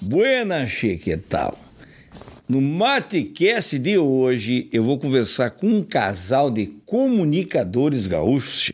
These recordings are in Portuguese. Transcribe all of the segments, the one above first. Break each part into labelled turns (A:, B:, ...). A: Buena, Chiquetal. No Matecast de hoje, eu vou conversar com um casal de comunicadores gaúchos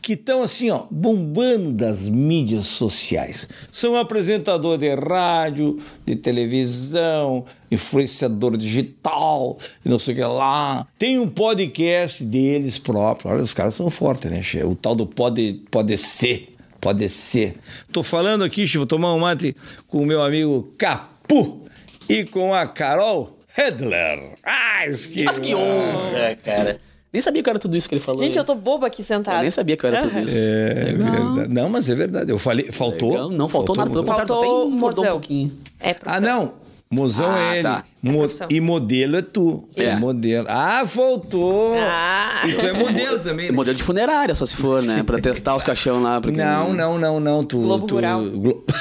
A: que estão assim, ó, bombando das mídias sociais. São apresentador de rádio, de televisão, influenciador digital, e não sei o que lá. Tem um podcast deles próprio. Olha, os caras são fortes, né, che? O tal do pode, pode ser. Pode ser. Tô falando aqui, che, vou tomar um mate com o meu amigo Capu e com a Carol Hedler. Ah, que...
B: Mas que honra, cara. Nem sabia que era tudo isso que ele falou.
C: Gente,
B: aí.
C: eu tô boba aqui sentada.
B: Eu nem sabia que era tudo isso.
A: É verdade. Não, mas é verdade. Eu falei, faltou.
B: né? Legal. Não, faltou, nada. Pelo contrário,
C: Faltou
B: faltou até engordou um
C: mozão.
B: pouquinho.
C: É,
A: Ah,
C: professor.
A: não. Mozão
B: Ah,
A: é ele.
B: tá.
A: Mo-
C: profissão.
A: e modelo é tu. É.
B: É.
A: modelo. Ah, faltou.
C: Ah.
A: E tu é modelo também.
B: É
A: né?
B: modelo de funerária, só se for, né? Pra testar os caixão lá. Porque...
A: Não, não, não, não. Tu,
C: Globo
A: tu-
C: Rural.
A: Glo-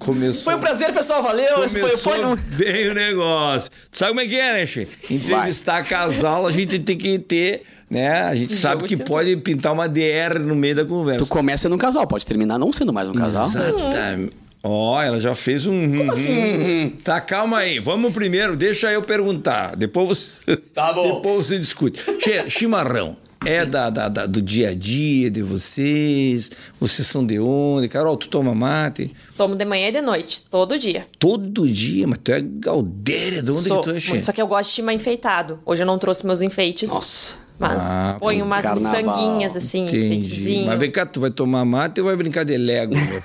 A: Começou.
B: Foi um prazer, pessoal. Valeu. Esse foi,
A: Começou
B: foi um...
A: bem o negócio. Tu sabe como é que é, né, Che? Entrevistar casal, a gente tem que ter, né? A
B: Um
A: gente sabe
C: de
A: que
C: cintura.
A: pode pintar uma DR no meio da conversa.
B: Tu começa num casal, pode terminar não sendo mais um casal.
A: Exatamente. Ó, ela já fez um. Como assim? Tá, calma aí. Vamos primeiro, deixa eu perguntar. Depois você.
B: Tá bom.
A: Depois você discute. Che, chimarrão. É da, da- da- do dia a dia de vocês? Vocês são de onde? Carol, tu toma mate?
C: Tomo de manhã e de noite, todo dia.
A: Todo dia, mas tu é galdeira. De onde
C: Sou
A: que tu é, Che?
C: muito- Só que eu gosto de chimar enfeitado. Hoje eu não trouxe meus enfeites.
B: Nossa.
C: Mas
A: Ah,
C: ponho umas
B: carnaval.
C: sanguinhas, assim,
A: Entendi.
C: enfeitezinho.
A: Mas vem cá, tu vai tomar mate ou vai brincar de Lego? meu?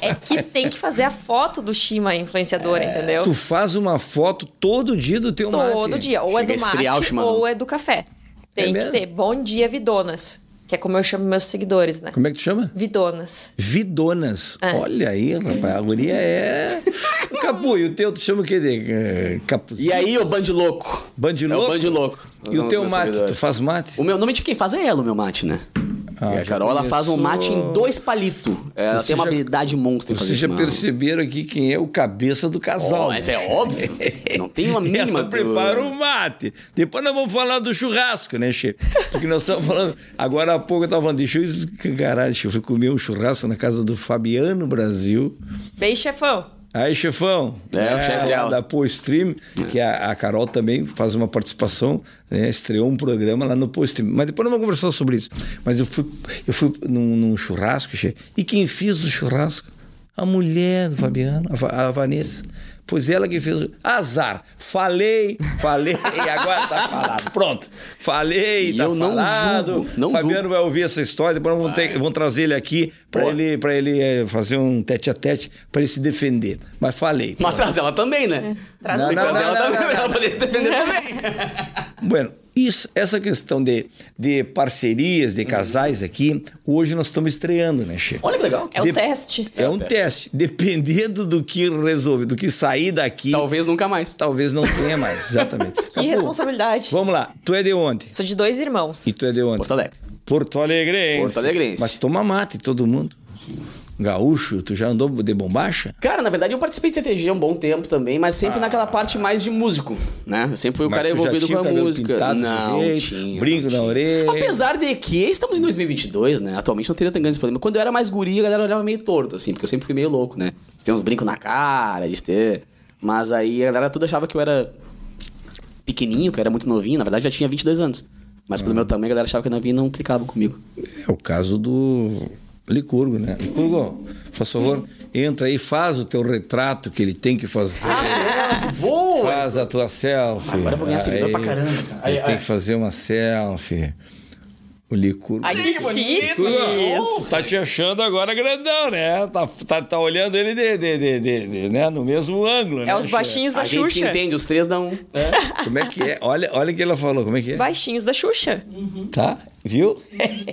C: É que tem que fazer a foto do Shima
B: É.
C: influenciadora, entendeu?
A: tu faz uma foto todo dia do teu mate.
C: Todo dia. Ou é
B: Chega a
C: do
B: esfriar o
C: mate
B: chimarrão.
C: ou é do café.
A: É
C: Tem
A: mesmo?
C: que ter. Bom dia, Vidonas. Que é como eu chamo meus seguidores, né?
A: Como é que tu chama?
C: Vidonas.
A: Vidonas.
C: É.
A: Olha aí, rapaz. A guria é. Capu, e o teu, tu chama o quê? De... eh, Capuzinho?
B: E aí, ô band louco?
A: Bande
B: É o
A: louco?
B: band louco.
A: E o teu
B: Meus
A: mate?
B: seguidores.
A: Tu faz mate?
B: O meu nome de quem faz é ela, o meu mate, né?
A: Ah,
B: E
A: já
B: a Carol, ela faz um
A: começou.
B: mate em dois palitos. Ela
A: Você
B: tem uma
A: já-
B: habilidade monstro em fazer
A: Vocês já
B: chimarrão.
A: perceberam aqui quem é o cabeça do casal.
B: Oh,
A: né?
B: mas é óbvio. Não tem uma mínima.
A: Ela
B: do-
A: prepara o mate. Depois nós vamos falar do churrasco, né, Che? Porque nós estamos falando. Agora há pouco eu estava falando, deixa eu escancarar, Che. Eu fui comer um churrasco na casa do Fabiano Brasil.
C: Beijo, chefão.
A: Aí, chefão. né,
B: É, o chefe
A: lá
B: dela. É.
A: Da Pô Stream, que a, a Carol também faz uma participação, né? Estreou um programa lá no Pô Stream. Mas depois nós vamos conversar sobre isso. Mas eu fui, eu fui num, num churrasco, che, e quem fez o churrasco? A mulher do Fabiano, a, Va- a Vanessa. Pois ela que fez. o- Azar. Falei, falei, e agora tá falado. Pronto. Falei,
B: E
A: tá
B: eu não
A: falado.
B: julgo, não
A: Fabiano
B: julgo.
A: vai ouvir essa história, depois nós vamos, ter- vamos trazer ele aqui para
B: Boa.
A: ele, pra ele eh, fazer um tete a tete, para ele se defender. Mas falei.
B: Mas traz ela também, né?
C: Traz
A: Não,
C: os
B: Tem que
A: não,
B: trazer
C: dois.
B: ela
A: não,
B: também,
A: não,
B: pra ela poder se defender também.
A: Bueno, isso, essa questão de, de parcerias, de casais aqui, hoje nós estamos estreando, né, Che?
B: Uhum. Olha que legal.
C: É o
A: De-
C: teste.
A: É um teste. Dependendo do que resolver, do que sair daqui, talvez,
B: Talvez nunca mais. Tá,
A: não tenha mais. Exatamente.
C: Que responsabilidade.
A: Vamos lá. Tu é de onde?
C: Sou de dois irmãos.
A: E tu é de onde?
B: Porto Alegre.
A: Porto Alegrense.
B: Porto Alegrense.
A: Mas toma mate, todo mundo. Gaúcho, tu já andou de bombacha?
B: Cara, na verdade, eu participei de CTG há um bom tempo também, mas sempre naquela parte mais de músico, né? Eu sempre fui o
A: Ah. Mas
B: cara
A: tu já
B: envolvido
A: tinha
B: com
A: o
B: a
A: cabelo
B: música.
A: pintado desse
B: Não,
A: jeito,
B: tinha,
A: brinco
B: não
A: na
B: tinha.
A: orelha.
B: Apesar de que estamos em 2022, né? Atualmente não teria grandes problemas. Quando eu era mais guri, a galera olhava meio torto, assim, porque eu sempre fui meio louco, né? De ter uns brincos na cara, de ter... Mas aí a galera tudo achava que eu era pequenininho, que eu era muito novinho. Na verdade, já tinha 22 anos. Mas
A: Ah.
B: pelo meu tamanho, a galera achava que eu não vinha e não clicava comigo.
A: É o caso do Licurgo, né? Licurgo, faz favor, entra aí, faz o teu retrato que ele tem que fazer.
C: É,
B: certo! Boa!
A: Faz a tua selfie.
B: Ah, Agora eu vou ganhar seguidor
A: Aí,
B: pra caramba, cara. Aí,
A: Ele tem
B: aí.
A: que fazer uma selfie. O Licurgo.
C: Ai, que chique.
A: Licurgo, Tá te achando agora grandão, né? Tá, tá, tá olhando ele de, de, de, de- de- né? no mesmo ângulo, né?
C: É os baixinhos da
B: A gente se
C: Xuxa.
B: entende, os três dão... um.
A: Como é que é? Olha, olha o que ela falou, como é que é?
C: Baixinhos da Xuxa.
A: Tá? Viu?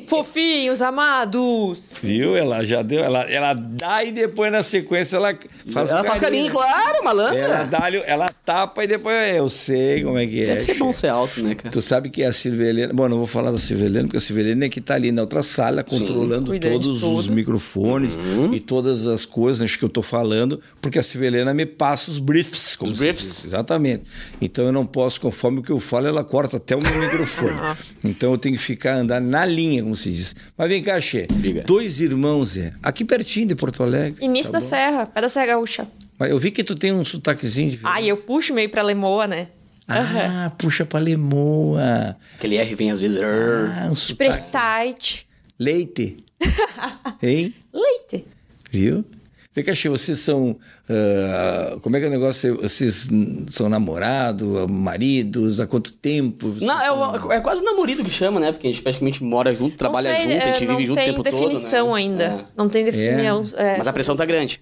C: Fofinhos, amados.
A: Viu? Ela já deu. Ela, ela dá e depois na sequência ela faz
B: ela
A: o
B: faz carinho, claro, malandra.
A: Ela dá, ela tapa e depois eu sei como é que é.
B: Ah. Deve ser bom
A: chefe.
B: ser alto, né, cara?
A: Tu sabe que a Silvelena. Bom, não vou falar da Silvelena, porque a Silvelena é que tá ali na outra sala, controlando
C: cuidando de
A: todos os
C: tudo.
A: microfones
B: Uhum.
A: e todas as coisas que eu tô falando, porque a Silvelena me passa os briefs. Como
B: Os
A: se
B: briefs.
A: diz. Exatamente. Então eu não posso, conforme o que eu falo, ela corta até o meu microfone.
B: Ah.
A: Então eu tenho que ficar andar na linha, como se diz. Mas vem cá, Xê.
B: Diga.
A: Dois irmãos, é. Aqui pertinho de Porto Alegre.
C: Início
A: tá
C: da
A: bom?
C: Serra, pé da Serra Gaúcha.
A: Mas eu vi que tu tem um sotaquezinho de.
C: Ai, eu puxo meio pra Lemoa, né?
B: Tá.
C: Aham.
A: Ah, puxa pra Lemoa.
B: Aquele R vem às vezes.
A: Ah, um sotaque.
C: Sprechtight.
A: Leite. hein?
C: Leite.
A: Viu? Vem cá, Che, vocês são. ah, como é que é o negócio? Vocês hum, são namorado, maridos? Há quanto tempo? Vocês
B: Não, é,
A: estão-
B: o- é quase o namorido que chama, né? Porque a gente praticamente mora junto, trabalha
C: não sei,
B: junto, a
C: é,
B: gente vive
C: não
B: junto o
C: tem
B: tempo
C: definição
B: todo. né?
C: ainda.
B: É.
C: Não tem definição. é.
B: Mas a pressão tá grande.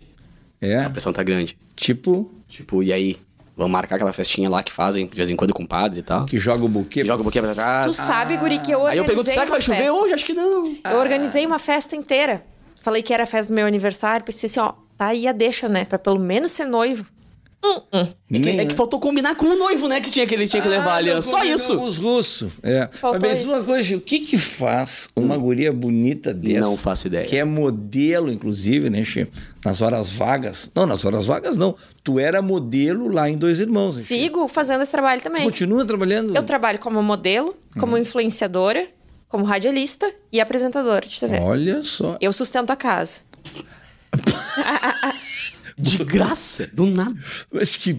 A: É?
B: A pressão tá grande.
A: Tipo,
B: Tipo, e aí? Vamos marcar aquela festinha lá que fazem de vez em quando com o padre e tal.
A: que joga o buquê.
B: Joga um pouquinho pra
C: Tu
B: trás.
C: sabe, Guri, que eu
B: aí
C: organizei.
B: eu pergunto, será que
C: uma
B: vai chover
C: festa.
B: hoje? Acho que não. É
C: Eu organizei uma festa inteira. Falei que era a festa do meu aniversário. Pensei assim, ó, tá aí a deixa, né? Pra pelo menos ser noivo.
B: É que,
A: Nem-
B: é que faltou combinar com o noivo, né? Que tinha que ele tinha que levar a aliança.
A: Ah,
B: Só
A: não,
B: isso.
A: Os russos. É.
C: Faltou
A: Mas
C: isso.
A: uma coisa, o que que faz uma guria bonita dessa?
B: Não faço ideia.
A: Que é modelo, inclusive, né, Chico? Nas horas vagas. Não, nas horas vagas não. Tu era modelo lá em Dois Irmãos. né, Che?
C: Sigo fazendo esse trabalho também.
A: Continua trabalhando?
C: Eu
B: Hum.
C: trabalho como modelo,
B: Uhum.
C: como influenciadora, como radialista e apresentadora de TV.
A: Olha só.
C: Eu sustento a casa.
B: De graça. Do nada.
A: Mas que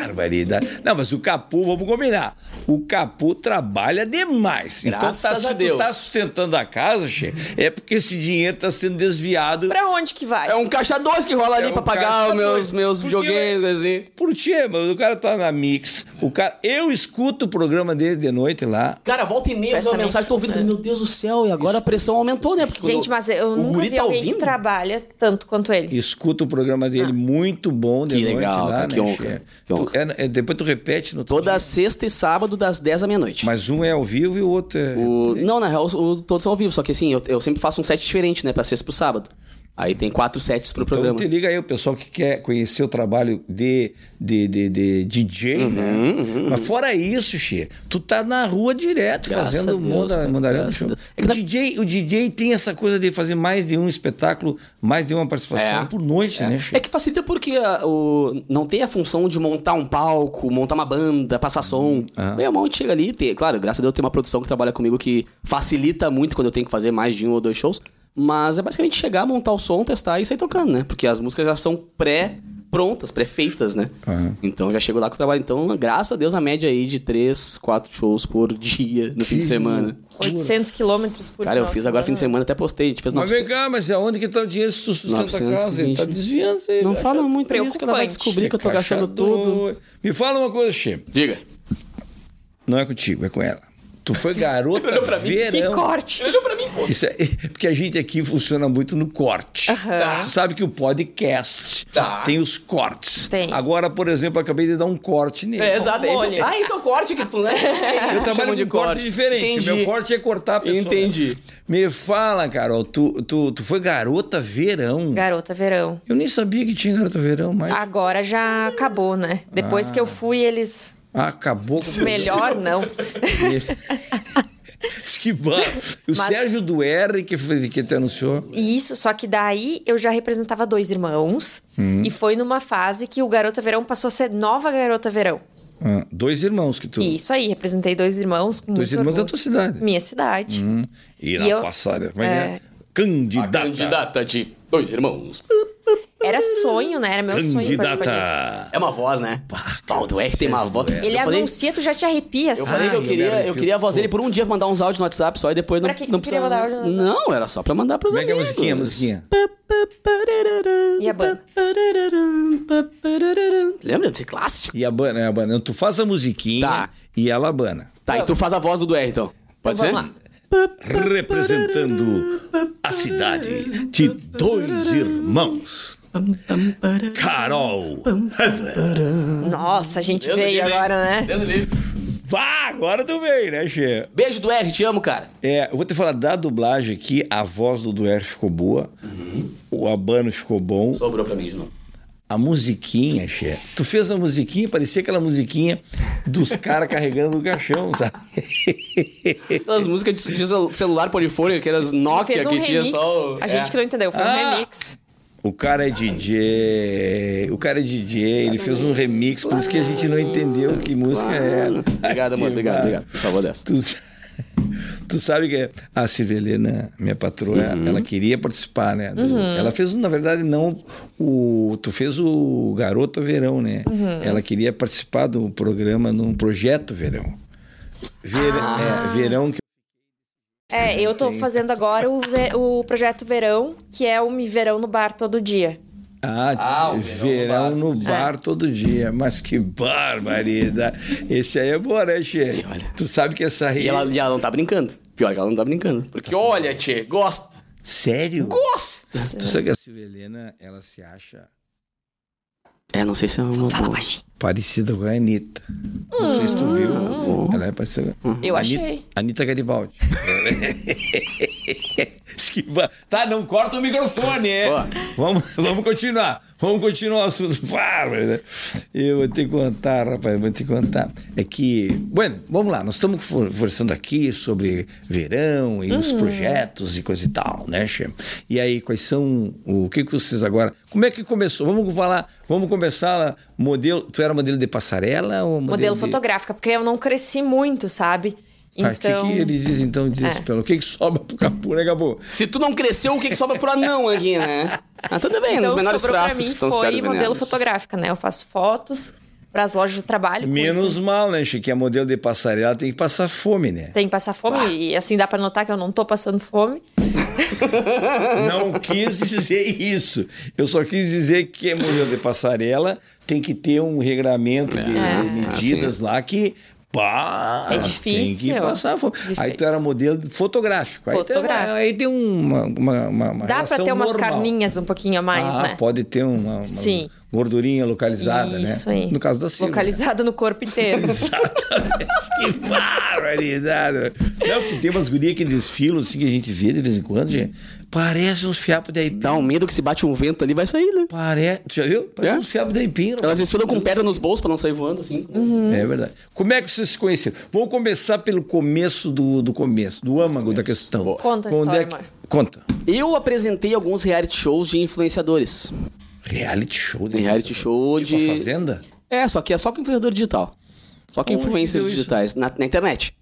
A: barbaridade. Não, mas o Capu, vamos combinar. O Capu trabalha demais. então, tá,
B: Graças
A: se
B: a
A: tu
B: Deus.
A: tá sustentando a casa, che, é porque esse dinheiro tá sendo desviado
C: Pra onde que vai?
B: É um caixa dois que rola ali
A: É um
B: pra pagar
A: caixa
B: os meus,
A: dois.
B: meus
A: Porque
B: videogames, coisa assim.
A: por ti, mano. O cara tá na Mix. O cara... Eu escuto o programa dele de noite lá.
B: Cara, volta e meia, eu uma
C: Prestamente.
B: mensagem, tô ouvindo, falei, meu Deus do céu, e agora a pressão aumentou, né? Porque quando
C: é. Gente, mas
B: o
C: eu nunca
B: guri
C: vi
B: tá
C: alguém
B: ouvindo,
C: que trabalha tanto quanto ele.
A: Escuto o programa dele, muito bom de
B: Ah. Que
A: noite
B: legal,
A: lá,
B: cara,
A: né,
B: que honra,
A: che? Tu-
B: que honra.
A: é- é- depois tu repete no outro
B: Toda
A: dia.
B: sexta e sábado, das 10 à meia-noite.
A: Mas um é ao vivo e o outro é...
B: O- Não, na real, os- os- todos são ao vivo, só que assim, eu, eu sempre faço um set diferente, né? Pra sexta e pro sábado. Aí tem quatro sets pro
A: Então
B: programa.
A: te liga aí, o pessoal que quer conhecer o trabalho de, de, de, de DJ, né?
B: Uhum,
A: Mas fora isso, Xê, tu tá na rua direto
B: Graças a
A: fazendo
B: Deus,
A: moda,
B: cara,
A: mandarela.
B: graças a Deus. É
A: O
B: que na-
A: DJ, o DJ tem essa coisa de fazer mais de um espetáculo, mais de uma participação
B: É.
A: por noite, né, Xê?
B: É que facilita porque ah, o, não tem a função de montar um palco, montar uma banda, passar som. Meu irmão chega ali, tem, claro, graças a Deus tem uma produção que trabalha comigo que facilita muito quando eu tenho que fazer mais de um ou dois shows. Mas é basicamente chegar, montar o som, testar e sair tocando, né? Porque as músicas já são pré-prontas, pré-feitas, né? Então já chego lá com o trabalho. Então, graças a Deus, na média aí de três, quatro shows por dia no fim de semana.
C: 800 quilômetros por
B: Cara, eu
C: final
B: fiz agora fim de semana, até postei, a gente fez
A: Mas é vem
B: 900.
A: cá, mas aonde que tá o dinheiro se tu sustenta a casa? Ele tá
B: 920.
A: desviando. ele
B: Não
A: acha-
B: fala muito isso que ela vai
C: Preocupante.
B: descobrir que eu tô
A: Você é
B: gastando tudo.
A: caixador. Me fala uma coisa, Xê.
B: Diga.
A: Não é contigo, é com ela. Tu foi garota verão.
C: Que corte!
B: Olhou pra mim, pô.
A: Isso é, porque a gente aqui funciona muito no corte.
C: Aham.
A: Tu sabe que o podcast
B: Tá.
A: tem os cortes.
C: Tem.
A: Agora, por exemplo, eu acabei de dar um corte nele.
B: É, exato. é
C: Olha.
B: esse- ah, esse é o corte que tu falou, né?
A: Eu trabalho com um corte, diferente. Meu corte é né? cortar a pessoa.
B: Entendi.
A: Me fala, Carol, tu, tu, tu foi garota verão?
C: Garota Verão.
A: Eu nem sabia que tinha garota verão, mas
C: Agora já acabou, né? Depois
B: Ah.
C: que eu fui, eles.
A: acabou com
C: Melhor não.
A: Que bar... O
C: Mas-
A: Sérgio do R que, foi- que te anunciou.
C: E Isso, só que daí eu já representava dois irmãos.
B: Hum.
C: E foi numa fase que o Garota Verão passou a ser nova Garota Verão.
A: Ah, dois irmãos que tu.
C: E isso aí, representei dois irmãos. Com
A: Dois
C: muito
A: irmãos Hum. da
C: orgulho.
A: tua cidade.
C: Minha cidade.
A: E
C: E eu-
A: passada. Como
C: é.
A: Candidata.
B: de dois irmãos.
C: Era sonho, né? Era meu sonho participar disso.
A: Candidata.
B: É uma voz, né? Pau do R tem uma voz.
C: Ele
B: eu falei,
C: anuncia, tu já te arrepia,
B: eu
C: assim.
B: falei que eu
A: Ai,
B: queria,
A: merda,
B: eu queria a voz
A: que eu
B: dele por um dia pra mandar uns áudios no WhatsApp só e depois
C: Pra
B: não,
C: que que
B: não
C: tu queria mandar áudio no
B: Não, era só pra mandar pros
A: Como é que é a
B: amigos.
A: musiquinha, a musiquinha?
C: E a banda?
B: Lembra desse clássico?
A: E a bana, é a bana. Tu faz a musiquinha
B: Tá.
A: e ela abana.
B: Tá, e tu faz a voz do R então. Pode
C: Então
B: ser?
C: vamos
A: Representando a cidade de dois irmãos. Carol.
C: Nossa, a gente
B: Deus
C: veio
B: livre, hein?
C: agora, né?
B: Deus livre.
A: Vá, agora tu vem, né, Che?
B: Beijo do R, te amo, cara.
A: É, eu vou te falar da dublagem
B: Uhum.
A: aqui. A voz do Duer ficou boa. O abano ficou bom.
B: Sobrou pra mim de novo.
A: A musiquinha, che. Tu fez a musiquinha, parecia aquela musiquinha dos caras carregando o caixão, sabe?
B: Aquelas músicas de, de cel- celular polifônico, aquelas Nokia
C: Fez um
B: que tinha
C: remix.
B: só. o-
C: A gente
B: é.
C: que não entendeu, foi
A: Ah!
C: um remix.
A: O cara é DJ, o cara é DJ, ele fez um remix, por isso que a gente não entendeu que música é era.
B: é Obrigado, amor.
A: Que
B: Obrigado,
A: bar-
B: obrigado. Me salvou dessa.
A: Tu, sa- tu sabe que a Civelena, minha patroa,
B: Uhum.
A: ela queria participar, né? do- Ela fez, na verdade, não o. Tu fez o Garota Verão, né?
B: Uhum.
A: Ela queria participar do programa num projeto Verão. Ver-
B: Ah.
A: é, verão que
C: É, eu tô fazendo agora o, ve- o projeto Verão, que é o Me Verão no Bar todo dia.
A: Ah,
B: Ah, o
A: verão,
B: verão É.
A: no bar, todo dia. Mas que barbaridade. Esse aí é bom, né, Che?
B: olha.
A: Tu sabe que essa aí...
B: E ela, e ela não tá brincando. Pior que ela não tá brincando. Porque olha, Tchê, gosta.
A: Sério?
B: Gosta!
A: Tu sabe que a Silvelena, ela se acha
B: É, não sei se é uma.
C: Fala
B: boa.
C: baixinho.
A: parecida com a Anitta. Não sei se tu viu. Ela é parecida com a
C: Eu
A: Anitta-
C: achei.
A: Anitta Garibaldi. Que ba- tá, não corta o microfone, é.
B: Ó.
A: Vamos, vamos continuar. Vamos continuar o assunto. Para, né? Eu vou te contar, rapaz, vou te contar. É que, bueno, vamos lá. Nós estamos for- conversando aqui sobre verão e
C: Hum.
A: os projetos e coisa e tal, né, Che? E aí, quais são o que que vocês agora? Como é que começou? Vamos falar, vamos começar modelo. Tu era modelo de passarela ou modelo,
C: Modelo
A: de...
C: fotográfica, porque eu não cresci muito, sabe?
A: Ah, o que
C: Então.
A: que, eles dizem então disso?
C: É.
A: Pelo que que sobra pro capô, né, capô?
B: Se tu não cresceu, o que, que sobra pro anão aqui, né? Ah, tudo bem,
C: Então,
B: nos
C: o que
B: menores
C: sobrou pra
B: frascos
C: mim
B: que estão os
C: foi
B: caras
C: modelo
B: venenosos.
C: fotográfica, né? Eu faço fotos pras lojas de trabalho. com
A: Menos
C: isso.
A: mal, né, Chico? Que a modelo de passarela tem que passar fome, né?
C: Tem que passar fome, e assim dá pra notar que eu não tô passando fome.
A: Não quis dizer isso. Eu só quis dizer que a modelo de passarela tem que ter um regramento de,
B: É,
A: de medidas lá que. Pá,
C: assim. É
A: Tem que
C: difícil.
A: passar fome. Aí tu
C: Difícil.
A: era modelo fotográfico. Aí tem uma-
C: Fotográfico.
A: Aí tem um, uma. uma, uma, uma
C: Dá pra
A: relação
C: ter umas
A: normal.
C: carninhas um pouquinho a mais,
A: ah,
C: né?
A: Pode ter uma, uma
C: Sim.
A: gordurinha localizada, né?
C: Isso aí.
A: No caso da Silvia.
C: Localizada no corpo inteiro.
A: Exatamente. que barbaridade. Não, porque tem umas gurias que desfilam assim que a gente vê de vez em quando, gente. Parece uns fiapos de aipim.
B: Dá um medo que se bate um vento ali, vai sair, né?
A: Parece. Tu já viu? Parece
B: É?
A: uns fiapos de aipim. rapaz.
B: Elas desfilam com pedra nos bolsos pra não sair voando, assim.
A: É verdade. Como é que vocês se conheceram? Vamos começar pelo começo do, do começo, do âmago da questão.
C: Conta a
A: Quando
C: história,
A: é que...
C: amor.
A: Conta.
B: Eu apresentei alguns reality shows de influenciadores.
A: Reality show. né?
B: Reality show
A: Tipo
B: de.
A: a Fazenda?
B: É, só que é só com influenciador digital. Só com
A: Onde
B: influencers
A: deu isso?
B: digitais. Na, na internet.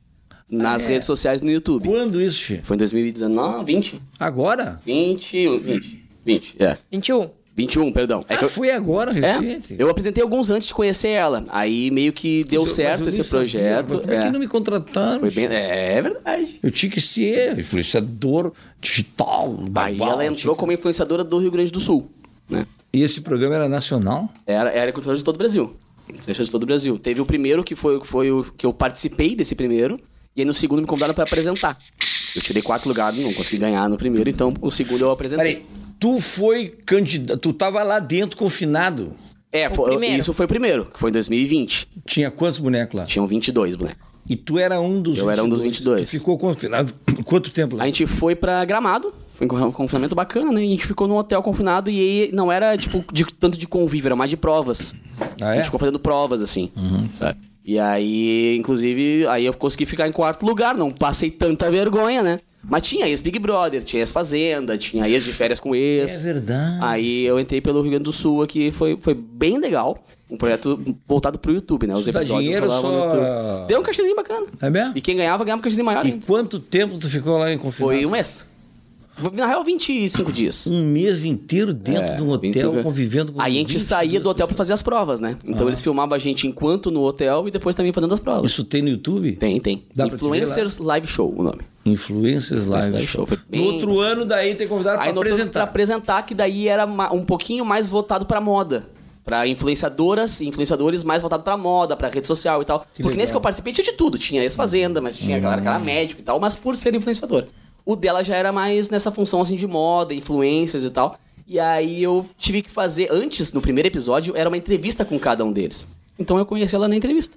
B: Nas
A: é?
B: redes sociais no YouTube.
A: Quando isso, Che?
B: Foi em 2019, 20?
A: Agora?
B: 20, 20. 20, é.
C: 21.
B: 21, perdão. É que
A: Ah,
B: eu,
A: foi agora,
B: é,
A: recente.
B: eu apresentei alguns antes de conhecer ela. Aí meio que deu
A: Mas eu-
B: certo
A: mas eu
B: esse
A: nem sabia,
B: projeto.
A: mas Por que
B: é.
A: não me contrataram?
B: Foi bem- é, é verdade.
A: Eu tinha que ser influenciador digital.
B: Aí
A: babau,
B: ela
A: tinha
B: entrou como influenciadora do Rio Grande do Sul, né?
A: que- E esse programa era nacional?
B: Era, era influenciadora de todo o Brasil. Influenciadora de todo o Brasil. Teve o primeiro que foi, que foi o que eu participei desse primeiro. E aí no segundo me convidaram pra apresentar. Eu tirei quatro lugares, não consegui ganhar no primeiro, então o segundo eu apresentei.
A: Peraí, tu foi candidato. Tu tava lá dentro, confinado.
B: É,
C: O
B: foi-
C: primeiro.
B: isso foi o primeiro, que foi em 2020.
A: Tinha quantos bonecos lá?
B: Tinham 22, boneco.
A: E tu era um dos
B: Eu era um dos 22.
A: Tu ficou confinado quanto tempo lá?
B: A gente foi pra Gramado, foi um confinamento bacana, né? E a gente ficou num hotel confinado e aí não era, tipo, de, tanto de convívio, era mais de provas.
A: Ah, é?
B: A gente ficou fazendo provas, assim. sabe? E aí, inclusive, aí eu consegui ficar em quarto lugar, não passei tanta vergonha, né? Mas tinha ex-Big Brother, tinha ex-Fazenda, tinha ex de férias com ex.
A: É verdade.
B: Aí eu entrei pelo Rio Grande do Sul aqui, foi, foi bem legal. Um projeto voltado pro YouTube, né? Os
A: Isso dá
B: episódios
A: dinheiro,
B: rolavam no
A: só-
B: YouTube. Deu um cachezinho bacana.
A: É mesmo?
B: E quem ganhava, ganhava um cachezinho maior.
A: E
B: ainda.
A: quanto tempo tu ficou lá em confinado?
B: Foi um mês. Na real, 25 dias.
A: Um mês inteiro dentro
B: É,
A: de um hotel,
B: 25.
A: convivendo com
B: Aí a gente
A: 20
B: saía do
A: pessoas. Ah.
B: hotel pra fazer as provas, né? Então eles filmavam a gente enquanto no hotel e depois também fazendo as provas.
A: Isso tem no YouTube?
B: Tem, tem.
A: Dá pra te ver
B: Influencers Live Show, o nome.
A: Influencers Live,
B: Live
A: Show.
B: Show, foi bem-
A: No outro ano, daí, te convidaram
B: Aí
A: pra
B: no outro-
A: apresentar.
B: pra apresentar, que daí era ma- um pouquinho mais voltado pra moda. Pra influenciadoras e influenciadores mais voltado pra moda, pra rede social e tal. Porque
A: legal. Hum.
B: nesse que eu participei tinha de tudo. Tinha ex-fazenda, mas tinha galera que era médico e tal, mas por ser influenciador. O dela já era mais nessa função assim de moda, influencers e tal. E aí eu tive que fazer, antes, no primeiro episódio, era uma entrevista com cada um deles. Então eu conheci ela na entrevista.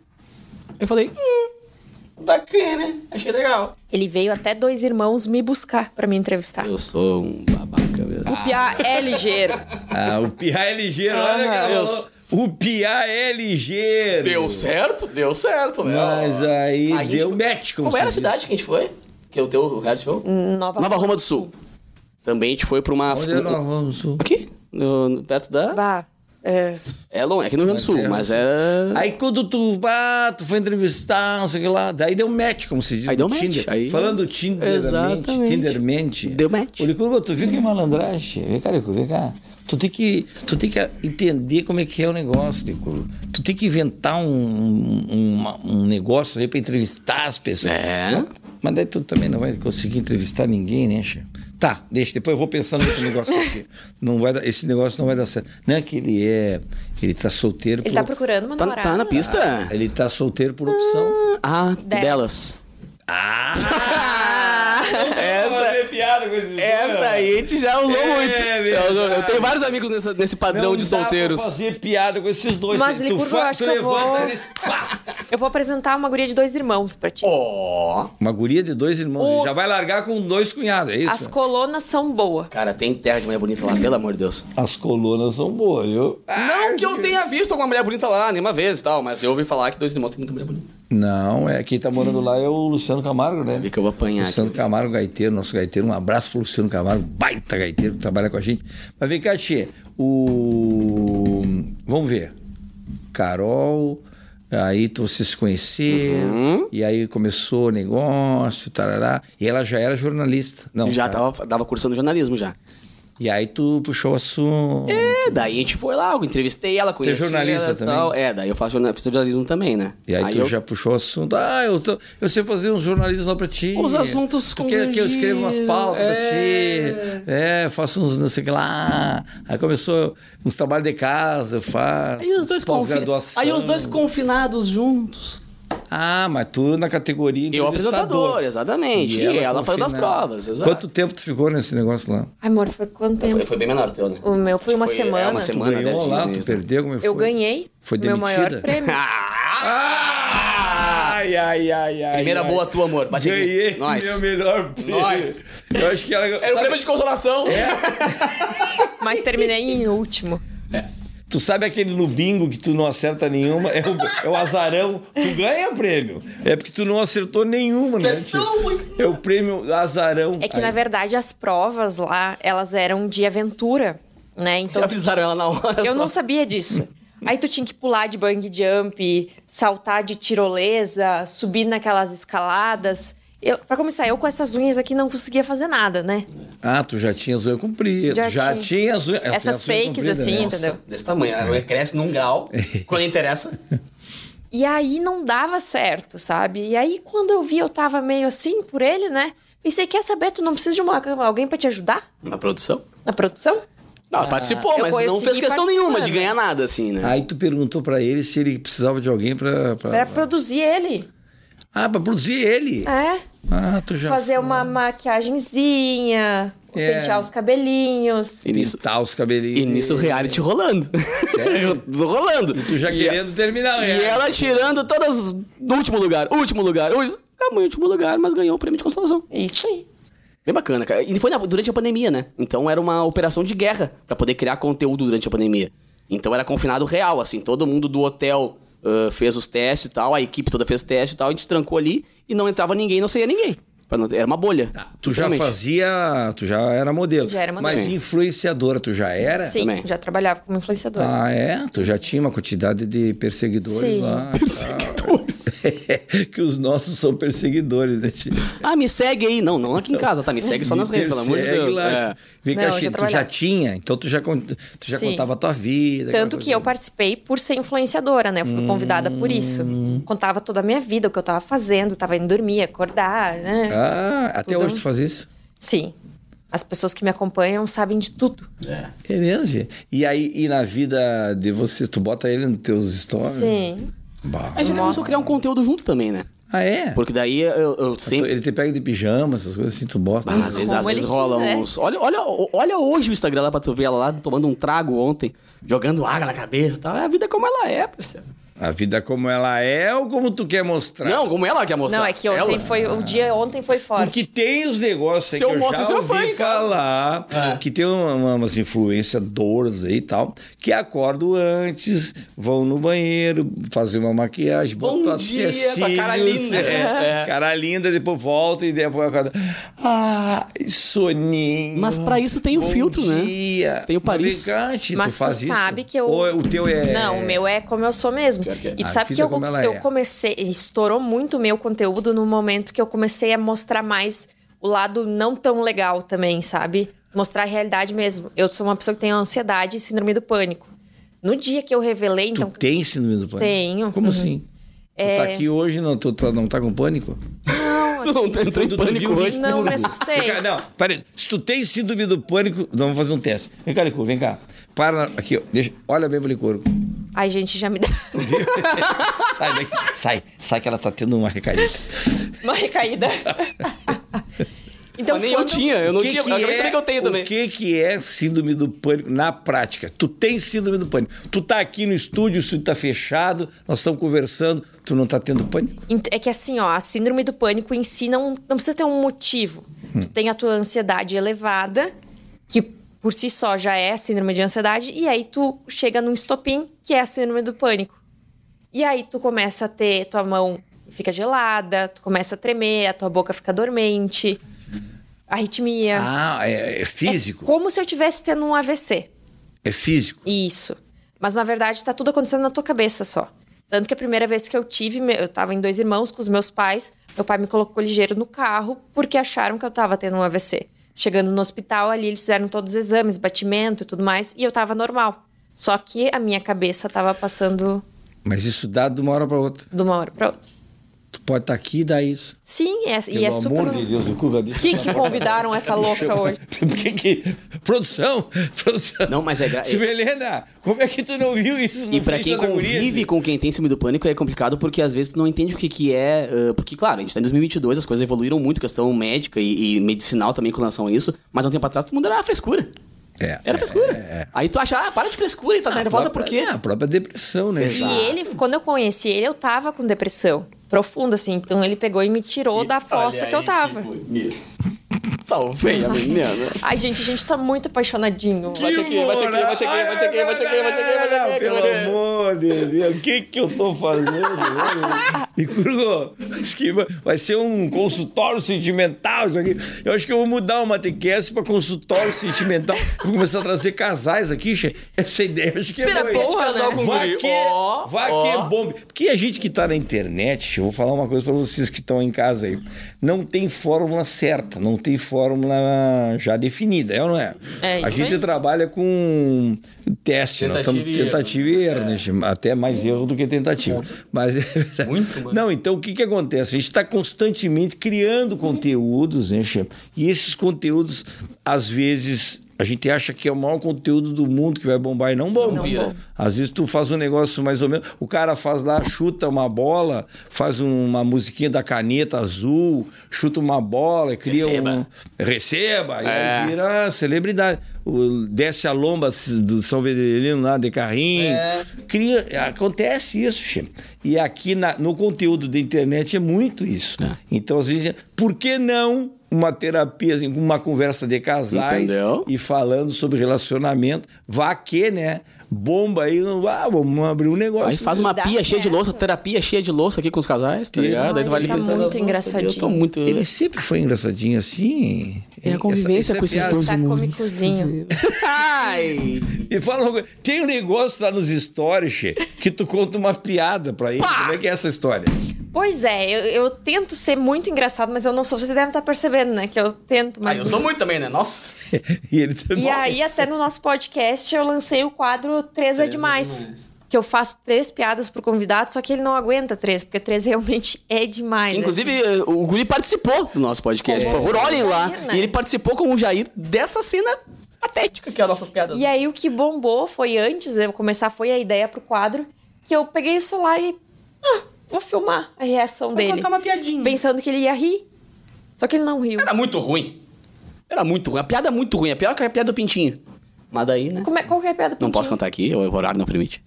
B: Eu falei, hum, Bacana, achei legal.
C: Ele veio até dois irmãos me buscar pra me entrevistar.
B: Eu sou um babaca mesmo.
C: O Piá é ligeiro.
A: Ah, o Piá é ligeiro, olha
C: Ah,
A: cara,
B: Deus.
A: O Piá é ligeiro.
B: Deu certo? Deu certo, né?
A: Mas aí
B: a gente
A: deu
B: foi-
A: match, como
B: Qual era a
A: se diz.
B: cidade que a gente foi? Que é o teu reality show?
C: Hum, Nova,
B: Nova Roma do Sul. Também a gente foi pra uma...
A: Onde é Nova Roma do Sul?
B: Aqui, no- no- perto da...
C: Bah, é,
B: É longe, é aqui no Rio Grande do Sul, mas é- era...
A: Aí quando tu, ah, tu foi entrevistar, não sei o que lá, daí deu match, como se diz.
B: Aí deu
A: no
B: match,
A: Tinder.
B: aí-
A: Falando Tinderamente,
B: Exatamente.
A: Tindermente.
B: Deu match.
A: Ô, Licurgo, tu viu que malandragem? Vem cá, Licurgo, vem cá. Tu tem, que, tu tem que entender como é que é o negócio, Licurgo. Tu tem que inventar um, um, uma- um negócio aí pra entrevistar as pessoas.
B: É.
A: Mas daí tu também não vai conseguir entrevistar ninguém, né, Che? Tá, deixa, depois eu vou pensando nesse negócio aqui. Não vai dar- esse negócio não vai dar certo. Não é que ele é. Ele tá solteiro
C: ele
A: por
C: tá procurando uma
B: Tá,
C: namorada.
B: tá na pista?
A: ele tá solteiro por opção.
B: Ah, delas.
A: Ah!
B: Essa-
A: piada com esse
B: Essa aí a gente já usou
A: É
B: muito. Eu, eu- eu
A: verdade.
B: tenho vários amigos nessa- nesse padrão de solteiros.
A: Pra fazer piada com esses dois.
C: Mas,
A: Tu
C: Licurgo,
A: fa-
C: eu
A: tu
C: acho que eu
A: levanta
C: vou-
A: eles, pá!
C: Eu vou apresentar uma guria de dois irmãos pra ti.
B: Ó.
A: Uma guria de dois irmãos.
C: O-
A: ele Já vai largar com dois cunhados, é isso?
C: As colunas são boas.
B: Cara, tem terra de mulher bonita lá, pelo amor de Deus.
A: As colunas são boas, viu? Ah,
B: Não que eu tenha visto alguma mulher bonita lá nenhuma vez e tal, mas eu ouvi falar que dois irmãos tem muita mulher bonita.
A: Não, é quem tá morando lá é o Luciano Camargo, né?
B: Vi que eu vou apanhar
A: Luciano
B: aqui.
A: Camargo, gaiteiro, nosso gaiteiro. Um abraço pro Luciano Camargo, baita gaiteiro que trabalha com a gente. Mas vem cá, Tchê. O... Vamos ver. Carol, aí tu- vocês se conheceram,
B: Uhum.
A: e aí começou o negócio, tarará. E ela já era jornalista. Não,
B: Já tá.
A: cara.
B: tava, tava cursando jornalismo já.
A: E aí tu puxou o assunto.
B: É, daí a gente foi lá, eu entrevistei ela, conheci
A: é jornalista
B: ela e
A: também?
B: tal. É, daí eu faço jorna- fiz jornalismo também, né?
A: E aí, tu
B: eu-
A: já puxou o assunto. Ah, eu, tô- eu sei fazer uns jornalismo lá pra ti.
B: Os assuntos
A: Tu quer que eu escreva umas pautas pra
B: convergiram,
A: ti? É, faço uns não sei o que lá. Aí começou uns trabalhos de casa, eu faço.
B: Aí os dois confi-
A: pós-graduação.
B: Aí os dois confinados juntos.
A: Ah, mas tu na categoria
B: Eu apresentador, exatamente. E ela, fazendo as
A: confinada.
B: provas, exato.
A: Quanto tempo tu ficou nesse negócio lá?
C: Ai, amor, foi quanto tempo?
B: Foi, foi bem menor o teu, né?
C: O meu foi uma
B: Foi, é,
C: semana.
B: uma
A: Tu
B: semana. Mano,
A: ganhou
B: 10
A: lá,
B: dias
A: tu
B: mesmo.
A: perdeu? Como é
C: Eu
A: foi?
C: ganhei
A: Foi
C: o meu maior
A: demitida?
C: prêmio.
A: Ai, ai, ai, ai.
B: Ah! Primeira
A: ai.
B: boa tua, amor. Bate aqui.
A: Ganhei
B: Nós.
A: meu melhor prêmio.
B: Nós.
A: Eu acho que ela.
B: Era um
A: sabe-
B: prêmio de consolação.
A: É?
C: Mas terminei em último.
A: Tu sabe aquele no bingo que tu não acerta nenhuma? É o, é o azarão. Tu ganha prêmio. É porque tu não acertou nenhuma, né? tio? É o prêmio azarão.
C: É que,
A: Aí,
C: na verdade, as provas lá, elas eram de aventura, né? Então,
B: Já avisaram ela na hora.
C: eu
B: só.
C: não sabia disso. Aí tu tinha que pular de bang jump, saltar de tirolesa, subir naquelas escaladas. Eu, pra começar, eu com essas unhas aqui não conseguia fazer nada, né?
A: Ah, tu já tinha as unhas compridas.
C: Já
A: Já,
C: tinha.
A: tinha. as unhas. É,
C: Essas
A: tem as unhas
C: fakes,
A: compridas,
C: assim,
A: né?
C: entendeu?
B: Desse tamanho. Ela cresce num grau. Quando interessa.
C: E aí não dava certo, sabe? E aí quando eu vi, eu tava meio assim por ele, né? Pensei, quer saber, tu não precisa de uma, alguém pra te ajudar
B: Na produção.
C: na produção?
B: Não, ela participou,
C: Eu
B: mas
C: vou- eu
B: não fez
C: segui
B: questão nenhuma de
C: participando.
B: ganhar nada, assim, né?
A: Aí tu perguntou pra ele se ele precisava de alguém pra. pra-
C: Pra produzir ele.
A: Ah, pra produzir ele.
C: É.
A: Ah, tu já.
C: Fazer uma maquiagenzinha,
A: É.
C: pentear os cabelinhos.
B: E nisso,
A: Pintar os cabelinhos.
B: e nisso o reality rolando.
A: Sério?
B: rolando. E
A: Tu já querendo terminar, né?
B: E ela tirando todas. do último lugar, último lugar, último. Acabou em último lugar, mas ganhou o prêmio de consolação.
C: Isso aí.
B: Bem bacana, cara. E foi na- durante a pandemia, né? Então era uma operação de guerra pra poder criar conteúdo durante a pandemia. Então era confinado real, assim. Todo mundo do hotel ah, fez os testes e tal, a equipe toda fez teste e tal. A gente trancou ali e não entrava ninguém, não saía ninguém. Pra não- Era uma bolha.
A: Tá, Tu já
B: literalmente.
A: fazia. Tu já era modelo.
C: Já era modelo.
A: Mas
B: Sim.
A: influenciadora, tu já era?
C: Sim,
B: Também.
C: já trabalhava como influenciadora.
A: Ah, é? Tu já tinha uma quantidade de perseguidores
C: Sim.
A: lá.
B: é
A: Ah, Perseguidores. que os nossos são perseguidores, né, Chico?
B: Ah, me segue aí. Não, não aqui em casa, tá? Me segue só nas redes, pelo amor de
A: Persegue
B: Deus.
A: lá,
B: É.
A: Chico. Vem cá,
C: Não, eu
A: Chico,
C: já
A: tu já
C: trabalhava.
A: tinha, então tu já, con- tu já
C: Sim.
A: contava a tua vida. aquela
C: Tanto que
A: coisa.
C: eu participei por ser influenciadora, né? Eu fui convidada por isso.
A: Hum.
C: Contava toda a minha vida, o que eu tava fazendo, tava indo dormir, acordar, né?
A: Ah, até
C: Tudo.
A: hoje tu faz isso?
C: Sim. As pessoas que me acompanham sabem de tudo.
B: É.
A: É mesmo, gente. E aí, e na vida de você, tu bota ele nos teus stories?
C: Sim.
A: Bah.
B: A gente começou a criar um conteúdo junto também, né?
A: Ah, é?
B: Porque daí eu, eu sempre.
A: Ele te pega de pijama, essas coisas assim, tu bota.
B: Ah, às vezes,
C: Como
B: às vezes
C: ele
B: rola
C: quiser.
B: uns. Olha, olha, olha hoje o Instagram lá pra tu ver ela lá tomando um trago ontem, jogando água na cabeça e tal. É a vida como ela é, parceiro.
A: A vida como ela é ou como tu quer mostrar?
B: Não, como ela quer mostrar.
C: Não, é que ontem
B: Ela.
C: foi. O dia ontem foi forte.
A: Porque tem os negócios aí
B: Se eu
A: que eu
B: mostro,
A: já
B: você
A: ouvi
B: apanha, cara.
A: falar,
B: então. É.
A: que tem uma- uma- umas influenciadoras aí e tal, que acordam antes, vão no banheiro, fazer uma maquiagem,
B: Bom
A: botam
B: dia,
A: até
B: com a cara
A: cílios,
B: linda.
A: É,
B: É.
A: Cara linda, depois volta e depois acorda. Ah, soninho.
B: Mas pra isso tem o
A: Bom
B: filtro, né?
A: dia.
B: Tem o
A: Mas
B: Paris.
A: vem cá, Ti,
C: Mas tu
A: faz isso?
C: sabe que eu-
A: Ou é- o teu é...
C: Não, o meu é como eu sou mesmo.
B: Pior que é.
C: E tu
A: A
C: sabe que
A: vida
C: eu,
A: como ela
C: eu
A: é.
C: comecei. Estourou muito o meu conteúdo no momento que eu comecei a mostrar mais o lado não tão legal também, sabe? Mostrar a realidade mesmo. Eu sou uma pessoa que tem ansiedade e síndrome do pânico. No dia que eu revelei,
A: Tu
C: então.
A: tem síndrome do pânico?
C: Tenho.
A: Como
C: Uhum. É.
A: assim? Tu tá aqui hoje, não, tu, tu não tá com pânico?
B: Tu não entrou em
A: Quando tu viu
B: pânico
A: o
B: hoje.
C: Não,
A: Nicurgo.
C: me assustei.
A: Vem cá, não, peraí. Se tu tem síndrome do pânico, nós vamos fazer um teste. Vem cá, Licurgo, vem cá. Para aqui, ó. Deixa, olha bem pro Licurgo.
C: Ai, gente, já me dá
A: Sai daqui. Sai, sai que ela tá tendo uma recaída.
C: uma recaída. então,
B: Mas nem eu
C: quando-
B: tinha, eu não
A: O que
B: tinha.
A: que
B: eu acabei de
A: é-
B: saber que eu tenho também.
A: O que que é síndrome do pânico na prática? Tu tem síndrome do pânico. Tu tá aqui no estúdio, o estúdio tá fechado, nós estamos conversando, tu não tá tendo pânico?
C: Ent- É que assim, ó, a síndrome do pânico em si não, não precisa ter um motivo. Tu tem a tua ansiedade elevada, que por si só já é síndrome de ansiedade, e aí tu chega num estopim, que é a síndrome do pânico. E aí tu começa a ter, tua mão fica gelada, tu começa a tremer, a tua boca fica dormente, arritmia.
A: Ah, é, é físico?
C: Como se eu tivesse tendo um AVC.
A: É físico.
C: Isso. Mas na verdade tá tudo acontecendo na tua cabeça só. Tanto que a primeira vez que eu tive, me- eu tava em dois irmãos com os meus pais, meu pai me colocou ligeiro no carro porque acharam que eu tava tendo um AVC. Chegando no hospital ali, eles fizeram todos os exames, batimento e tudo mais, e eu tava normal. Só que a minha cabeça tava passando
A: Mas isso dá de uma hora pra outra.
C: de uma hora pra outra.
A: Tu pode estar aqui e dar isso.
C: Sim, é, e
A: Pelo
C: é
A: amor
C: super.
A: de Deus, o Cuca disse.
C: Quem que convidaram essa Tá louca hoje?
A: Por que que... Produção, produção.
B: Não, mas é gra-
A: Silvelena, como é que tu não viu isso no
B: E pra
A: vídeo
B: quem
A: da guria,
B: convive
A: gente?
B: com quem tem síndrome do pânico é complicado porque às vezes tu não entende o que que é. ah, porque, claro, a gente tá em 2022, as coisas evoluíram muito, questão médica e, e medicinal também com relação a isso. Mas há um tempo atrás todo mundo era frescura.
A: É, é,
B: Era frescura.
A: é, é.
B: Aí tu acha, ah, para de frescura e tá nervosa por
A: própria-
B: quê?
A: é, A própria depressão, né?
B: Exato.
C: E ele, quando eu conheci ele, eu tava com depressão profunda, assim. Então ele pegou e me tirou da fossa que eu tava.
B: Salvei a menina.
C: Ai, gente, a gente tá muito apaixonadinho.
B: Bate aqui, bate aqui, bate aqui, bate aqui, bate aqui, bate aqui, bate aqui,
A: Pelo
B: bate aqui.
A: amor de Deus, o que que eu tô fazendo? Licurgo, acho que vai- vai ser um consultório sentimental isso aqui. Eu acho que eu vou mudar o Matecast pra consultório sentimental. Vou começar a trazer casais aqui, che. Essa ideia acho que é
C: Pera,
A: boa.
C: boa, né?
A: Vai
B: guri.
A: que,
B: Ó,
A: vai
B: ó.
A: que bombe. Porque a gente que tá na internet, eu vou falar uma coisa pra vocês que estão em casa aí. Não tem fórmula certa, não tem fórmula já definida, é ou não é?
C: É,
A: a
C: isso
A: gente
C: aí.
A: trabalha com teste,
D: Tentativa
A: nós estamos
D: e erro. É.
A: tentativa e erro, né? Chima? Até mais erro do que tentativa. Mas é verdade.
D: Muito, mano.
A: Não, então o que que acontece? A gente está constantemente criando conteúdos, né, Chima? E esses conteúdos, às vezes, a gente acha que é o maior conteúdo do mundo que vai bombar e não bomba.
D: vira. bomba.
A: Às vezes tu faz um negócio mais ou menos. O cara faz lá, chuta uma bola, faz uma musiquinha da caneta azul, chuta uma bola, cria um.
B: Receba.
A: Receba! E
B: É.
A: aí vira celebridade. O- desce a lomba do São Vedelino lá de carrinho.
B: É.
A: Cria, acontece isso, Chico. E aqui na- no conteúdo da internet é muito isso. Então, às vezes, por que não uma terapia, assim, uma conversa de casais
B: Entendeu?
A: e falando sobre relacionamento? Vá que, né? Bomba aí, não- ah, vamos abrir um negócio.
B: Aí faz uma
C: Dá
B: pia cheia de
C: certo.
B: louça, terapia cheia de louça aqui com os casais, tá ligado? Aí tu vai
C: ele tá
B: alimentando
C: muito
B: as louças.
C: engraçadinho.
B: Eu tô muito.
A: Ele sempre foi engraçadinho assim.
B: É a convivência com esses
A: piada.
B: dois
C: Tá
B: humanos.
C: comicozinho.
B: Ai!
A: E fala uma coisa, tem um negócio lá nos stories, che, que tu conta uma piada pra ele. Como é que é essa história?
C: Pois é, eu, eu tento ser muito engraçado, mas eu não sou. Vocês devem estar percebendo, né? Que eu tento,
B: Mas
C: mas.
B: eu
C: não-
B: sou muito também, né? Nossa!
A: E, ele, tá,
C: E
A: Nossa.
C: aí, até no nosso podcast, eu lancei o quadro Três é demais.
D: demais.
C: Que eu faço três piadas pro convidado, só que ele não aguenta três, porque três realmente é demais. né?
B: Inclusive, eh, o Guri participou do nosso podcast.
C: É.
B: Por favor, olhem lá.
C: Jair, né?
B: E ele participou com o Jair dessa cena patética que é as nossas piadas.
C: assim. E aí o que bombou foi antes de eu começar, foi a ideia pro quadro, que eu peguei o celular e. Ah, vou filmar a reação
B: Vou
C: dele.
B: contar uma piadinha.
C: Hum. Pensando que ele ia rir. Só que ele não riu.
B: Era muito ruim. Era muito ruim. A piada é muito ruim. É pior que a piada do Pintinho. Mas daí, né?
C: Como é, qual que é a piada
B: Não posso contar aqui, o horário não permite.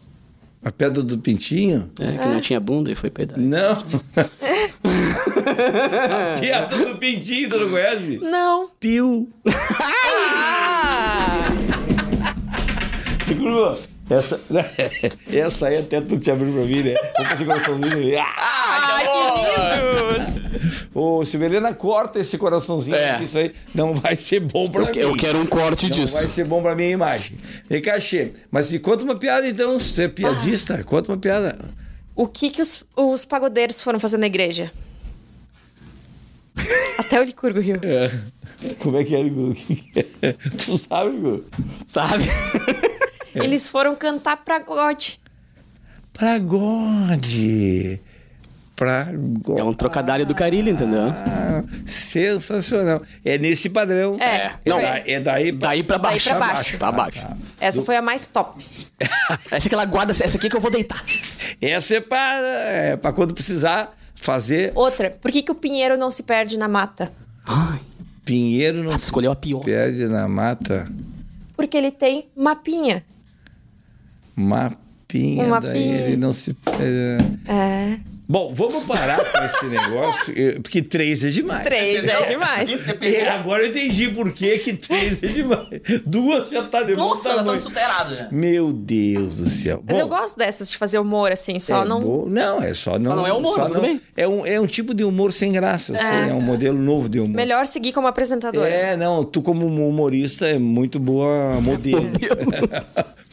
A: A pedra do pintinho?
B: É, que
C: Ah.
B: não tinha bunda e foi peidar.
A: Não. a pedra do pintinho, tu não conhece?
C: Não.
A: Piu.
C: Ah!
A: Grua, Essa, essa aí até tu te abriu pra mim, né? Vou fazer coraçãozinho. Ah!
C: Ai, que lindo!
A: Ô, Silvelena, corta esse coraçãozinho,
B: É.
A: que isso aí não vai ser bom pra
B: Eu,
A: mim.
B: eu quero um corte
A: Não
B: disso.
A: vai ser bom pra minha imagem. E cachê. Mas me conta uma piada, então. Se tu é piadista, conta uma piada.
C: O que que os, os pagodeiros foram fazer na igreja? Até o Licurgo riu.
A: É, Como é que é, Gu? Tu sabe, Gu?
B: Sabe?
A: é.
C: Eles foram cantar pra God.
A: Pra God. Pra God.
B: É um trocadilho do Carilho, entendeu?
A: Ah, Sensacional. É nesse padrão.
C: É.
A: É,
B: Não.
A: da- é daí pra...
B: Daí pra baixo.
C: pra baixo.
B: Pra baixo.
C: Essa foi a mais top.
B: Essa que ela guarda, essa aqui que eu vou deitar.
A: Essa é para, é pra quando precisar fazer
C: Outra, por que, que o pinheiro não se perde na mata?
B: Ai,
A: pinheiro não
B: tu escolheu a pior.
A: perde na mata.
C: Porque ele tem mapinha.
A: Mapinha,
C: Um
A: daí
C: mapinha.
A: ele não se perde.
C: É.
A: Bom, vamos parar com esse negócio, eu- porque três é demais.
C: Três é demais.
A: É, agora eu entendi por que que três é demais. Duas já tá de bom
D: Nossa, ela tá
A: tamanho.
D: superada já.
A: Meu Deus do céu.
C: Mas
A: Bom,
C: eu gosto dessas de fazer humor, assim, só
A: é
C: não.
A: bo- Não, é só não.
B: não é humor,
A: só
B: tudo bem.
A: É um, é um tipo de humor sem graça, eu sei, é um modelo novo de humor.
C: Melhor seguir como apresentadora.
A: É, não, tu como humorista é muito boa modelo.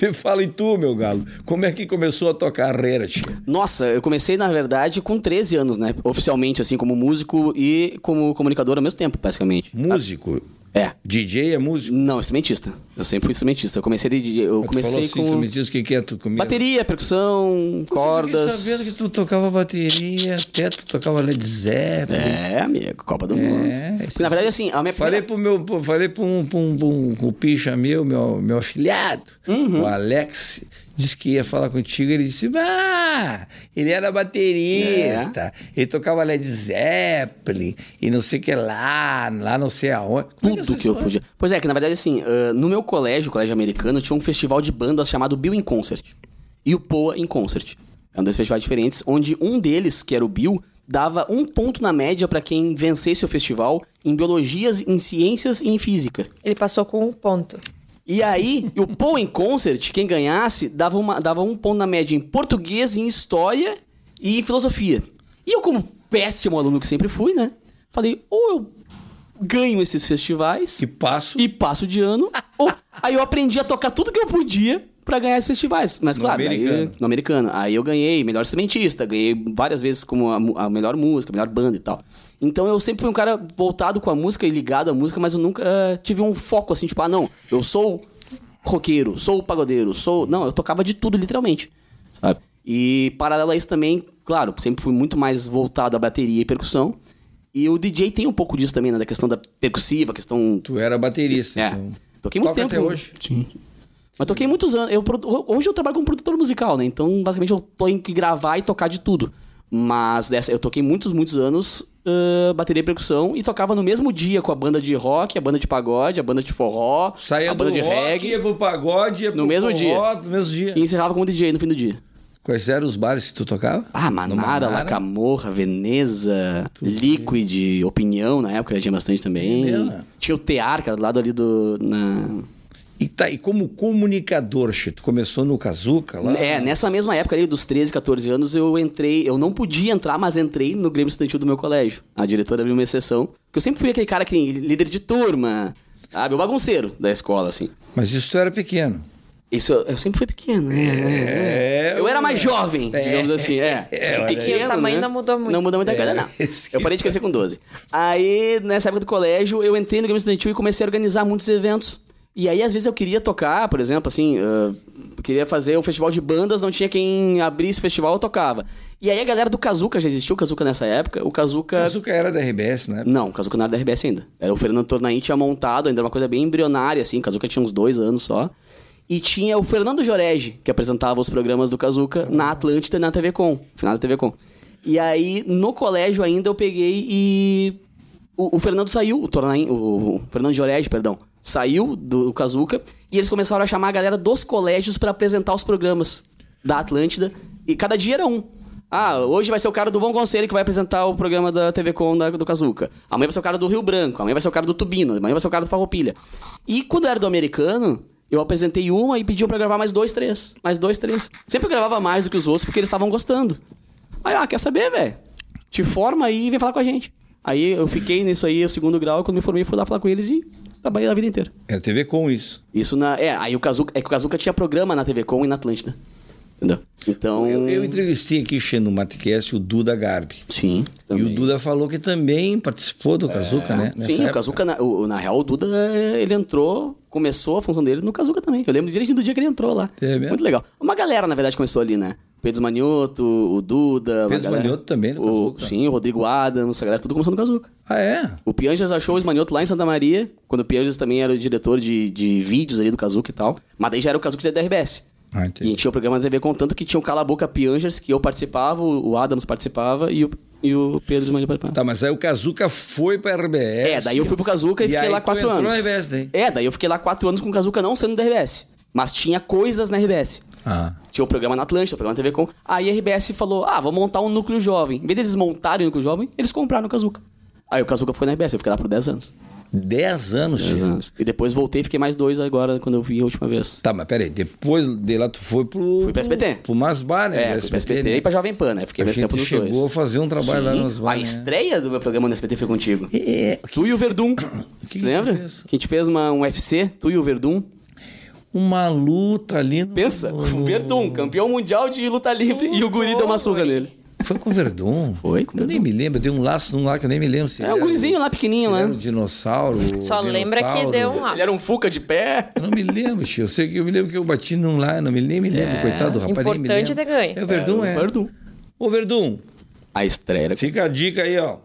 A: Me fala e tu, meu galo, como é que começou a tua carreira, tia?
B: Nossa, eu comecei, na verdade, com 13 anos, né? Oficialmente, assim, como músico e como comunicador ao mesmo tempo, basicamente.
A: Músico?
B: É.
A: DJ é músico?
B: Não, instrumentista. Eu sempre fui instrumentista. Eu comecei de. Eu
A: Mas tu
B: comecei
A: falou assim, tu
B: com.
A: me diz o que que é tu comia?
B: Bateria, percussão, cordas.
A: Eu fiquei sabendo que tu tocava bateria, até tu tocava Led Zeppelin.
B: É, amigo, Copa do Mundo.
A: isso- é
B: Na verdade, assim, a minha
A: Falei
B: primeira-
A: pro meu, pro- falei pro um, pro um, pro um- pro um picha meu, meu, meu afilhado,
B: Uhum.
A: o Alex, disse que ia falar contigo, ele disse, ah, ele era
B: É.
A: baterista, ele tocava Led Zeppelin, e não sei o que lá, lá não sei aonde. Como é é
B: tudo
A: essa
B: que eu
A: história?
B: podia. Pois é, que na verdade, assim, ah, no meu colégio, o colégio americano, tinha um festival de bandas chamado Bill in Concert. E o Poa in Concert. É um dois festivais diferentes, onde um deles, que era o Bill, dava um ponto na média pra quem vencesse o festival em biologias, em ciências e em física.
C: Ele passou com um ponto.
B: E aí, o Poa in Concert, quem ganhasse, dava, uma, dava um ponto na média em português, em história e em filosofia. E eu, como péssimo aluno que sempre fui, né? Falei, ou eu ganho esses festivais
A: E passo
B: e passo de ano. Ou- aí eu aprendi a tocar tudo que eu podia pra ganhar esses festivais. Mas
A: No
B: claro, daí-
A: americano.
B: no americano. Aí eu ganhei melhor instrumentista, ganhei várias vezes como a, mu- a melhor música, a melhor banda e tal. Então eu sempre fui um cara voltado com a música e ligado à música, mas eu nunca eh, tive um foco assim, tipo, ah, não, eu sou roqueiro, sou pagodeiro, sou. Não, eu tocava de tudo, literalmente. Sabe? E paralelo a isso também, claro, sempre fui muito mais voltado à bateria e percussão. E o DJ tem um pouco disso também, né? Da questão da percussiva, questão
A: Tu era baterista.
B: é.
A: então.
B: Toquei muito
A: Toca
B: tempo. Tipo,
A: até hoje.
B: Sim. Mas toquei muitos anos. Eu produ- Hoje eu trabalho como produtor musical, né? Então, basicamente, eu tenho que gravar e tocar de tudo. Mas dessa, eu toquei muitos, muitos anos ah, bateria e percussão e tocava no mesmo dia com a banda de rock, a banda de pagode, a banda de forró,
A: Saía
B: a banda
A: do
B: de
A: rock,
B: reggae.
A: ia pro pagode, ia
B: No
A: pro
B: mesmo
A: forró,
B: dia.
A: No mesmo dia.
B: E encerrava como DJ no fim do dia.
A: Quais eram os bares que tu tocava?
B: Ah,
A: No
B: Manara, La Camorra, Veneza, Liquid, Opinião, na época tinha bastante também.
A: Veneza.
B: Tinha o Tear, que era do lado ali do. na-
A: E, tá, e como comunicador, Che, tu começou no Kazuca lá?
B: É, nessa mesma época ali, dos 13, 14 anos, eu entrei, eu não podia entrar, mas entrei no Grêmio Estudantil do meu colégio. A diretora abriu uma exceção, porque eu sempre fui aquele cara que líder de turma, sabe, o bagunceiro da escola, assim.
A: Mas isso tu era pequeno.
B: Isso, eu, eu sempre fui pequeno, né?
A: É,
B: eu era mais
A: é.
B: jovem, digamos assim, é.
A: É, olha aí. É.
C: E o tamanho não mudou muito.
B: Não mudou muita coisa, não. Eu parei de crescer com 12. Aí, nessa época do colégio, eu entrei no Grêmio Estudantil e comecei a organizar muitos eventos. E aí, às vezes, eu queria tocar, por exemplo, assim, ah, queria fazer um festival de bandas, não tinha quem abrisse o festival, eu tocava. E aí a galera do Kazuca, já existiu o Kazuca nessa época, o Kazuca...
A: Kazuca era da RBS, né?
B: Não, o Kazuca não era da RBS ainda. Era o Fernando Tornaim tinha montado, ainda era uma coisa bem embrionária, assim. O Kazuca tinha uns dois anos só. E tinha o Fernando Jorege, que apresentava os programas do Kazuca na Atlântida e na TV Com. Final da TV Com. E aí, no colégio ainda, eu peguei e. O, o Fernando saiu, o Tornaim, o, o Fernando Jorege, perdão, saiu do Kazuca e eles começaram a chamar a galera dos colégios pra apresentar os programas. da Atlântida. E cada dia era um. Ah, hoje vai ser o cara do Bom Conselho que vai apresentar o programa da TV Com da- do Kazuca. Amanhã vai ser o cara do Rio Branco, amanhã vai ser o cara do Tubino, amanhã vai ser o cara do Farroupilha. E quando eu era do americano, eu apresentei uma e pediam pra gravar mais dois, três. Mais dois, três. Sempre eu gravava mais do que os outros porque eles estavam gostando. Aí, ah, quer saber, velho? Te forma aí e vem falar com a gente. Aí eu fiquei nisso aí, o segundo grau, quando me formei, fui lá falar com eles e trabalhei a vida inteira.
A: Era TV com isso.
B: Isso na. É, aí o Kazuca. É que o Kazuca tinha programa na TV Com e na Atlântida. Entendeu? Então.
A: Eu, eu entrevistei aqui no Matcast o Duda Garbi.
B: Sim.
A: E o Duda falou que também participou do Kazuca, né? Nessa
B: É. Sim, o
A: época.
B: Kazuca, na, o- na real, o Duda, ele entrou, começou a função dele no Kazuca também. Eu lembro direitinho do dia que ele entrou lá.
A: É mesmo?
B: Muito legal. Uma galera, na verdade, começou ali, né? Pedro Manioto, o Duda. uma
A: Pedro
B: galera-
A: Manioto também no
B: o,
A: Kazuca.
B: Sim, o Rodrigo Adams, a galera, tudo começou no Kazuca.
A: Ah, é?
B: O Pianjas achou o Esmanioto lá em Santa Maria, quando o Pianjas também era o diretor de, de vídeos ali do Kazuca e tal. Mas daí já era o Kazuca da RBS.
A: Ah,
B: E
A: entendi.
B: enchia o programa da TV com tanto que tinha o Cala a Boca Pianjas, que eu participava, o o Adams participava e o, e o Pedro Esmanioto participava.
A: Tá, mas aí o Kazuca foi pra RBS.
B: É, daí eu fui pro Kazuca e,
A: E
B: fiquei
A: aí
B: lá
A: tu
B: quatro
A: entrou
B: anos.
A: na RBS daí?
B: É, daí eu fiquei lá quatro anos com o Kazuca não sendo da RBS. Mas tinha coisas na RBS.
A: Ah.
B: Tinha um programa na Atlântica, um programa na TV Com. Aí a RBS falou: ah, vou montar um núcleo jovem. Em vez deles montarem o núcleo jovem, eles compraram o Kazuca. Aí o Kazuca foi na RBS, eu fiquei lá por 10 anos.
A: Dez anos,
B: Dez
A: tio.
B: anos. E depois voltei, fiquei mais dois agora quando eu vim a última vez.
A: Tá, mas peraí, depois de lá tu foi pro.
B: Fui pro SBT.
A: Pro Masbar, né?
B: É, fui pra SBT e pra Jovem Pan, né? Fiquei
A: A
B: mais
A: gente
B: tempo nos
A: chegou
B: dois.
A: a fazer um trabalho lá
B: Sim,
A: no Osmar,
B: A
A: né?
B: estreia do meu programa no SBT foi contigo.
A: É,
B: Tu e o Verdun.
A: que
B: Tu lembra?
A: que a gente fez?
B: Que a gente fez uma, um UFC, tu e o Verdun.
A: uma luta ali. No,
B: Pensa, o Verdun, campeão mundial de luta livre, e o guri deu uma surra nele.
A: Foi com o Verdun.
B: Foi com o
A: Eu nem me lembro, deu um laço num lá que eu nem me lembro se.
B: É
A: ele
B: um
A: era
B: gurizinho lá
A: se
B: pequenininho,
A: ele Era um
B: né?
A: dinossauro.
C: Só
A: um
C: lembra que
A: dinotauro.
C: deu um laço.
B: Ele era um fuca de pé.
A: Eu não me lembro, tio. Eu sei que eu me lembro que eu bati num lá, eu não me nem me lembro, coitado do rapaz. nem me
C: Importante
A: lembro.
C: ter ganho.
A: É o Verdun, é.
B: É. O um Verdun.
A: Ô, Verdun,
B: A estreia era...
A: fica a dica aí, ó.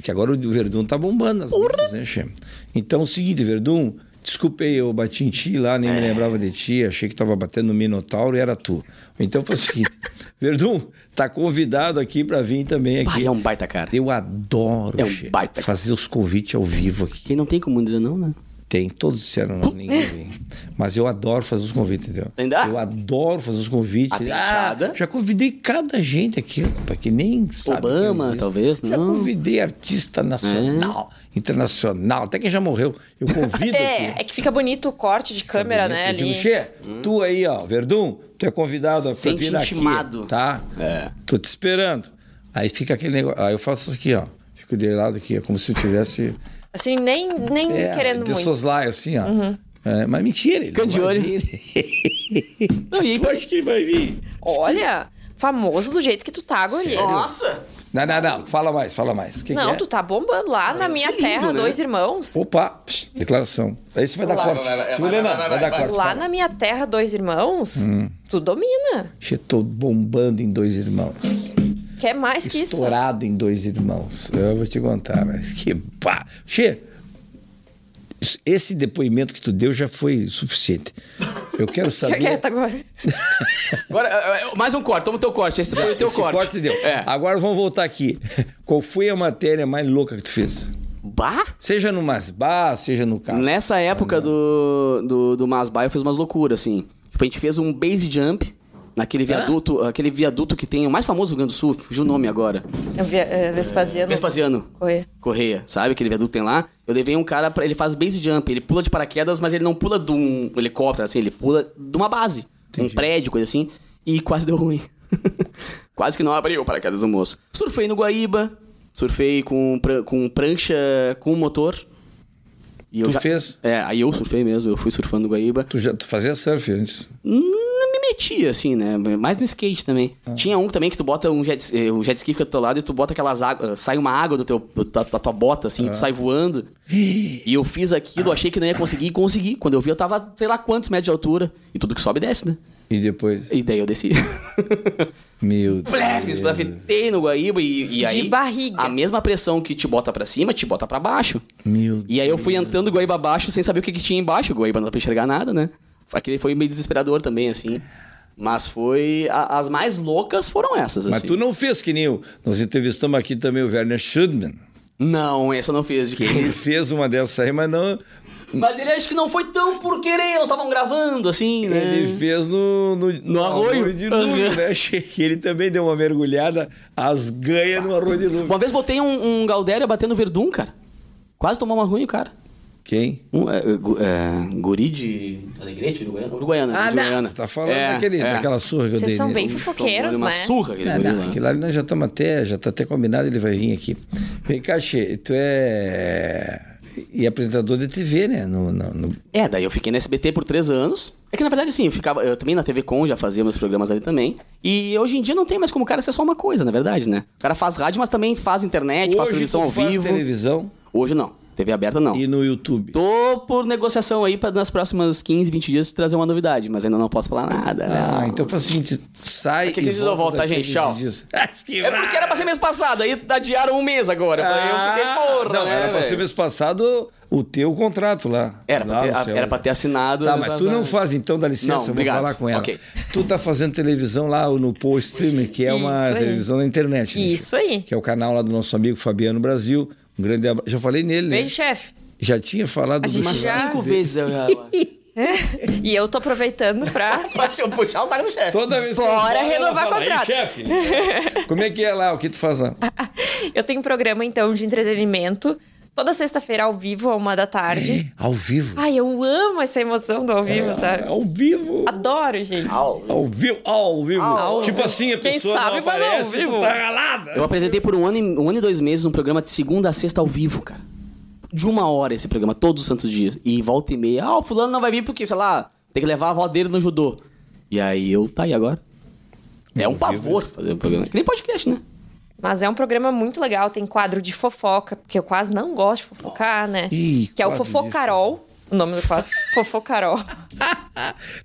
A: Que agora o Verdun tá bombando nas mídias, né, Xê? Então, é o seguinte, Verdun, desculpei, eu bati em ti lá,
B: É.
A: nem me lembrava de ti, achei que tava batendo no Minotauro e era tu. Então foi o seguinte, Verdun, tá convidado aqui pra vir também aqui.
B: Pai, é um baita cara.
A: Eu adoro,
B: É um
A: Xê,
B: baita.
A: fazer os convites ao vivo aqui.
B: Quem não tem como dizer não, né?
A: Tem, todos disseram não, ninguém vem. Mas eu adoro fazer os convites, entendeu?
B: Entendeu?
A: Eu adoro fazer os convites. Ah,
B: A penteada.
A: já convidei cada gente aqui, para que nem sabe.
B: Obama,
A: que existe.
B: talvez,
A: Já
B: não. É.
A: convidei artista nacional, internacional, até quem já morreu. Eu convido aqui.
C: É, é que fica bonito o corte de câmera, né?
A: Eu digo,
C: Ali.
A: Xê, tu aí, ó, Verdun, tu é convidado
B: Se
A: pra
B: sente
A: vir aqui,
B: intimado.
A: tá?
B: É.
A: Tô te esperando. Aí fica aquele negócio, aí eu faço isso aqui, ó. Fico de lado aqui, é como se eu tivesse...
C: Assim, nem, nem
A: É,
C: querendo
A: deu
C: muito. Uhum.
A: soslaio, assim, ó. É, mas mentira, ele não
B: Cândido
A: vai
B: olho.
A: vir.
B: Não, e aí...
A: Eu acho que ele vai vir.
C: Olha, famoso do jeito que tu tá, guria.
B: Nossa!
A: Não, não, não. Fala mais, fala mais. O que
C: Não,
A: que é?
C: tu tá bombando lá na minha
B: lindo,
C: terra,
B: né?
C: dois irmãos.
A: Opa, pss, declaração. Esse vai dar
C: Lá.
A: corte.
B: Vai, vai, vai,
A: Se
B: vai,
A: não,
B: vai,
A: não,
B: vai,
A: vai dar
B: vai.
A: corte.
C: Lá
A: fala. Hum.
C: na minha terra, dois irmãos, tu domina.
A: Che, tô bombando em dois irmãos.
C: Quer mais que isso?
A: Estourado em dois irmãos. Eu vou te contar, mas que pá. Che, isso- esse depoimento que tu deu já foi suficiente. Eu quero
C: Fica
A: saber.
C: quieto agora.
B: Agora, é, é, mais um corte, toma o teu corte. Esse foi o teu
A: Esse corte. deu.
B: É.
A: Agora vamos voltar aqui. Qual foi a matéria mais louca que tu fez?
B: Bah!
A: Seja no Masbá, seja no carro.
B: Nessa época do, do, do Masbai, eu fiz umas loucuras, assim. Tipo, a gente fez um base jump naquele viaduto, aquele viaduto que tem o mais famoso do Rio Grande do Sul, fugiu o nome agora.
C: Eu vi, é, Vespasiano.
B: Vespasiano.
C: Correr.
B: Correia, sabe? Aquele viaduto que tem lá. Eu levei um cara, pra, ele faz base jump, ele pula de paraquedas, mas ele não pula de um helicóptero, assim, ele pula de uma base, um prédio, coisa assim, e quase deu ruim. quase que não abriu o paraquedas do moço. Surfei no Guaíba, surfei com, pra- com prancha com motor. E eu
A: Tu fez?
B: É, aí eu surfei mesmo, eu fui surfando no Guaíba.
A: Tu, já, tu fazia surf antes.
B: Hum, Não me metia, assim, né? Mais no skate também. Tinha um também que tu bota um jet, eh, o jet ski fica do teu lado e tu bota aquelas águas. Sai uma água do teu, da, da tua bota, assim, tu sai voando. E eu fiz aquilo, achei que não ia conseguir e consegui. Quando eu vi, eu tava, sei lá quantos metros de altura. E tudo que sobe desce, né?
A: E depois.
B: E daí eu desci.
A: Meu
B: Blef,
A: Deus.
B: esplafetei no Guaíba e, e aí.
C: barriga.
B: A mesma pressão que te bota pra cima, te bota pra baixo.
A: Meu Deus.
B: E aí eu fui entrando Guaíba abaixo sem saber o que, que tinha embaixo. Guaíba não dá pra enxergar nada, né? Aquele foi meio desesperador também, assim. Mas foi. a- as mais loucas foram essas,
A: Mas
B: assim.
A: tu não fez que nem eu. Nós entrevistamos aqui também o Werner Schudman.
B: Não, essa eu não fiz. De...
A: Ele fez uma dessa aí, mas não.
B: Mas ele acho que não foi tão por querer, não estavam gravando, assim, né?
A: Ele fez no, no,
B: arroio?
A: de nuvem,
B: Aham.
A: né? Achei que ele também deu uma mergulhada, as ganhas no arroio de nuvem.
B: Uma vez botei um, um Galdéria batendo Verdun, cara. Quase tomou uma ruim, cara.
A: Quem?
B: Um, é, é, gu- é, guri de Alegrete, Uruguaiana? Uruguaiana.
A: Ah,
B: de
A: não.
B: Uruguaiana.
A: Tu tá falando
B: É,
A: daquele,
B: é.
A: daquela surra que eu
C: Vocês
A: dei
C: são
A: nele.
C: bem fofoqueiros,
B: Tomou-lhe
C: né?
B: uma surra, aquele
A: Não,
B: guri
A: É, não,
B: lá.
A: aquilo ali nós já estamos até, já tá até combinado, ele vai vir aqui. Vem cá, Che, tu é... E apresentador de TV, né? No, no- no-
B: É, daí eu fiquei na SBT por três anos. É que na verdade, assim, eu ficava. Eu também na TV Com já fazia meus programas ali também. E hoje em dia não tem mais como o cara ser só uma coisa, na verdade, né? O cara faz rádio, mas também faz internet, faz
A: Hoje
B: transmissão
A: tu
B: ao
A: faz
B: vivo.
A: televisão
B: Hoje não. TV aberta não.
A: e no YouTube.
B: Tô por negociação aí pra nas próximas 15, 20 dias trazer uma novidade, mas ainda não posso falar nada. né?
A: Ah,
B: não.
A: então faz o seguinte, sai
B: Daqui
A: e
B: 15 dias eu volto, tá,
A: daqui
B: gente?
A: 15
B: Tchau.
A: dias.
B: É porque era pra ser mês passado, aí adiaram um mês agora. Eu falei, eu fiquei porra,
A: Ah, Não,
B: né,
A: era pra
B: velho?
A: ser mês passado o teu contrato lá.
B: Era
A: Lá
B: pra, ter,
A: no
B: a-
A: céu.
B: era pra ter assinado.
A: Tá, mas tu não faz, então, dá licença,
B: Não,
A: eu vou
B: obrigado.
A: falar com ela.
B: Ok.
A: Tu tá fazendo televisão lá no Pool Streaming, que é uma
C: Isso aí.
A: televisão na internet. né?
C: Isso aí.
A: Que é o canal lá do nosso amigo Fabiano Brasil. Um grande abraço. Já falei nele, né?
C: Beijo, chefe.
A: Já tinha falado do
C: gente
B: Umas
A: Bruce
C: já-
A: Lee.
B: cinco vezes eu já.
C: E eu tô aproveitando pra.
B: pra eu puxar o saco do chefe.
A: Toda vez que eu
C: Bora
A: falo, ela
C: renovar
A: fala, "Ei,
C: contrato."
A: chefe, como é que é lá? O que tu faz lá?
C: Eu tenho um programa, então, de entretenimento. Toda sexta-feira, ao vivo, a uma da
A: É,
C: tarde.
A: Ao vivo.
C: Ai, eu amo essa emoção do ao
A: É.
C: vivo, sabe?
A: Ao vivo.
C: Adoro, gente.
A: Ao vivo, ao vivo.
B: Ao
A: tipo
B: vivo.
A: assim, a
C: Quem
A: pessoa
C: sabe
A: não
C: faz ao
A: aparece, tu
C: vivo.
A: tá ralada.
B: Eu apresentei por um ano, e, um ano e dois meses um programa de segunda a sexta ao vivo, cara. De uma hora esse programa, todos os santos dias. E volta e meia. Ah, o fulano não vai vir porque, sei lá, tem que levar a avó dele no judô. E aí eu, tá, e agora? É um pavor fazer um programa. Que nem podcast, né?
C: Mas é um programa muito legal, tem quadro de fofoca, porque eu quase não gosto de fofocar, né?
A: Ih,
C: que é o
A: quadro de
C: Fofocarol. O nome do quadro. Fofocarol.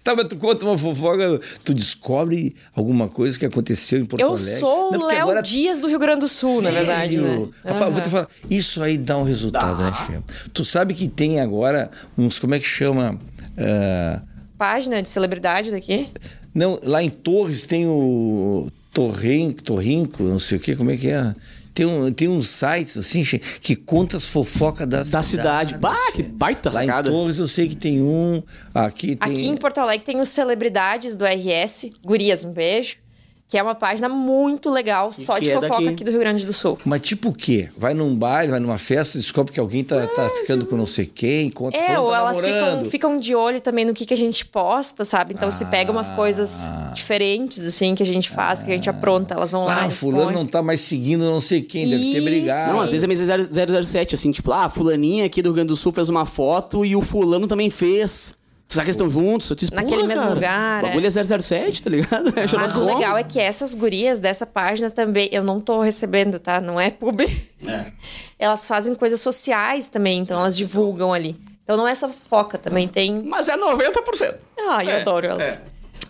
A: Tá, mas tu conta uma fofoca, tu descobre alguma coisa que aconteceu em Porto
C: Eu
A: Alegre.
C: sou
A: Não,
C: o
A: porque
C: Léo
A: agora- tá
C: Dias do Rio Grande do Sul, na verdade, né?
A: Sério? Rapaz, eu vou te falar, isso aí dá um resultado, né, Fê? Tu sabe que tem agora uns, como é que chama? Ah,
C: Página de celebridade daqui.
A: não, lá em Torres tem o Torrenco, Torrinco, não sei o que, como é que é? Tem, um, tem uns sites, assim, che- que conta as fofocas da,
B: Da cidade. Bah, que baita
A: né? Lá em
B: sacada.
A: Torres eu sei que tem um, aqui tem...
C: Aqui em Porto Alegre tem os Celebridades do RS, Gurias, um beijo, que é uma página muito legal, só
B: que
C: de
B: é
C: fofoca
B: daqui.
C: aqui do Rio Grande do Sul.
A: Mas tipo o quê? Vai num baile, vai numa festa, descobre que alguém tá, tá ficando com não sei quem, conta
C: É,
A: fulano
C: ou
A: tá
C: elas ficam,
A: namorando.
C: ficam de olho também no que, que a gente posta, sabe? Então, se pega umas coisas diferentes, assim, que a gente faz, que a gente apronta, elas vão lá.
A: Ah,
C: e
A: fulano
C: põem.
A: não tá mais seguindo não sei quem, deve ter
C: Isso.
A: brigado.
B: Não, às vezes é meio 007, assim, tipo, ah, fulaninha aqui do Rio Grande do Sul fez uma foto e o fulano também fez. Será que eles estão juntos? Eu disse,
C: Naquele
B: "Porra,
C: mesmo
B: cara,
C: lugar,
B: O bagulho é 007, tá ligado? É Sherlock
C: Mas o
B: Holmes.
C: legal é que essas gurias dessa página também, eu não tô recebendo, tá? Não é pub. Elas fazem coisas sociais também, então elas divulgam ali. Então não é só fofoca, também tem
B: Mas é 90%.
C: Ah, eu
B: É,
C: adoro elas.
B: é.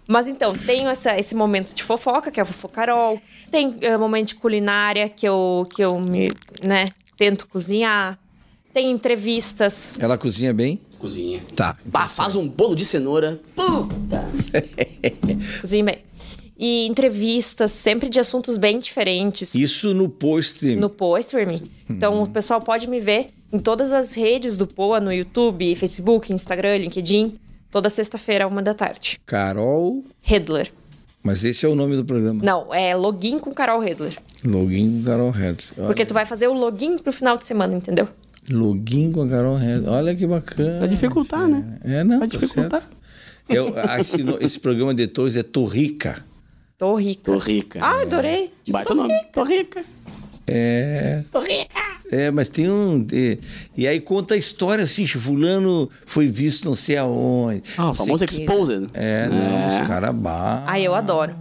C: Mas então, tem essa- esse momento de fofoca, que é o fofocarol. Tem eh, momento de culinária, que eu, que eu me, né, tento cozinhar. Tem entrevistas.
A: Ela cozinha bem?
B: Cozinha.
A: Tá.
B: Bah, faz um bolo de cenoura. Puta.
C: Cozinho bem. E entrevistas, sempre de assuntos bem diferentes.
A: Isso no post.
C: no Poa Streaming.
B: Hum.
C: Então o pessoal pode me ver em todas as redes do Poa, no YouTube, Facebook, Instagram, LinkedIn, toda sexta-feira, uma da tarde.
A: Carol,
C: Redler.
A: mas esse é o nome do programa.
C: Não, é login com Carol Redler.
A: Login com Carol Redes. Olha,
C: Porque tu vai fazer o login pro final de semana, entendeu?
A: Login com a Carol Redes. Olha que bacana.
B: Pra dificultar, né?
A: É, não,
B: Pra
A: tá
B: dificultar.
A: certo. Eu- ah, esse, no- esse programa de Torres é Torrica.
C: Tô rica.
B: Tô rica. é.
C: Ah, adorei.
B: Baita nome. Tô rica.
A: É.
C: Tô rica.
A: É, mas tem um. é, e aí conta a história assim, che, fulano foi visto não sei aonde.
B: Ah, o
A: não sei
B: famoso
A: quem.
B: exposed.
A: É, não,
B: É.
A: os caras bah.
C: Ah, eu adoro.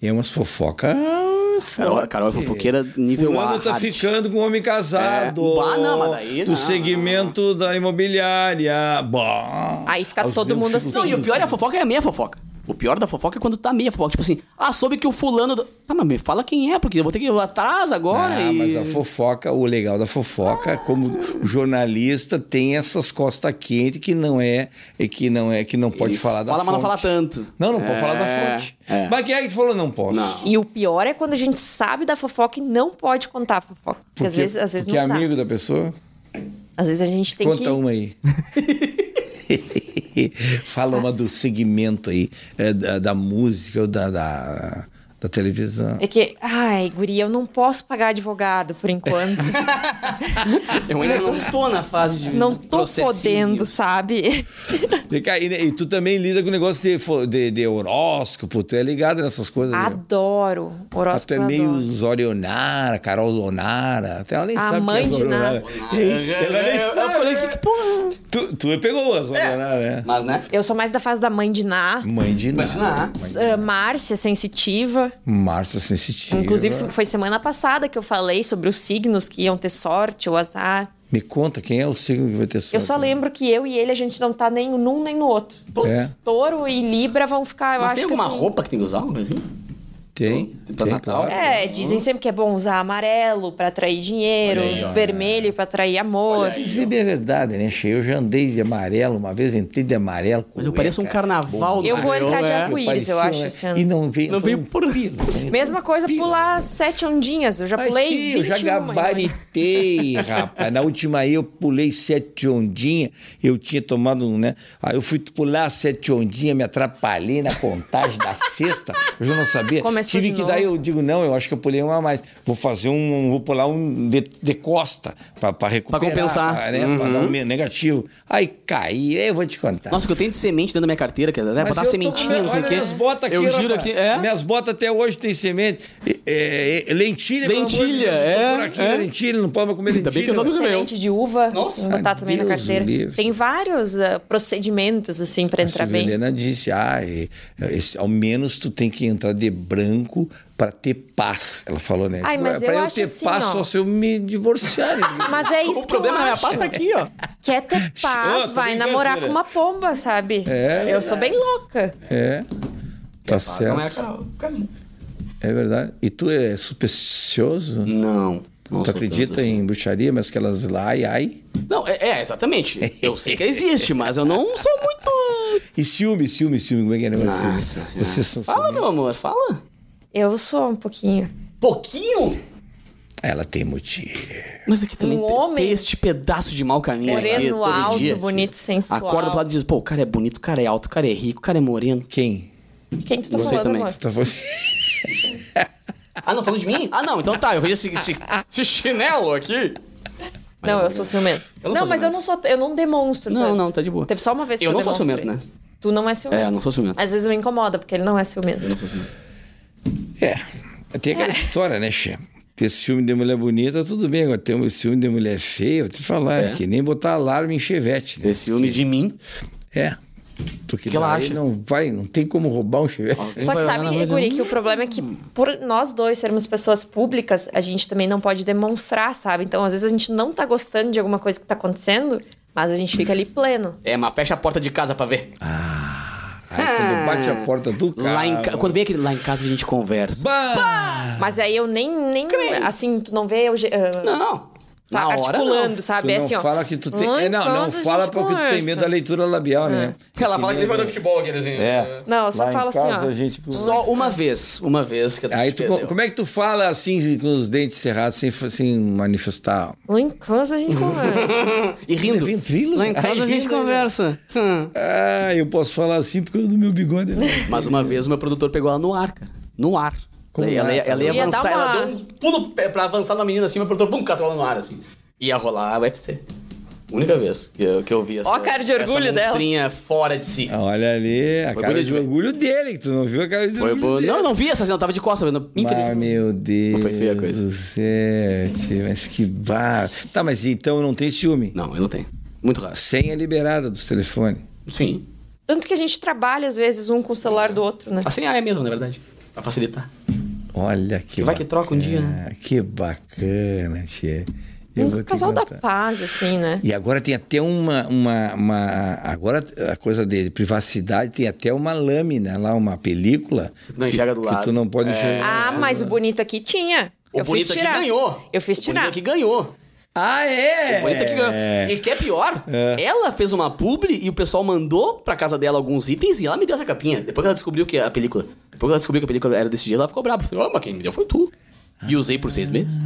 A: É umas fofoca.
B: Carol,
A: forte.
B: Carol é fofoqueira nível
A: Fulano
B: A.
A: tá
B: hard.
A: ficando com um homem casado.
B: É. Bah, não, mas daí
A: do
B: não.
A: segmento da imobiliária. Bah.
C: Aí fica
A: Aos
C: todo
A: meus
C: mundo
A: filhos
B: Não,
C: assim.
B: e o pior é a fofoca é a meia fofoca. O pior da fofoca é quando tá meia fofoca. Tipo assim, ah, soube que o fulano. do- Ah, mas me fala quem é, porque eu vou ter que ir atrás agora.
A: Ah,
B: e...
A: mas a fofoca, o legal da fofoca, é como jornalista, tem essas costas quentes que não é, e que não é, que não pode
B: Ele
A: falar da
B: fala,
A: fonte.
B: mas não fala tanto.
A: Não, não pode
B: É,
A: falar da fonte.
B: é.
A: Mas quem é que falou não posso?
B: Não.
C: E o pior é quando a gente sabe da fofoca e não pode contar a fofoca. Porque, às vezes, às vezes
A: porque
C: não
A: é
C: dá.
A: amigo da pessoa?
C: Às vezes a gente tem
A: Conta um. uma
C: que.
A: aí. Fala uma do segmento aí, é, da, da música ou da, da, da televisão.
C: É que, ai, guria, eu não posso pagar advogado por enquanto.
B: Eu ainda não tô na fase de.
C: não tô
B: processinhos.
C: podendo, sabe?
A: Vem cá, E, né, e tu também lida com o negócio de, fo- de, de horóscopo, tu é ligado nessas coisas. né?
C: Adoro.
A: Mas
C: Horóscopo
A: tu é
C: eu
A: meio
C: adoro.
A: Zorionara, Carol Zonara. Até ela nem
C: A
A: sabe
C: mãe
A: quem é
C: de
A: Zorionara. Ela nem
B: Eu
A: sabe. né?
B: falei, que, que porra.
A: Tu, tu pegou a
C: É.
A: Zorionara, né?
B: Mas, né?
C: Eu sou mais da fase da mãe de Ná.
A: Mãe de
B: Mas,
A: Ná.
B: né?
C: Ah, Márcia Sensitiva.
A: Márcia Sensitiva.
C: Inclusive, se- foi semana passada que eu falei sobre os signos que iam ter sorte ou azar.
A: Me conta quem é o signo que vai ter sorte.
C: Eu só lembro que eu e ele, a gente não tá nem num nem no outro.
B: Putz.
A: É.
C: Touro e Libra vão ficar, eu
B: Mas
C: acho
B: tem
C: que
B: alguma
C: assim-
B: roupa que tem que usar? alguma coisa assim?
A: Tem,
B: Então, Tem pra
A: tem,
B: Natal?
A: claro.
C: É, dizem sempre que é bom usar amarelo pra atrair dinheiro,
B: aí, ó.
C: vermelho pra atrair amor.
A: Dizer bem a verdade, né, Che? Eu já andei de amarelo uma vez, entrei de amarelo.
B: Mas eu pareço um
A: cueca,
B: carnaval.
C: Eu
B: do
C: vou
B: Réveillon,
C: entrar de
B: é.
C: arco-íris. arco-íris, eu
A: parecia,
C: acho,
A: né?
C: esse ano.
A: E não um veio.
B: Não veio por-
A: né?
C: Mesma coisa pular sete ondinhas. Eu já pulei
A: Ai, tio,
C: 21.
A: eu já gabaritei, rapaz. Na última aí eu pulei sete ondinhas. Eu tinha tomado um, né? Aí eu fui pular sete ondinhas, me atrapalhei na contagem da sexta. Eu já não sabia.
C: Começou
A: Tive
C: de
A: que dar,
C: novo.
A: eu digo, não, eu acho que eu pulei uma a mais. Vou fazer um, vou pular um de, de costa pra, pra recuperar.
B: compensar.
A: Pra, né? pra dar um me- negativo. Aí caí, eu vou te contar.
B: Nossa, o que eu tenho de semente dentro da minha carteira, que é né?
A: Mas
B: botar
A: eu tô
B: sementinha,
A: com-
B: não sei o
A: olha
B: quê.
A: Minhas botas aqui,
B: eu giro
A: rapaz.
B: aqui. É?
A: Minhas botas até hoje tem semente. É, é, é, lentilha, pelo amor de Deus,
B: Lentilha,
A: eu tô
B: é,
A: Por aqui,
B: é.
A: Lentilha, não pode mais comer lentilha.
B: Ainda bem que eu só do Réveillon.
C: Semente de uva,
B: Nossa,
C: vou botar também na
A: Deus
C: carteira.
A: o livre.
C: Tem vários ah, procedimentos, assim, pra entrar
A: A
C: bem.
A: Helena disse, ah, e- esse- ao menos tu tem que entrar de branco pra ter paz. Ela falou, né?
C: Ai,
A: Tipo,
C: mas
A: "É, pra
C: eu
A: eu,
C: acho
A: ter
C: assim,
A: paz
C: ó.
A: só se eu me divorciar. né?"
C: Mas é isso
B: O
C: que eu
B: problema é a minha
C: acho.
B: pasta aqui, ó.
C: Quer ter paz,
A: Ô, tô
C: vai
A: brincando,
C: namorar
A: Vera.
C: com uma pomba, sabe?
A: É,
C: eu sou bem louca.
A: é, tá
B: Não é
A: certo.
B: o caminho.
A: É verdade. E tu é supersticioso?
B: Não. não
A: tu
B: sou
A: acredita
B: tanto assim.
A: em bruxaria, mas aquelas lá, ai, ai?
B: Não, é, é, exatamente. Eu sei que existe, mas eu não sou muito.
A: E ciúme, ciúme, ciúme. Como é que é o negócio? de ciúme?
B: Nossa Senhora.
A: Vocês são
B: Fala,
A: ciumentos?
B: meu amor, fala.
C: Eu sou um pouquinho.
B: Pouquinho?
A: Ela tem motivo.
B: Mas aqui também
C: Um
B: tem-
C: homem.
B: tem este pedaço de mau caminho. aqui
C: Moreno,
B: todo
C: alto,
B: dia, tio.
C: bonito, sensual.
B: Acorda pro lado e diz, pô, o cara é bonito, o cara é alto, o cara é rico, o cara é moreno.
A: Quem?
C: Quem tu tá
B: Você
C: falando,
B: também.
C: amor?
A: Tá falando-
B: Ah, não, falando de mim? Ah, não, então tá, eu vejo esse, esse- esse chinelo aqui.
C: Não, eu sou ciumento.
B: Eu
C: não,
B: não sou
C: mas eu
B: ciumento.
C: não sou, eu não demonstro.
B: Não,
C: tanto.
B: não, tá de boa.
C: Teve só uma vez que eu
B: Eu não sou
C: demonstrei.
B: ciumento, né?
C: Tu não é ciumento.
B: É, eu não sou ciumento.
C: Às vezes me incomoda, porque ele não é ciumento.
B: né?
A: É. Tem aquela história, né, Che? Ter ciúme de mulher bonita, tudo bem. Agora, ter um ciúme de mulher feia, vou te falar, é, que nem botar alarme em chevette, né?
B: Esse ciúme de mim.
A: É. Porque
B: Que ela
A: daí
B: acha.
A: não vai, não tem como roubar um chevette.
C: Só que
B: Vai lá
C: sabe,
B: na mesa,
C: Guri,
B: hum.
C: que o problema é que por nós dois sermos pessoas públicas, a gente também não pode demonstrar, sabe? Então, às vezes a gente não tá gostando de alguma coisa que tá acontecendo, mas a gente fica ali pleno.
B: É, mas fecha a porta de casa pra ver.
A: Ah, Aí quando bate a porta do carro...
B: Lá em ca- Quando vem aquele lá em casa, a gente conversa.
A: Bah!
C: Mas aí eu nem, nem assim, tu não vê eu ge- ah,
B: Ah. Não.
C: tá
B: Na hora,
C: articulando,
B: não.
A: Tu
C: sabe?
A: não
C: é assim, ó.
A: fala que tu tem...
C: "Ah,
A: é, não,
C: então
A: não
C: a gente
A: fala porque tu tem
C: conversa."
A: medo da leitura labial, né?
B: Ela fala que nem jogador de futebol, aquele assim.
A: É.
C: Não, eu só
A: Lá em
C: falo assim,
A: casa
C: ó.
A: a gente-
B: Só uma vez. Uma vez que a
A: Aí
B: gente
A: tu,
B: perdeu.
A: como é que tu fala assim, com os dentes cerrados, sem, sem manifestar?
C: Lá em casa a gente conversa.
B: E rindo.
A: É ventrilo?
B: Lá
A: Ai,
B: em casa a gente
A: rindo, né?
B: conversa. Hum.
A: Ah, eu posso falar assim por causa do meu bigode. Né?
B: Mas uma vez o meu produtor pegou ela no ar, cara. No ar.
A: Como é,
B: ela,
A: no ar,
B: ia- ela ia
C: cara? Ia dar
B: avançar, ela
C: uma-
B: deu um pulo pra- pra avançar na menina assim, meu produtor, pum, catou ela no ar, assim. Ia rolar a UFC. Única vez que eu, que eu vi essa.
C: Ó a cara de orgulho
B: essa
C: dela.
B: monstrinha fora de si.
A: Ah, Olha ali, a
B: Foi
A: cara
B: bonito,
A: de
B: né?
A: orgulho dele, que tu não viu a cara de
B: Foi
A: orgulho
B: boa.
A: dele.
B: Não, eu não vi essa cena, eu tava de costas, mas não-
A: Ah,
B: infelizmente.
A: meu Deus
B: foi feia a coisa.
A: do céu, tio, mas que bar... Tá, mas então não tem ciúme.
B: Não, eu não tenho. Muito raro.
A: Senha é liberada dos telefones.
B: Sim.
C: Tanto que a gente trabalha, às vezes, um com o celular do outro, né?
B: A senha é mesmo, na verdade. Pra facilitar.
A: Olha que
B: Vai que troca um dia,
A: né? Que bacana, tia. Eu vou
C: Um
A: te
C: casal da
A: contar.
C: paz, assim, né?
A: E agora tem até uma, uma, uma- Agora a coisa de privacidade tem até uma lâmina lá, uma película.
B: Tu não enxerga do
A: que,
B: lado. É.
A: Que tu não pode enxergar.
C: Ah, mas o bonito aqui tinha.
B: O
C: eu
B: bonito
C: fiz
B: aqui
C: tirar.
B: ganhou.
C: Eu fiz
B: O bonito
C: tirar.
B: aqui ganhou.
A: Ah, é?
B: Bonita que ganhou. E que é pior, ela fez uma publi e o pessoal mandou pra casa dela alguns itens e ela me deu essa capinha. Depois que ela descobriu que a película. Depois que ela descobriu que a "Ah,
A: Ah.
B: película era desse jeito, ela ficou brava. Falei, ó, mas quem me deu foi tu. E usei por seis meses.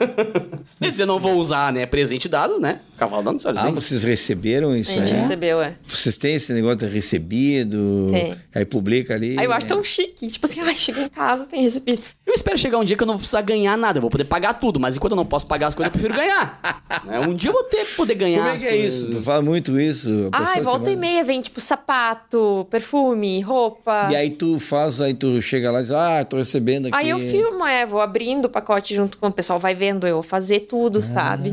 B: Quer dizer, não vou usar, né? Presente dado, né? Cavalo dado, sabe?
A: Ah, vocês receberam isso
C: A gente
A: aí?
C: recebeu, é.
A: Vocês têm esse negócio de recebido?
C: Tem.
A: Aí publica ali.
C: Aí eu acho tão chique. Tipo assim, ai, cheguei em casa, tem recebido.
B: Eu espero chegar um dia que eu não vou precisar ganhar nada. Eu vou poder pagar tudo, mas enquanto eu não posso pagar as coisas, eu prefiro ganhar. Né? Um dia eu vou ter poder ganhar.
A: Como é
B: as
A: que é
B: coisas.
A: isso? Tu fala muito isso. a pessoa
C: Ai,
A: te
C: volta e
A: manda-
C: meia vem, tipo, sapato, perfume, roupa.
A: E aí tu faz, aí tu chega lá e diz, ah, tô recebendo aqui.
C: Aí eu filmo, é, vou abrindo o pacote junto com o pessoal, vai vendo eu fazer
A: Ah.
C: tudo, sabe?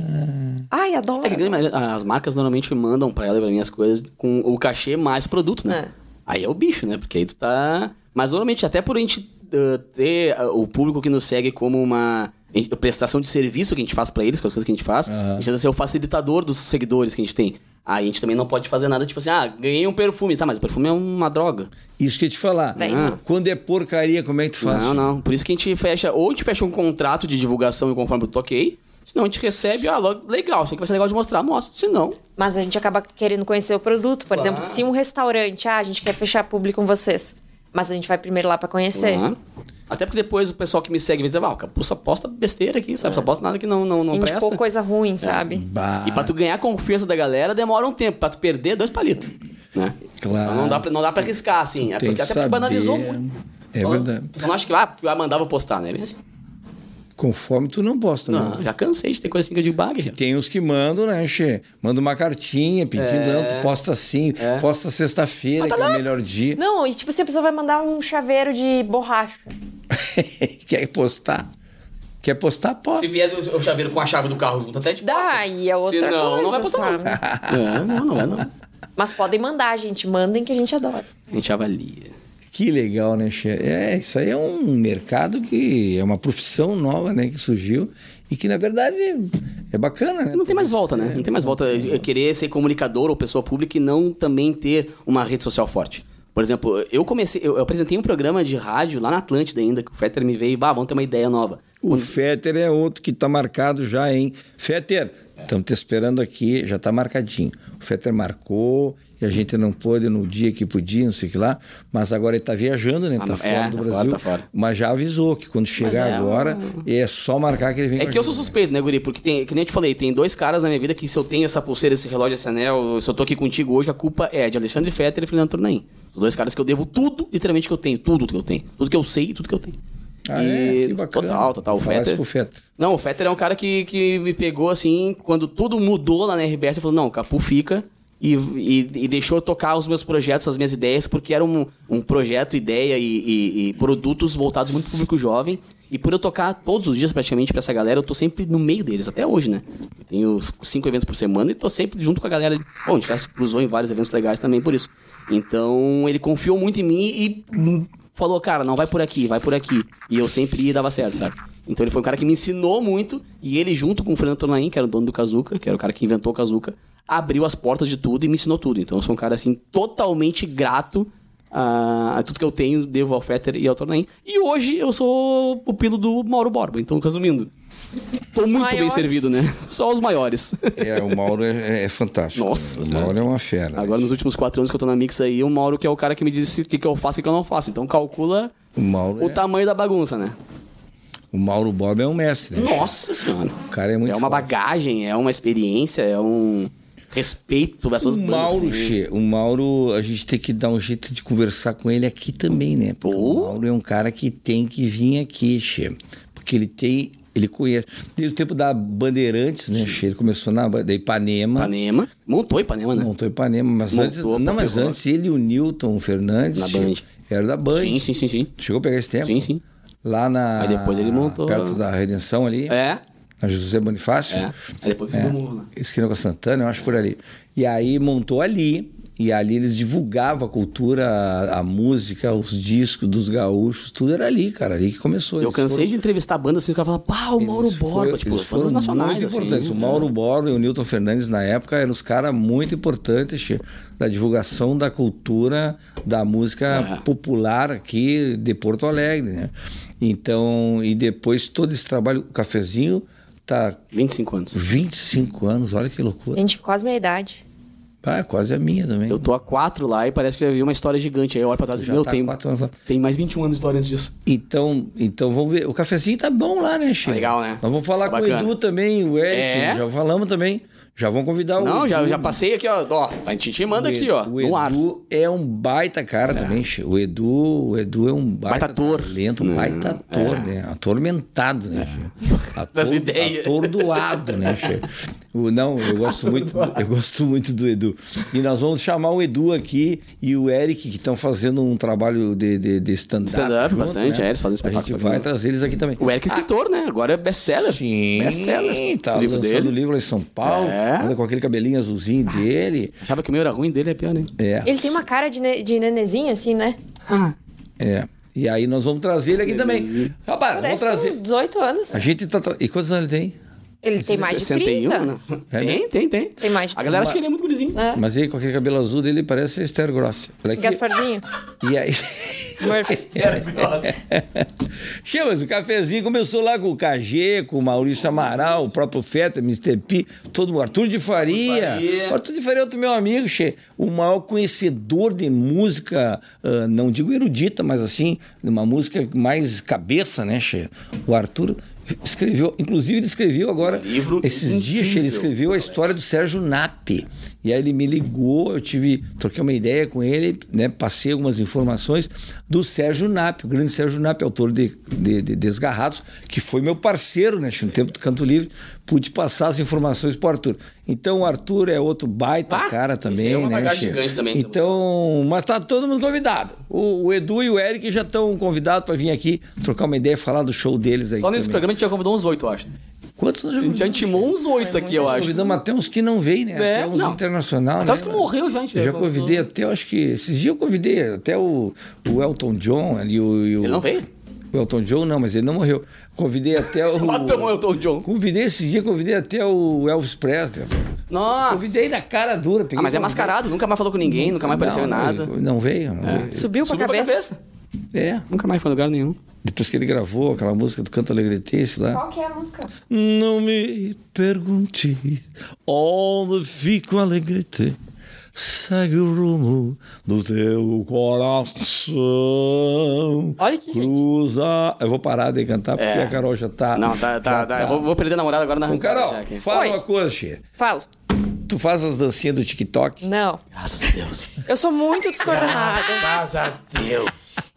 C: Ai, adoro.
B: É que a grande maioria- as marcas normalmente mandam pra ela e pra mim as coisas com o cachê mais produto, né?
C: É.
B: Aí é o bicho, né? Porque aí tu tá. Mas normalmente, até por a gente ah, ter ah, o público que nos segue como uma em- prestação de serviço que a gente faz pra eles, com as coisas que a gente faz, a gente tenta ser o facilitador dos seguidores que a gente tem. Aí a gente também não pode fazer nada tipo assim, ah, ganhei um perfume, tá? Mas o perfume é uma droga.
A: Isso que eu ia te falar.
C: Tem.
A: Ah. Quando é porcaria, como é que tu faz?
B: Não, não. Por isso que a gente fecha, ou a gente fecha um contrato de divulgação e conforme eu toquei, senão a gente recebe, ah, lo- legal, isso aqui vai ser legal de mostrar, mostra. Se não,
C: Mas a gente acaba querendo conhecer o produto. Por exemplo, se um restaurante, ah, a gente quer fechar público com vocês. Mas a gente vai primeiro lá pra conhecer.
B: Uhum. Até porque depois o pessoal que me segue vai dizer, ah, o Capu só posta besteira aqui, sabe? Só posta nada que não, não, não presta.
C: Indicou coisa ruim, sabe?
A: Bah,
B: E pra tu ganhar a confiança da galera demora um tempo, pra tu perder dois palitos. Né?
A: Claro.
B: Então não dá, pra, não dá pra arriscar, assim. É
A: tem
B: porque,
A: que
B: até porque banalizou
A: saber.
B: muito.
A: É
B: só,
A: verdade.
B: Só não acha que ah, vai mandar, vou postar, né? Mas,
A: Conforme tu não posta, né?
B: não, já cansei de ter coisa assim que eu digo, bah, Guerreiro.
A: Tem uns que mandam, né, Che? Manda uma cartinha pedindo,
B: É.
A: não, tu posta assim, posta sexta-feira,
B: tá
A: que é o melhor dia.
C: Não, e tipo assim, a pessoa vai mandar um chaveiro de borracha.
A: Quer postar? Quer postar?
B: Se
A: Posta.
B: vier o o chaveiro com a chave do carro junto, até te posta.
C: Dá, e é outra
B: Se não,
C: coisa,
B: não vai postar.
C: sabe?
B: Não. não, não vai não. A
C: Mas podem mandar, gente. Mandem que a gente adora.
B: gente avalia.
A: Que legal, né, Che? É, isso aí é um mercado que é uma profissão nova, né, que surgiu e que, na verdade, é bacana, né?
B: Não tem mais volta, né? Não tem mais
A: é,
B: volta. Eu Querer ser comunicador ou pessoa pública e não também ter uma rede social forte. Por exemplo, eu comecei, eu eu apresentei um programa de rádio lá na Atlântida ainda, que o Fetter me veio e, bah, vamos ter uma ideia nova.
A: O Fetter é outro que tá marcado já, hein? Fetter, estamos te esperando aqui, já tá marcadinho. O Fetter marcou e a gente não pôde no dia que podia, não sei o que lá, mas agora ele tá viajando, né?
B: Ah,
A: tá
B: não,
A: fora
B: é,
A: do
B: tá
A: Brasil.
B: fora, tá fora.
A: Mas já avisou que quando chegar
B: é
A: agora, é só marcar que ele vem
B: É
A: com a
B: que eu sou
A: gente.
B: suspeito, né, Guri? Porque, tem, que nem eu te falei, tem dois caras na minha vida que se eu tenho essa pulseira, esse relógio, esse anel, se eu tô aqui contigo hoje, a culpa é de Alexandre Fetter e Fernando Tornaim. Os dois caras que eu devo tudo, literalmente, que eu tenho. Tudo que eu tenho. Tudo que eu sei e tudo que eu tenho.
A: Ah,
B: E
A: é? Que bacana.
B: Total, total. O
A: Falar isso
B: Fetter...
A: pro Fetter.
B: Não, o Fetter é um cara que, que me pegou, assim, quando tudo mudou lá na RBS, eu falei, não, o Capu fica... E, e, e deixou eu tocar os meus projetos, as minhas ideias, porque era um, um projeto, ideia e, e- e produtos voltados muito pro público jovem. E por eu tocar todos os dias praticamente pra essa galera, eu tô sempre no meio deles, até hoje, né? Eu tenho cinco eventos por semana e tô sempre junto com a galera. Bom, a gente já se cruzou em vários eventos legais também por isso. Então ele confiou muito em mim e hum, falou, cara, não vai por aqui, vai por aqui. E eu sempre ia e dava certo, sabe? Então ele foi um cara que me ensinou muito e ele, junto com o Fernando Tornaim, que era o dono do Kazuca, que era o cara que inventou o Kazuca, abriu as portas de tudo e me ensinou tudo. Então eu sou um cara, assim, totalmente grato a, a tudo que eu tenho, devo ao Fetter e ao Tornaim. E hoje eu sou pupilo do Mauro Borba. Então, resumindo, tô muito bem
C: maiores.
B: servido, né? Só os maiores.
A: É, o Mauro é, é fantástico.
B: Nossa,
A: O Mauro é uma fera. né?
B: Agora, nos últimos quatro anos que eu tô na Mix aí, o Mauro que é o cara que me disse o que, que eu faço e o que eu não faço. Então, calcula
A: O Mauro,
B: o
A: é-
B: tamanho da bagunça, né?
A: o Mauro Bob é um mestre, né?
B: Nossa senhora.
A: O cara é muito
B: É uma
A: forte.
B: bagagem, é uma experiência, é um respeito das
A: O
B: suas bandas.
A: Mauro,
B: também.
A: Che, o Mauro, a gente tem que dar um jeito de conversar com ele aqui também, né? Porque o
B: Oh.
A: Mauro é um cara que tem que vir aqui, Che. Porque ele tem. Ele conhece. Desde o tempo da Bandeirantes, né, Che? Ele começou na Ba- da Ipanema.
B: Ipanema. Montou Ipanema, né?
A: Montou Ipanema, mas
B: Montou
A: antes.
B: a
A: Não, mas
B: Papelão.
A: antes ele e o Newton Fernandes.
B: Na
A: Che,
B: Band.
A: Era da Band.
B: Sim, sim, sim, sim.
A: Chegou a pegar esse tempo?
B: Sim, sim.
A: Lá na.
B: Aí depois ele montou-
A: Perto da Redenção ali.
B: É,
A: Na José Bonifácio.
B: é. Aí depois é. do morro lá.
A: esquina com a Santana, eu acho por ali. E aí montou ali. E ali eles divulgavam a cultura, a, a música, os discos dos gaúchos, tudo era ali, cara. Ali que começou.
B: Eu cansei de entrevistar bandas assim, o cara fala, pá, o Mauro Borba, tipo,
A: eles
B: as
A: foram
B: bandas nacionais,
A: muito
B: assim.
A: importantes. O Mauro Borba e o Newton Fernandes, na época, eram os caras muito importantes che, da divulgação da cultura da música
B: É.
A: popular aqui de Porto Alegre, né? Então, e depois todo esse trabalho, o cafezinho tá
B: 25 anos.
A: 25 anos, olha que loucura.
C: Gente, quase minha idade.
A: Ah, é quase a minha também.
B: Eu tô há quatro lá e parece que já vi uma história gigante. Aí eu olho pra trás e
A: Já
B: digo, meu,
A: tá há
B: tem,
A: quatro anos lá.
B: tem mais 21 anos de história antes disso.
A: Então, então vamos ver. O cafezinho tá bom lá, né, Chico?
B: Tá legal, né?
A: Nós vamos falar
B: Tá
A: com o
B: bacana.
A: Edu também, o Eric.
B: É?
A: Já falamos também. Já vão convidar É o
B: Não,
A: Edu.
B: já, já passei aqui, ó. ó a gente te manda
A: O
B: aqui,
A: Edu-
B: ó.
A: O
B: no ar. É.
A: Edu é um baita cara também, che. O Edu, o Edu é um baita,
B: Baita ator. Hum, é.
A: talento, um baita ator, né? Atormentado, né, che?
B: Das
A: Ator-
B: ideias.
A: Atordoado, né, che? O- Não, eu gosto muito, eu gosto muito do Edu. E nós vamos chamar o Edu aqui e o Eric, que estão fazendo um trabalho de, de, de stand-up.
B: Stand-up,
A: junto,
B: bastante,
A: né?
B: é, eles fazem
A: A gente
B: espetáculo
A: vai
B: junto.
A: trazer eles aqui também.
B: O Eric é escritor, né? Agora é best-seller.
A: Ah. Sim,
B: Best-seller.
A: tá
B: o livro
A: lançando
B: dele.
A: o livro lá em São Paulo,
B: É. Ah.
A: anda com aquele cabelinho azulzinho dele.
B: Achava que o meu era ruim, dele é pior, né?
A: É.
C: Ele tem uma cara de, ne- de nenezinho, assim, né?
A: É. E aí nós vamos trazer ele aqui também. Rapaz, vamos
C: Parece que tem uns
A: trazer.
C: 18 anos.
A: A gente tá. tra- E quantos anos ele tem?
C: Ele tem mais de
B: 61,
C: 30.
B: né?
A: É
B: Tem,
A: mesmo?
B: tem, tem.
C: Tem mais de
B: A galera
C: 30.
B: acha que ele é muito gurizinho.
C: É.
A: Mas ele com aquele cabelo azul dele parece Esther Gross. Olha aqui.
C: Gasparzinho.
A: E aí.
C: Smurfs.
A: É, Chega, mas o cafezinho começou lá com o KG, com o Maurício Amaral, o próprio Feta, Mr. P, todo o Arthur de Faria.
B: Faria.
A: O Arthur de Faria é outro meu amigo, che, o maior conhecedor de música, ah, não digo erudita, mas assim, uma música mais cabeça, né, che? O Arthur escreveu, inclusive ele escreveu agora,
B: livro
A: esses dias, che, ele
B: incrível.
A: escreveu viu a história do Sérgio Nap. E aí ele me ligou, eu tive, troquei uma ideia com ele, né, passei algumas informações do Sérgio Nap, o grande Sérgio Nap, autor de, de- de Desgarrados, que foi meu parceiro, né, no tempo do Canto Livre, pude passar as informações pro Arthur. Então o Arthur é outro baita
B: Ah,
A: cara
B: esse
A: também,
B: é uma
A: né,
B: bagagem
A: Chico?
B: gigante também, então.
A: Então, mas tá todo mundo convidado. O, o Edu e o Eric já estão convidados para vir aqui trocar uma ideia, falar do show deles aí.
B: Só nesse
A: também.
B: programa a gente já convidou uns oito, eu acho.
A: Quantos nós já
B: A gente já
A: convidamos, Chico?
B: intimou uns oito aqui, eu
A: Nós
B: acho.
A: convidamos até uns que não vêm, né?
B: É,
A: até uns
B: não.
A: internacionais.
B: Até
A: né?
B: os que né? morreu já, a gente
A: Eu já
B: já
A: convidei até, eu acho que. Esses dias eu convidei até o, o Elton John ali. O, e o-
B: Ele não veio?
A: O Elton John não, mas ele não morreu. Convidei até o.
B: Matamos o Elton John.
A: Convidei esses dias, convidei até o Elvis Presley. velho.
B: Nossa.
A: Convidei na cara dura. peguei
B: Ah, mas é
A: convidei.
B: mascarado, nunca mais falou com ninguém, nunca mais apareceu em
A: não,
B: nada. É.
A: Não, não veio. Não veio.
C: Subiu pra
B: Subiu pra
C: cabeça.
B: cabeça.
A: É.
B: Nunca mais foi em lugar nenhum.
A: Depois que ele gravou aquela música do Canto Alegretense lá.
C: Qual que é a música?
A: Não me pergunte onde fica o alegrete. Segue o rumo do teu coração.
B: Olha que gente.
A: Cruza. Eu vou parar de cantar porque
B: É.
A: a Carol já tá.
B: Não, tá, tá,
A: já
B: tá. Eu Vou, vou perder a namorada agora na
A: Ô,
B: arrancada já
A: Carol,
B: aqui.
A: fala
C: Oi.
A: uma coisa, Xê.
C: Falo.
A: Tu faz as dancinhas do TikTok?
C: Não.
B: Graças a Deus.
C: Eu sou muito descoordenada.
B: Graças a Deus.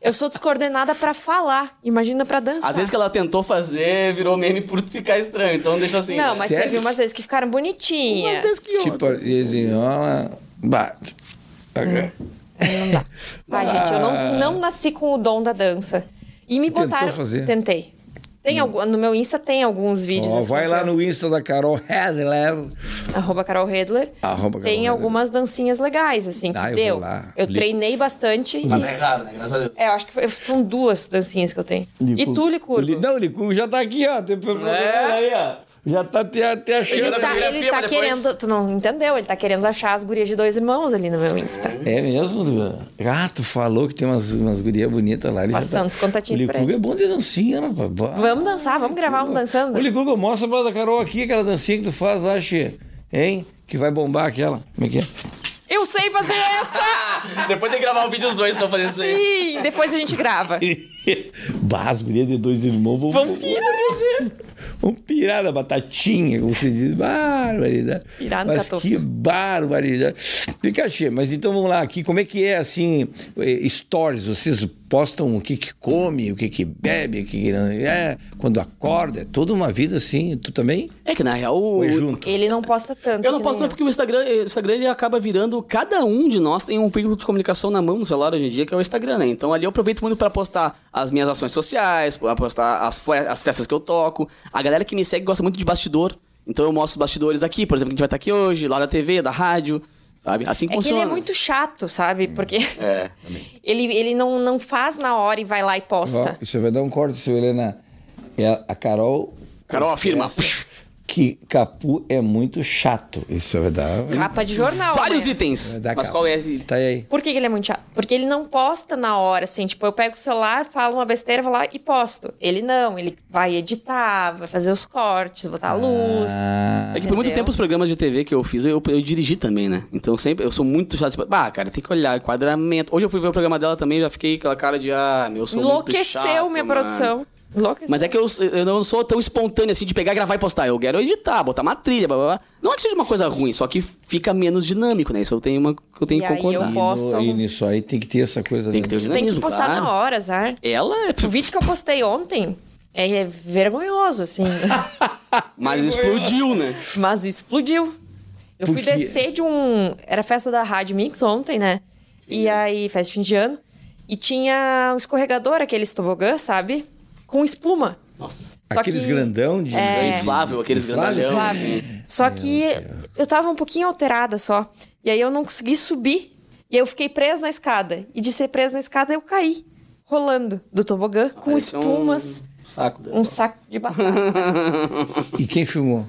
C: Eu sou descoordenada pra falar. Imagina pra dançar.
B: Às vezes que ela tentou fazer, virou meme por ficar estranho. Então deixa assim.
C: Não, mas
A: Sério?
C: teve umas vezes que ficaram bonitinhas.
A: Tipo, desenhola, bate.
B: Hum.
C: Ai, gente, eu não, não nasci com o dom da dança. E me
A: Tu Ah. tentou
C: botaram.
A: fazer? Hum.
C: Tentei. Tem algum, no meu Insta tem alguns vídeos.
A: Ó,
C: assim,
A: vai lá
C: que-
A: no Insta da Carol Hedler.
C: Arroba Carol Redler.
A: Arroba Carol
C: tem
A: Hedler.
C: algumas dancinhas legais, assim, que
A: Ah, eu vou
C: deu.
A: lá.
C: Eu
A: Li-
C: treinei bastante.
B: Mas
C: e-
B: é raro, né? Graças a Deus.
C: é, eu acho que foi- são duas dancinhas que eu tenho. E tu, Licurgo?
A: Li- Não, o Licurgo já tá aqui, ó. Tem problema
B: É?
A: aí, ó. Já tá até, até achando.
B: Ele
C: Ele tá,
B: primeira
C: ele
B: fila,
C: tá
B: depois-
C: querendo. Tu não entendeu? Ele tá querendo achar as gurias de dois irmãos ali no meu Insta.
A: É mesmo? Duda? Ah, tu falou que tem umas, umas gurias bonitas lá. ele já tá-
C: Passando os contatinhos
A: O
C: pra
A: Licurgo é bom de dancinha, né? babá?
C: Vamos dançar, vamos gravar um dançando.
A: Ô, Licurgo, mostra pra Carol aqui aquela dancinha que tu faz lá, Xê. Hein? Que vai bombar aquela. Como é que é?
C: Eu sei fazer essa!
B: Depois tem que gravar um vídeo os dois, então fazer isso aí.
C: Sim, depois a gente grava.
A: bah, as gurias de dois irmãos vão... Vão Vão pirar da batatinha, como se diz. Barbaridade.
C: Pirar no
A: mas
C: tatu.
A: que barbaridade. Fica cheio. Mas então vamos lá aqui. Como é que é, assim, eh, stories? Vocês postam o que que come, o que que bebe, o que que não é, quando acorda. É toda uma vida assim. Tu também?
B: É que na real. o-
A: Foi junto.
C: Ele não posta tanto.
B: Eu não
C: que
B: posso
C: nem
B: não, porque o Instagram, eh, o Instagram ele acaba virando. Cada um de nós tem um veículo de comunicação na mão no celular hoje em dia, que é o Instagram, né? Então ali eu aproveito muito pra postar as minhas ações sociais, pra postar as, fe- as festas que eu toco. A galera que me segue gosta muito de bastidor. Então eu mostro os bastidores aqui, por exemplo, que a gente vai estar aqui hoje, lá da TV, da rádio, sabe? Assim
C: É que
B: funciona.
C: ele é muito chato, sabe? Porque
B: É.
C: ele, ele não, não faz na hora e vai lá e posta.
A: Ó, Você vai dar um corte, seu Helena. É a- a Carol...
B: Carol afirma.
A: confessa que Capu é muito chato. Isso é vai dar.
C: Capa de jornal.
B: Vários
C: né?
B: itens.
A: vai dar
B: Mas
A: capa.
B: qual é esse?
A: Tá aí.
C: Por que, que ele é muito chato? Porque ele não posta na hora, assim. Tipo, eu pego o celular, falo uma besteira, vou lá e posto. Ele não, ele vai editar, vai fazer os cortes, botar a luz.
A: Ah,
B: É que por muito
C: Entendeu?
B: tempo os programas de TV que eu fiz, eu, eu dirigi também, né? Então sempre, eu sou muito chato. tipo, Bah, cara, tem que olhar, enquadramento. Hoje eu fui ver o programa dela também, já fiquei com aquela cara de, ah, meu, eu sou muito
C: Enlouqueceu
B: chato,
C: minha
B: mano."
C: produção. Enlouqueceu.
B: Mas é que eu, eu não sou tão espontâneo assim de pegar, gravar e postar. Eu quero editar, botar uma trilha, blá blá blá. Não é que seja uma coisa ruim, só que fica menos dinâmico, né? Isso eu tenho, uma, que eu tenho
C: E
B: que
C: aí
B: concordar.
C: eu posto
A: E, no, e
C: algum-
A: nisso aí tem que ter essa coisa.
B: Tem que ter o
A: dentro.
C: Tem que
B: dinamismo,
C: postar
B: claro.
C: na hora, azar.
B: Ela é.
C: O vídeo que eu postei ontem é, é vergonhoso, assim.
B: Mas explodiu, né?
C: Mas explodiu. Eu
A: Por
C: fui
A: quê?
C: descer de um. Era festa da Rádio Mix ontem, né? E aí, festa de fim de ano. E tinha um escorregador, aqueles tobogã, sabe? Com espuma.
B: Nossa.
C: Só
A: Aqueles
C: que-
A: grandão de.
C: É.
A: de-
B: Inflável, aqueles
A: inflável.
B: grandalhão.
C: Claro.
B: Sim.
C: Só que eu tava um pouquinho alterada só. E aí eu não consegui subir. E aí eu fiquei presa na escada. E de ser presa na escada, eu caí. Rolando do tobogã, com
B: Parecia um
C: espumas,
B: Saco né? dela.
C: um saco de batata.
A: E quem filmou?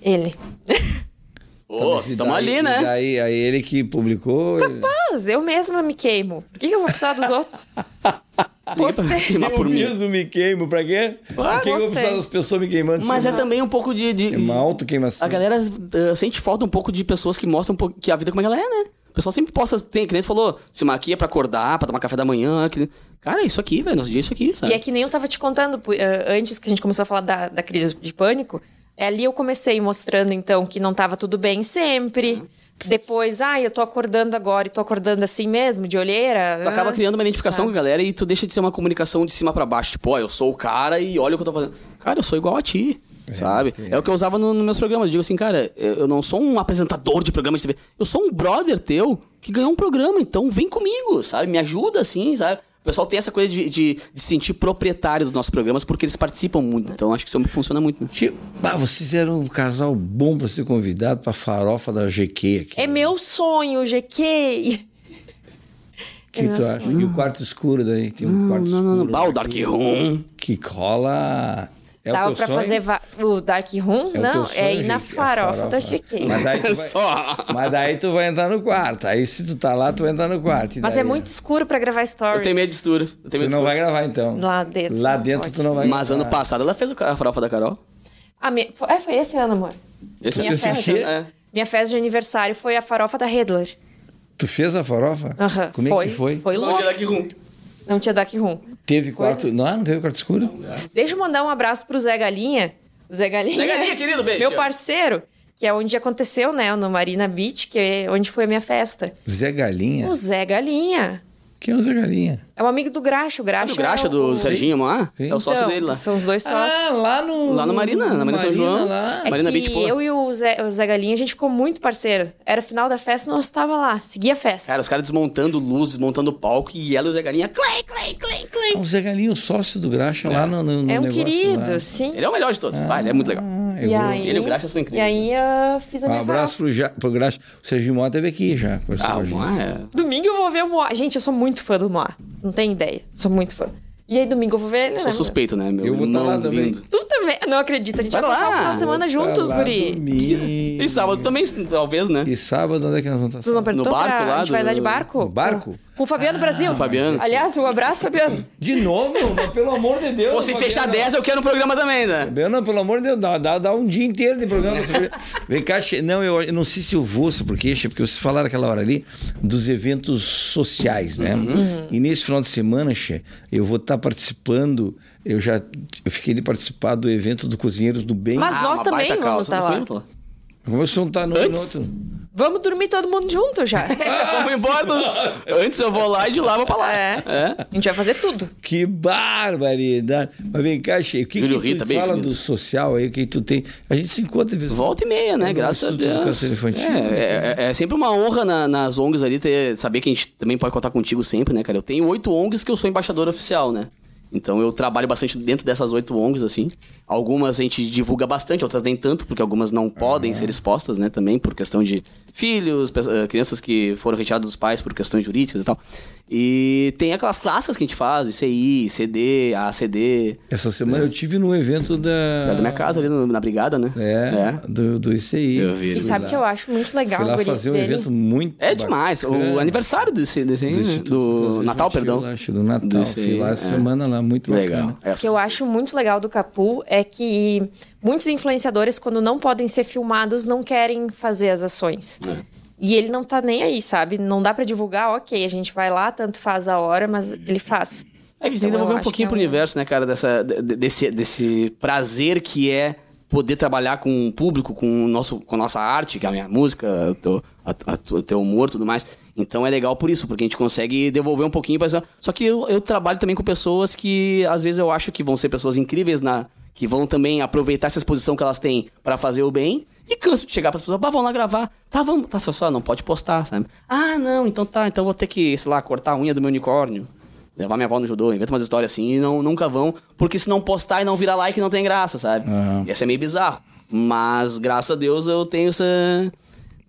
C: Ele.
B: Ô,
A: Mas e
B: tamo
A: daí-
B: ali,
A: e
B: né?
A: Daí, aí ele que publicou. ele-
C: Mas eu mesma me queimo. Por que, que eu vou precisar dos outros? Postei.
B: Queimar por
A: eu
B: mim. Ah,
A: mesmo me queimo, pra quê? Pra que eu vou
C: gostei.
A: precisar das pessoas me queimando?
B: Mas é
A: Sempre-
B: também um pouco de. de-
A: É uma autoqueimação.
B: A galera eh, sente falta um pouco de pessoas que mostram um pouco que a vida como é que ela é, né? O pessoal sempre posta, tem, que nem tu falou, se maquia pra acordar, pra tomar café da manhã. Que... Cara, é isso aqui, velho. Nosso dia é isso aqui, sabe?
C: E é que nem eu tava te contando, pu- eh, antes que a gente começou a falar da, da crise de pânico, é ali eu comecei mostrando, então, que não tava tudo bem sempre.
B: Uhum.
C: Depois, ai, eu tô acordando agora e tô acordando assim mesmo, de olheira.
B: Tu acaba
C: Ah,
B: criando uma identificação
C: sabe?
B: com a galera e tu deixa de ser uma comunicação de cima pra baixo. Tipo, ó, eu sou o cara e olha o que eu tô fazendo. Cara, eu sou igual a ti. Sabe? É o que eu usava no- nos meus programas. Eu digo assim, cara, eu eu não sou um apresentador de programa de TV. Eu sou um brother teu que ganhou um programa, então vem comigo, sabe? Me ajuda assim, sabe? O pessoal tem essa coisa de, de, de se sentir proprietário dos nossos programas porque eles participam muito. Então acho que isso funciona muito, né?
A: Tipo, ah, vocês eram um casal bom pra ser convidado pra farofa da GQ aqui.
C: É meu sonho, GQ.
A: O que tu acha? E o quarto escuro daí? Tem um quarto
B: Não, não, não.
A: escuro
B: Bah, o Dark Room.
A: que cola. É o
C: Dava
A: teu
C: pra
A: sonho?
C: fazer va- o Dark Room?
A: É o teu
C: não,
A: sonho,
C: é ir na
A: gente? É
C: farofa da GQ.
B: é
A: Mas daí, tu vai,
B: Só.
A: mas daí tu vai entrar no quarto. Aí se tu tá lá, tu vai entrar no quarto. E
C: Mas é
A: daí?
C: muito escuro pra gravar stories.
B: Eu tenho medo de estudo. Eu tenho
A: Tu
B: medo de
A: não
B: escuro.
A: vai gravar então.
C: Lá dentro,
A: Lá
C: não
A: dentro
C: pode.
A: tu não vai
B: Mas ano
A: gravar.
B: passado ela fez o ca- a farofa da Carol.
C: Ah, me- foi- é, foi esse ano, amor.
B: Esse
C: Minha
B: ano.
A: festa.
B: É.
C: Minha festa de aniversário foi a farofa da Redler.
A: Tu fez a farofa?
C: Aham.
A: Como é que foi?
C: Foi louco. Não tinha Dark Room.
A: Teve quarto. Não, não teve quarto escuro?
C: Deixa eu mandar um abraço pro Zé Galinha. O Zé Galinha.
B: Zé Galinha, querido, beijo.
C: Meu parceiro, que é onde aconteceu, né? No Marina Beach, que é onde foi a minha festa.
A: Zé Galinha?
C: O Zé Galinha.
A: Quem é o Zé Galinha?
C: É um amigo do Graxa. O Graxa,
B: Sabe o graxa
C: é o-
B: do
C: o-
B: Serginho lá?
A: Sim.
B: É o sócio
C: Então,
B: dele lá.
C: São os dois sócios.
A: Ah, lá no.
B: Lá no Marina, na Marina São João.
A: lá.
C: É
B: Ah, Marina
C: que
B: Beach, pô.
C: eu e o Zé, o Zé Galinha, a gente ficou muito parceiro. Era final da festa, nós estava lá, seguia a festa.
B: Cara, os caras desmontando luz, desmontando palco e ela e o Zé Galinha. Clay, clay, clay, clay.
A: O É um Zé Galinha, o sócio do Graxa lá no, no, no
C: é um
A: negócio
C: querido,
A: lá.
C: sim.
B: Ele é o melhor de todos. Vai, ele é muito legal.
A: Ah, eu
C: E
A: vou-
C: aí,
B: Ele e o Graxa são incríveis. né?
C: E aí eu fiz a
A: Um
C: minha
A: abraço
C: farofa.
A: pro, ja, pro Graxa. O Serginho Mó teve aqui já. conversou
B: Ah,
A: com a gente.
B: bom, é.
C: Domingo eu vou ver o Moá. Gente, eu sou muito fã do Moá. Não tem ideia. Sou muito fã. E aí domingo eu vou ver ele,
B: Sou
C: né?
B: suspeito, né? Meu
A: Eu vou tá
B: irmão
A: lá também.
B: lindo.
C: Tu também. Não acredito, a gente vai,
B: Vai lá.
C: passar o final de semana
A: Tá
C: juntos,
A: lá
C: guri.
A: domingo.
B: E sábado também, talvez, né?
A: E sábado, onde é que nós vamos
C: Tu não
A: estar?
C: perguntou
B: barco
C: pra...
B: lá
C: A gente vai
B: do- Ah,
C: andar de barco?
A: No barco?
C: Com- Com o Fabiano Brasil.
B: Fabiano.
C: Aliás, um abraço, Fabiano.
A: De novo? Mas pelo amor de Deus.
B: Pô, se
A: Fabiano.
B: fechar 10, eu quero um programa também, né?
A: Fabiano, pelo amor de Deus, dá, dá, dá um dia inteiro de programa. sobre- Vem cá, Che- não, eu, eu não sei se eu vou, sabe por quê, Che? Porque vocês falaram aquela hora ali dos eventos sociais, né?
C: Uhum.
A: E nesse final de semana, Che, eu vou estar participando, eu já eu fiquei de participar do evento do Cozinheiros do Bem.
C: Mas nós
B: Ah, uma
C: também
B: baita
C: vamos
B: calça,
C: tá
B: nós
C: lá.
B: também vamos tá
A: Como eu sou um tá no
B: Antes?
A: outro.
C: Vamos dormir todo mundo junto já.
B: Eu vou embora. do- Antes eu vou lá e de lá eu vou pra lá.
C: É.
B: É.
C: A gente vai fazer tudo.
A: Que barbaridade! Mas vem cá, Che, o que, que
B: Júlio
A: tu
B: Rita, beijo,
A: fala
B: lindo.
A: do social aí, o que tu tem? A gente se encontra de vez em quando.
B: Volta e meia, né?
A: Eu
B: Graças a
A: estudo de
B: Deus.
A: um câncer infantil. né?
B: É, é- é sempre uma honra na- nas ONGs ali ter, saber que a gente também pode contar contigo sempre, né, cara? Eu tenho oito ONGs que eu sou embaixador oficial, né? Então eu trabalho bastante dentro dessas oito ONGs, assim. Algumas a gente divulga bastante, outras nem tanto, porque algumas não podem ser expostas, né, também, por questão de filhos, pe- eh, crianças que foram retiradas dos pais por questões jurídicas e tal. E tem aquelas clássicas que a gente faz, ICI, ICD, ACD.
A: Essa semana eu tive num evento da.
B: Da minha casa ali no- na brigada, né?
A: Ah. É, Do, do ICI.
B: Eu vi.
C: E sabe
A: lá.
C: que eu acho muito legal
A: Fui lá
C: o guri
A: fazer um
C: dele.
A: evento muito.
B: É demais. O
A: bacana.
B: aniversário desse desenho,
A: do,
B: né?
A: Instituto
B: do
A: Infantil
B: Natal, perdão.
A: lá, acho, do Natal.
B: Desse
A: Fui lá
B: aí,
A: essa
B: é.
A: semana né? lá, muito
B: Legal.
A: bacana.
B: É.
C: O que eu acho muito legal do Capu é que muitos influenciadores, quando não podem ser filmados, não querem fazer as ações.
B: É.
C: E ele não tá nem aí, sabe? Não dá pra divulgar, ok, a gente vai lá, tanto faz a hora, mas ele faz.
B: É que a gente tem que
C: Então, eu
B: devolver um
C: acho
B: pouquinho
C: que
B: pro
C: é um-
B: universo, né, cara, dessa, de- de- desse, desse prazer que é poder trabalhar com o público, com, o nosso, com a nossa arte, que é a minha música, o teu, a, a, tu- o teu humor e tudo mais. Então é legal por isso, porque a gente consegue devolver um pouquinho. pra pessoa. Só que eu, eu trabalho também com pessoas que às vezes eu acho que vão ser pessoas incríveis na. Que vão também aproveitar essa exposição que elas têm pra fazer o bem. E canso de chegar pras pessoas, pá, vamos lá gravar. Tá, vamos. Tá, só, só, não pode postar, sabe? Ah, não, então tá, então vou ter que, sei lá, cortar a unha do meu unicórnio levar minha avó no judô, inventa umas histórias assim e não, nunca vão, porque se não postar e não virar like não tem graça, sabe? Ia ser meio bizarro. Mas, graças a Deus, eu tenho essa,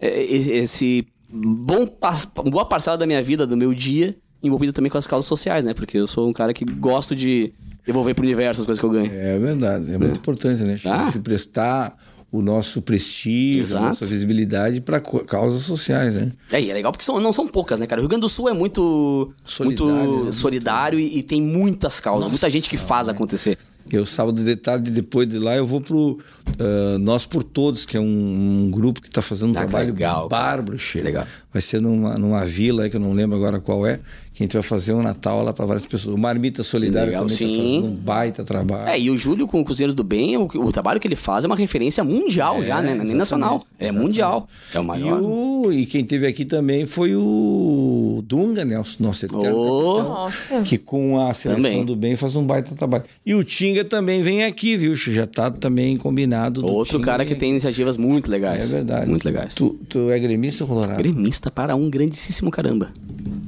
B: e- e- esse bom, pas- boa parcela da minha vida, do meu dia, envolvida também com as causas sociais, né? Porque eu sou um cara que gosto de devolver pro universo as coisas que eu ganho.
A: É verdade, é muito importante, né? A gente
B: Ah.
A: tem que prestar o nosso prestígio,
B: Exato.
A: a nossa visibilidade para causas sociais, né?
B: É, e é legal porque são, não são poucas, né, cara? O Rio Grande do Sul é muito
A: Solidário,
B: muito
A: né?
B: solidário e, e tem muitas causas, muita
A: Nossa,
B: gente que faz acontecer.
A: Eu, sábado de tarde, depois de lá, eu vou pro ah, Nós por Todos, que é um, um grupo que está fazendo um
B: Ah, que
A: trabalho
B: legal, cara.
A: bárbaro, cheio.
B: Legal.
A: Vai ser numa, numa vila aí, que eu não lembro agora qual é, que a gente vai fazer um Natal lá para várias pessoas. O Marmita Solidário
B: Legal,
A: também está
B: sim.
A: fazendo um baita trabalho.
B: É, e o Júlio com o Cozinheiros do Bem, o, o trabalho que ele faz é uma referência mundial
A: É,
B: já, né? Não é
A: exatamente,
B: Nem nacional. É
A: exatamente.
B: mundial. É o
A: E,
B: maior.
A: o, e quem teve aqui também foi o Dunga, né? O nosso eterno
B: Ô!
A: capitão,
C: Nossa.
A: que com a seleção
B: Também.
A: do bem faz um baita trabalho. E o Tinga também vem aqui, viu? Já tá também combinado. do
B: Outro
A: Tinga.
B: cara que tem iniciativas
A: É
B: muito legais.
A: verdade.
B: Muito legais.
A: Tu, tu é gremista, Colorado?
B: Gremista para um grandíssimo caramba.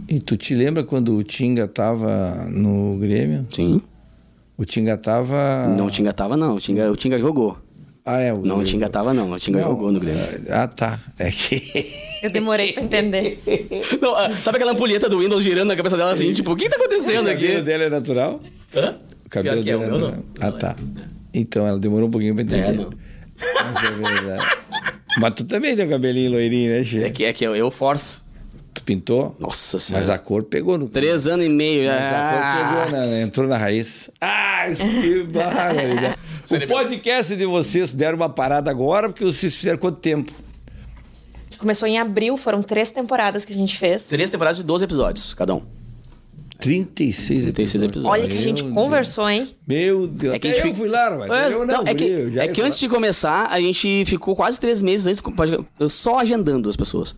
A: E tu te lembra quando o Tinga tava no Grêmio?
B: Sim.
A: O Tinga tava...
B: Não, o Tinga tava não. O Tinga, o Tinga jogou.
A: Ah, é. O...
B: Não, o Tinga tava não. O Tinga
A: Não.
B: jogou no Grêmio.
A: Ah, tá. É que...
C: Eu demorei pra entender.
A: É.
B: Não, ah, sabe aquela ampulheta do Windows girando na cabeça dela assim, tipo, o que tá
A: O
B: acontecendo
A: cabelo
B: aqui?
A: dela é natural?
B: Hã?
A: O cabelo
B: Pior que é,
A: dela
B: o meu
A: natural.
B: não.
A: Ah, tá. Então, ela demorou um pouquinho pra entender.
B: É, não.
A: Mas é verdade. Mas tu também tem o cabelinho loirinho, né, Che?
B: É que, é que eu, eu forço.
A: Tu pintou?
B: Nossa senhora.
A: Mas a cor pegou no cabelo.
B: Três anos e meio.
A: Mas a
B: ah,
A: cor pegou, né? entrou na raiz. Ah, que barbaridade. O podcast de vocês deram uma parada agora, porque vocês fizeram quanto tempo?
C: A gente começou em abril, foram três temporadas que a gente fez.
B: Três temporadas de 12 episódios, cada um.
A: 36
B: 36 episódios.
C: Olha que a gente
A: Meu
C: conversou, hein?
A: Meu Deus,
B: É que
A: até
B: a
A: eu
B: gente fica-
A: fui lá, mas
B: É,
A: eu
B: não,
A: não,
B: é que,
A: eu já
B: é
A: ia
B: que antes de começar, a gente ficou quase três meses antes com- pode- só agendando as pessoas.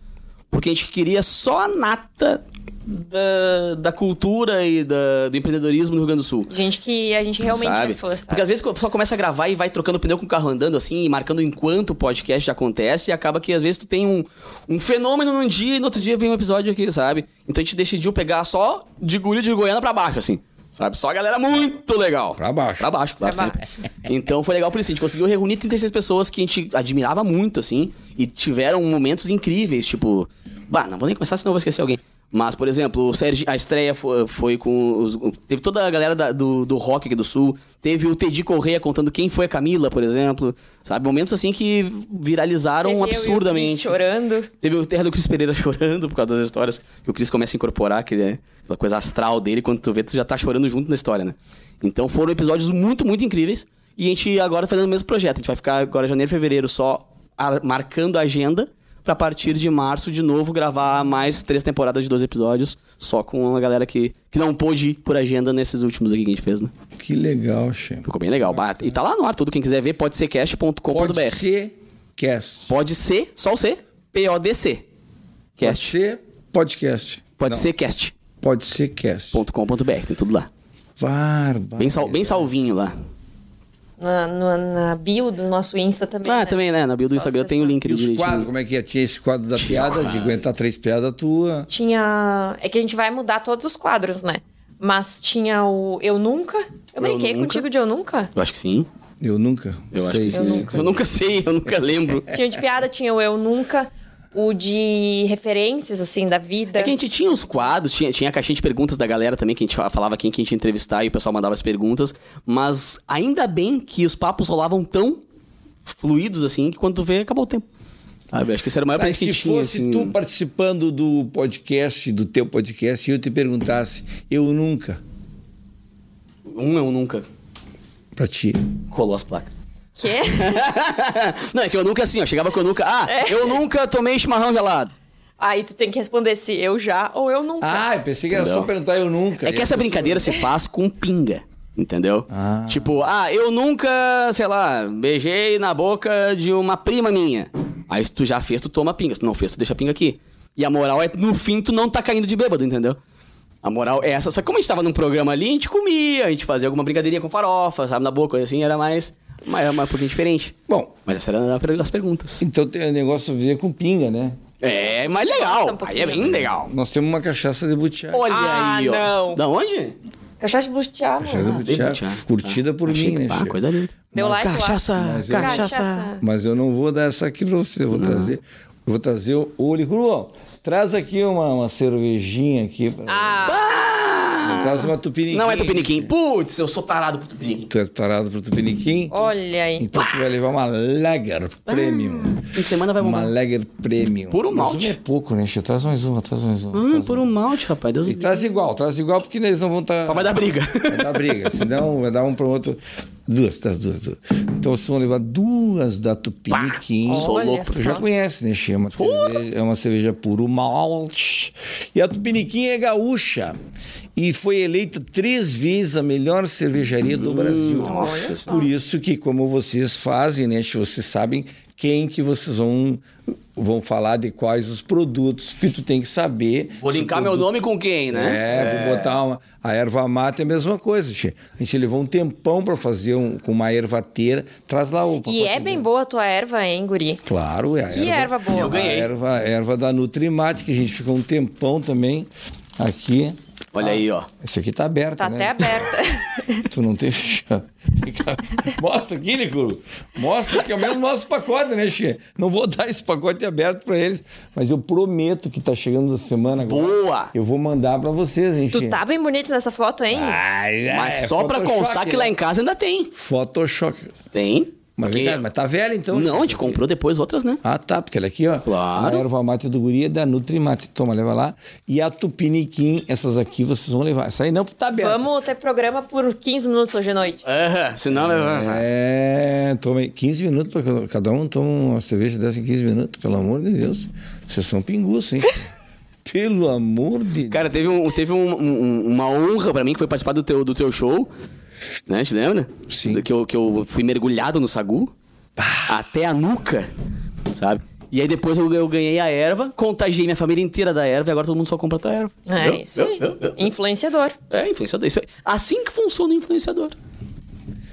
B: Porque a gente queria só a nata da, da cultura e da- do empreendedorismo no Rio Grande do Sul.
C: Gente que a gente realmente
B: sabe?
C: é fã, sabe?
B: Porque às vezes o pessoal começa a gravar e vai trocando pneu com o carro andando, assim, e marcando enquanto o podcast acontece, e acaba que às vezes tu tem um, um fenômeno num dia e no outro dia vem um episódio aqui, sabe? Então a gente decidiu pegar só de guri de Goiânia pra baixo, assim. Sabe? Só a galera muito legal.
A: Pra baixo.
B: Pra baixo, claro,
C: Pra
B: sempre. Então foi legal por isso. A gente conseguiu reunir 36 pessoas que a gente admirava muito, assim, e tiveram momentos incríveis, tipo. Bah, não vou nem começar, senão eu vou esquecer alguém. Mas, por exemplo, o Sérgio, a estreia foi, foi com. os- teve toda a galera da- do, do rock aqui do sul. Teve o Teddy Correia contando quem foi a Camila, por exemplo. Sabe? Momentos assim que viralizaram
C: Teve eu e o Cris
B: um absurdamente.
C: Chorando.
B: Teve o Terra do Cris Pereira chorando por causa das histórias que o Cris começa a incorporar, que ele é aquela coisa astral dele, quando tu vê, tu já tá chorando junto na história, né? Então foram episódios muito, muito incríveis. E a gente agora tá fazendo o mesmo projeto. A gente vai ficar agora janeiro, fevereiro só a- marcando a agenda pra partir de março de novo gravar mais três temporadas de 12 episódios, só com a galera que, que não pôde ir por agenda nesses últimos aqui que a gente fez, né?
A: Que legal, Che.
B: Ficou bem legal. Bah, E tá lá no ar, tudo quem quiser ver, pode ser
A: Pode
B: cast.com.br.
A: ser cast.
B: Pode ser, só o C, P-O-D-C.
A: Pode
B: Cast.
A: ser podcast.
B: Pode
A: Não,
B: ser cast.com.br,
A: Pode ser cast.
B: tem tudo lá.
A: Barba.
B: Bem, sal- bem salvinho lá.
C: Na, na- na bio do nosso Insta também.
B: Ah,
C: né?
B: também, né? Na bio do
C: Só
B: Instagram tem o
C: acessar.
B: link
A: E
B: ali
A: os
B: direitinho.
A: quadros, como é que é? Tinha esse quadro da piada, de aguentar três piadas tua.
C: Tinha. É que a gente vai mudar todos os quadros, né? Mas tinha o Eu Nunca. Eu
B: Eu
C: brinquei
B: Nunca.
C: contigo de Eu Nunca.
B: Eu acho que sim.
A: Eu nunca.
B: Eu acho
A: sei
B: que sim.
A: se-
B: Eu nunca sei, eu nunca lembro.
C: Tinha de piada, tinha o Eu Nunca. o de referências, assim, da vida.
B: É que a gente tinha os quadros, tinha, tinha a caixinha de perguntas da galera também, que a gente fa- falava quem que a gente ia entrevistar e o pessoal mandava as perguntas. Mas ainda bem que os papos rolavam tão fluidos assim que quando tu vê, acabou o tempo. Sabe? Acho que esse era o maior
A: Mas
B: presente
A: se
B: que tinha,
A: fosse
B: assim.
A: tu participando do podcast, do teu podcast, e eu te perguntasse, eu nunca,
B: Um eu nunca
A: pra ti.
B: rolou as placas. É?
C: Que?
B: Não, é que eu nunca assim, ó. Chegava que eu nunca. Ah, eu nunca tomei chimarrão gelado.
C: Aí tu tem que responder se eu já ou eu nunca.
A: Ah, eu pensei que era
B: Entendeu?
A: só perguntar, eu nunca.
B: É que essa brincadeira se faz com pinga, entendeu?
A: Ah.
B: Tipo, ah, eu nunca, sei lá, beijei na boca de uma prima minha. Aí se tu já fez, tu toma pinga. Se tu não fez, tu deixa a pinga aqui. E a moral é, no fim, tu não tá caindo de bêbado, entendeu? A moral é essa. Só que como a gente tava num programa ali, a gente comia, a gente fazia alguma brincadeirinha com farofa, sabe, na boca, coisa assim, era mais, mais, mais um pouquinho diferente.
A: Bom,
B: Mas essa era a per- as perguntas.
A: então tem um negócio a ver com pinga, né?
B: É, mais legal.
C: Gosta um
B: Aí é
C: pouquinho,
B: bem
C: né?
B: legal.
A: Nós temos uma cachaça de butiá.
B: Olha
C: Ah,
B: aí, ó.
C: não.
B: Da onde?
C: Cachaça de bustear,
A: Cachaça de
C: mano.
A: butiá,
B: Butiá. tá.
A: curtida por
B: Achei
A: mim,
B: que-
A: né?
B: Ah,
A: Chico?
B: coisa linda.
C: Deu like lá.
D: Cachaça,
A: Mas é eu-
D: cachaça.
C: Cachaça.
A: Mas eu não vou dar essa aqui pra você, eu vou trazer. Eu vou trazer o o olho cru. Traz aqui uma, uma cervejinha aqui. Pra...
C: Ah,
A: Traz uma tupiniquim.
B: Não é Tupiniquim. Putz, eu sou tarado pro Tupiniquim.
A: Tu é parado pro tupiniquim.
C: olha aí.
A: Então tu vai levar uma Lager Premium.
B: Fim de semana vai
A: Uma
B: bombar.
A: Lager Premium.
B: Puro
A: Mas
B: malte.
A: uma é pouco, né? Chico? Traz mais uma, traz mais uma.
B: Hum,
A: traz
B: por
A: uma.
B: um malte, rapaz. Deus
A: E traz igual, traz igual, porque eles não vão estar...
B: Vai dar briga.
A: Então, Vai dar briga, senão vai dar um pro outro. Duas, traz duas, duas. Então vocês vão levar duas da Tupiniquim.
C: Pá, sou
A: Olha
C: louco.
A: Tu já conhece, né, Xê? É uma cerveja- É uma cerveja puro malte. E a Tupiniquim é gaúcha. E foi eleita três vezes a melhor cervejaria do Brasil.
B: nossa Olha só.
A: Por isso que, como vocês fazem, né, Xê? Vocês sabem quem que vocês vão... Vão falar de quais os produtos, porque tu tem que saber.
B: Vou
A: se o
B: linkar meu
A: produto-
B: nome com quem, né?
A: é, vou botar uma. A erva mata é a mesma coisa, tchê. A gente levou um tempão pra fazer um, com uma ervateira. Traz lá o.
C: E
A: pacote
C: é bem
A: dele.
C: boa a tua erva, hein, guri?
A: Claro, é a
C: Que erva boa. Eu
B: ganhei.
A: A erva, a erva da Nutrimate, que a gente ficou um tempão também aqui.
B: Olha aí, ó.
A: Isso aqui tá aberto,
C: Tá
A: né?
C: até aberta.
A: Tu não tem fechado. Fica- Mostra aqui, Licuru. Mostra que é o mesmo nosso pacote, né, Xê? Não vou dar esse pacote aberto pra eles, mas eu prometo que tá chegando na semana agora.
B: Boa!
A: Eu vou mandar pra vocês, hein, Xê?
C: tu tá bem bonito nessa foto, hein?
A: Ai,
B: Mas
A: é,
B: só pra
A: Photoshop,
B: constar que lá
A: né?
B: em casa ainda tem.
A: Photoshop.
B: Tem.
A: Mas,
B: Porque-
A: vem cá, mas tá velha então?
B: Não, a
A: gente
B: gente comprou depois outras, né?
A: Ah, tá, porque ela aqui, ó.
B: Claro.
A: A erva mate do guri é da Nutrimate. Toma, leva lá. E a Tupiniquim, essas aqui vocês vão levar. Essa aí não, porque tá aberta.
C: Vamos ter programa por 15 minutos hoje à noite.
A: Ah.
B: Aham, senão...
A: É, toma aí. 15 minutos pra cada- cada um. Toma uma cerveja dessa em 15 minutos, pelo amor de Deus. Vocês são pinguços, hein? pelo amor de Deus.
B: Cara, teve, um, teve um- um- uma honra pra mim que foi participar do teu, do teu show. Né? Te lembra?
A: Sim.
B: Que eu, que eu fui mergulhado no sagu. Até a nuca, sabe? E aí depois eu, eu ganhei a erva, contagiei minha família inteira da erva e agora todo mundo só compra a tua erva.
C: É
B: Entendeu?
C: isso aí. Influenciador.
B: É, influenciador. Isso é assim que funciona o influenciador.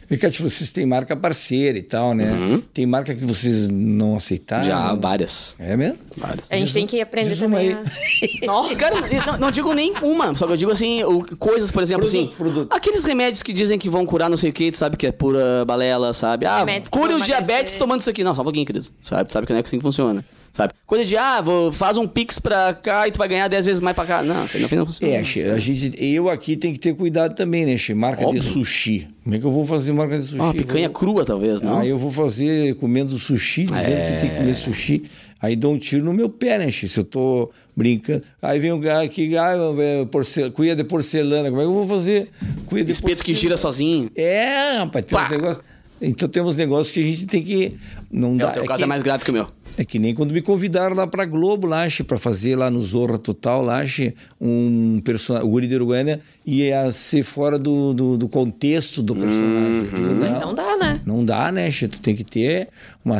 A: Ficate, tipo, vocês têm marca parceira e tal, né? Tem marca que vocês não aceitaram?
B: Uhum. Já várias.
A: É mesmo?
B: Ah. Várias.
C: A gente tem que aprender
A: diz uma
C: também. né?
A: aí.
C: a- Nossa.
B: Cara, eu não, não digo nem uma, só que eu digo assim, o- coisas, por exemplo,
A: Produto,
B: assim.
A: produto.
B: Aqueles remédios que dizem que vão curar não sei o que, tu sabe que é pura balela, sabe? Ah,
C: Remédios que
B: cura
C: vão
B: o diabetes
C: emagrecer.
B: tomando isso aqui. Não, só um pouquinho, querido. Sabe? Sabe que não é assim que funciona. Sabe? Coisa de, ah, vou, faz um pix pra cá e tu vai ganhar 10 vezes mais pra cá. Não, isso aí não, não funciona.
A: É, Che, a gente, eu aqui tem que ter cuidado também, né, Che? Marca
B: Óbvio.
A: de sushi. Como é que eu vou fazer marca de sushi?
B: Ah, uma picanha
A: Vou-
B: crua, talvez, não? É.
A: Ah, eu vou fazer comendo sushi, dizendo que tem que comer sushi. Aí dou um tiro no meu pé, né, Che? Se eu tô brincando. Aí vem o cara aqui, ah, é porcel... cuia de porcelana. Como é que eu vou fazer? Cuia de
B: Espeto que
A: porcelana.
B: gira sozinho.
A: É, rapaz, tem
B: Pá!
A: uns negócios. Então temos negócios que a gente tem que. Não
B: É,
A: dá.
B: o teu
A: é
B: caso
A: que-
B: é mais grave que o meu.
A: é que nem quando me convidaram lá pra Globo, lá, che, pra fazer lá no Zorra Total, lá, che, um personagem, o Guri de Uruguaiana ia ser fora do, do, do contexto do personagem. Eu
B: Uhum.
A: digo, não,
C: Não dá, né?
A: não dá, né, che, tu tem que ter uma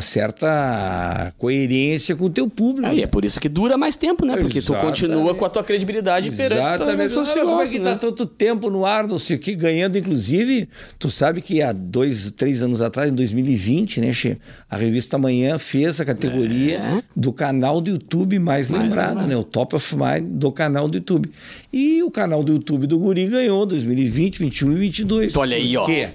A: certa coerência com o teu público.
B: Ah, e é por isso que dura mais tempo, né? Porque tu
A: Exatamente.
B: continua com a tua credibilidade perante todas as
A: Exatamente.
B: pessoas que
A: Ah, Como é que
B: gostam,
A: tá
B: né?
A: tanto tempo no ar, não sei o que, ganhando, inclusive, tu sabe que há dois, três anos atrás, em 2020, né, Che? A revista Amanhã fez a categoria
B: É.
A: do canal do YouTube mais, lembrado, né? O Top of Mind do canal do YouTube. E o canal do YouTube do Guri ganhou 2020, 21 e 22.
B: Olha aí, ó.
A: Por quê?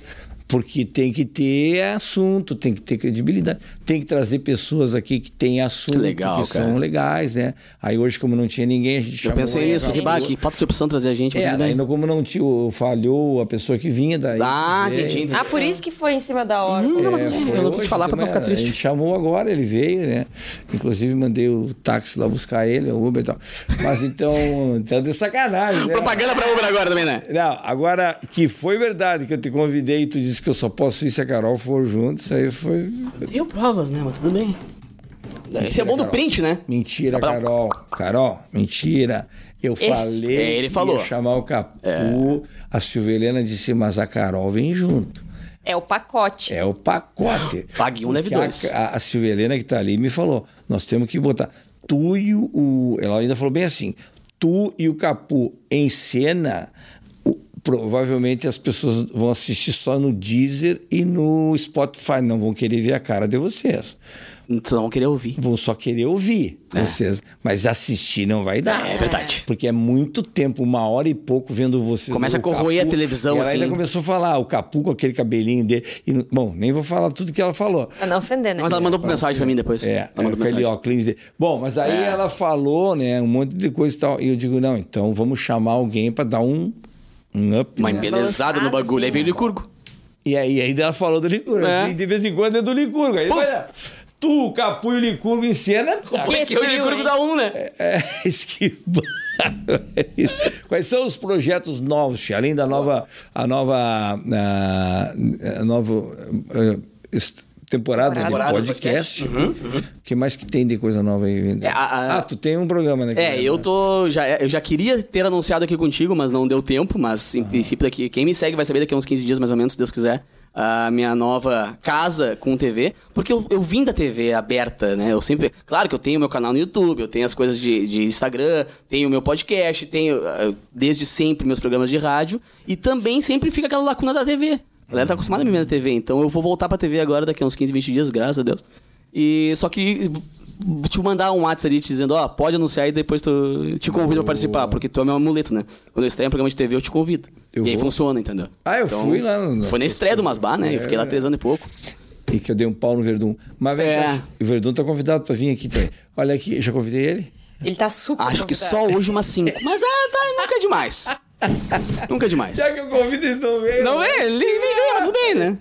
A: Porque tem que ter assunto, tem que ter credibilidade, tem que trazer pessoas aqui que têm assunto, que,
B: legal, cara.
A: são legais, né? Aí hoje, como não tinha ninguém, a gente
B: Eu
A: chamou...
B: pensei nisso, porque,
A: porque
B: bah, que pode ser opção trazer a gente.
A: É,
B: mas tudo
A: daí
B: bem.
A: não- como não tinha, o- falhou a pessoa que vinha, daí...
B: Ah,
A: veio.
B: entendi.
C: Ah, por isso que foi em cima da hora.
B: Não, mas
A: É,
B: eu
A: foi
B: não vou te
A: hoje,
B: falar pra
A: também, é,
B: não ficar
A: A
B: triste.
A: gente chamou agora, ele veio, né? Inclusive mandei o táxi lá buscar ele, o Uber e tal. Mas então, tá de sacanagem, né?
B: Propaganda pra Uber agora também, né?
A: Não, agora que foi verdade que eu te convidei e tu disse que eu só posso ir se a Carol for junto, isso aí foi.
B: Tenho provas, né? Mas tudo bem. Esse é bom do
A: Carol.
B: print, né?
A: Mentira,
B: Tá pra-
A: Carol. Carol, mentira. Eu falei.
B: É, ele
A: que
B: falou.
A: Ia chamar o Capu. A Silvia Helena disse, mas a Carol vem junto.
C: É o pacote.
A: É o pacote.
B: um Pague um, leve
A: Porque a-
B: dois.
A: A, a Silvia Helena que tá ali me falou: nós temos que botar tu e o- o. Ela ainda falou bem assim: tu e o Capu em cena. o- Provavelmente as pessoas vão assistir só no Deezer e no Spotify, não vão querer ver a cara de vocês.
B: Vocês não vão querer ouvir.
A: Vão só querer ouvir vocês, mas assistir não vai dar.
B: É verdade.
A: Porque é muito tempo, uma hora e pouco vendo vocês.
B: Começa
A: no
B: a corroer
A: Capu.
B: a televisão,
A: e ela ainda
B: assim.
A: começou a falar, "Ah, o Capu com aquele cabelinho dele. e não- bom, nem vou falar tudo que ela falou.
C: Pra não ofender, né?
B: Mas ela mandou mensagem pra mim depois.
A: É,
B: ela mandou
A: é, aquele
B: mensagem. É.
A: óculos. de- Bom, mas aí ela falou, né, um monte de coisa e tal. E eu digo, não, então vamos chamar alguém pra dar um, um up.
B: Uma
A: né?
B: embelezada no
C: Balançada,
B: bagulho. Aí
C: assim.
B: veio o Licurgo.
A: E aí ainda ela falou do Licurgo.
B: É.
A: assim, de vez em quando é do Licurgo. Aí,
B: Pô.
A: olha, tu, o Capu e o Licurgo em cena. tá,
C: Que
B: Porque eu e o
C: trio,
B: Licurgo
C: hein?
B: dá um, né?
A: É, esquiva. Quais são os projetos novos, Xi? além da nova, a nova, a, a nova eh, est- temporada,
B: Temporada
A: de
B: do Uhum,
A: podcast? O que mais que tem de coisa nova aí? Vini?
B: É, a- a-
A: ah, tu tem um programa, né?
B: É, eu tô. Já, eu já queria ter anunciado aqui contigo, mas não deu tempo. Mas em princípio, daqui, quem me segue vai saber daqui a uns 15 dias, mais ou menos, se Deus quiser, a minha nova casa com TV. Porque eu, eu vim da TV aberta, né? Eu sempre. Claro que eu tenho meu canal no YouTube, eu tenho as coisas de, de Instagram, tenho meu podcast, tenho ah, desde sempre meus programas de rádio. E também sempre fica aquela lacuna da TV. A galera tá acostumada a me ver na TV, então eu vou voltar pra TV agora daqui a uns 15, 20 dias, graças a Deus. E só que vou te mandar um WhatsApp ali te dizendo, ó, pode anunciar e depois tu te convido pra participar, porque tu é meu amuleto, né? Quando eu estreio em programa de TV, eu te convido.
A: Eu
B: e aí
A: vou.
B: funciona, entendeu? Então,
A: Ah, eu fui lá no- É.
B: Foi na estreia do Masbá, né? Eu fiquei lá três anos e pouco.
A: E que eu dei um pau no Verdun. Mas vem
B: É.
A: cá, o Verdun tá convidado pra vir aqui também. Olha aqui, já convidei ele?
C: Ele tá super.
B: Acho que só
C: convidado.
B: hoje umas cinco. Mas ah, tá, nunca é demais. nunca é demais.
A: Já que eu convido, eles não vêm.
B: Não é? Ele nem viu, mas tudo bem, né?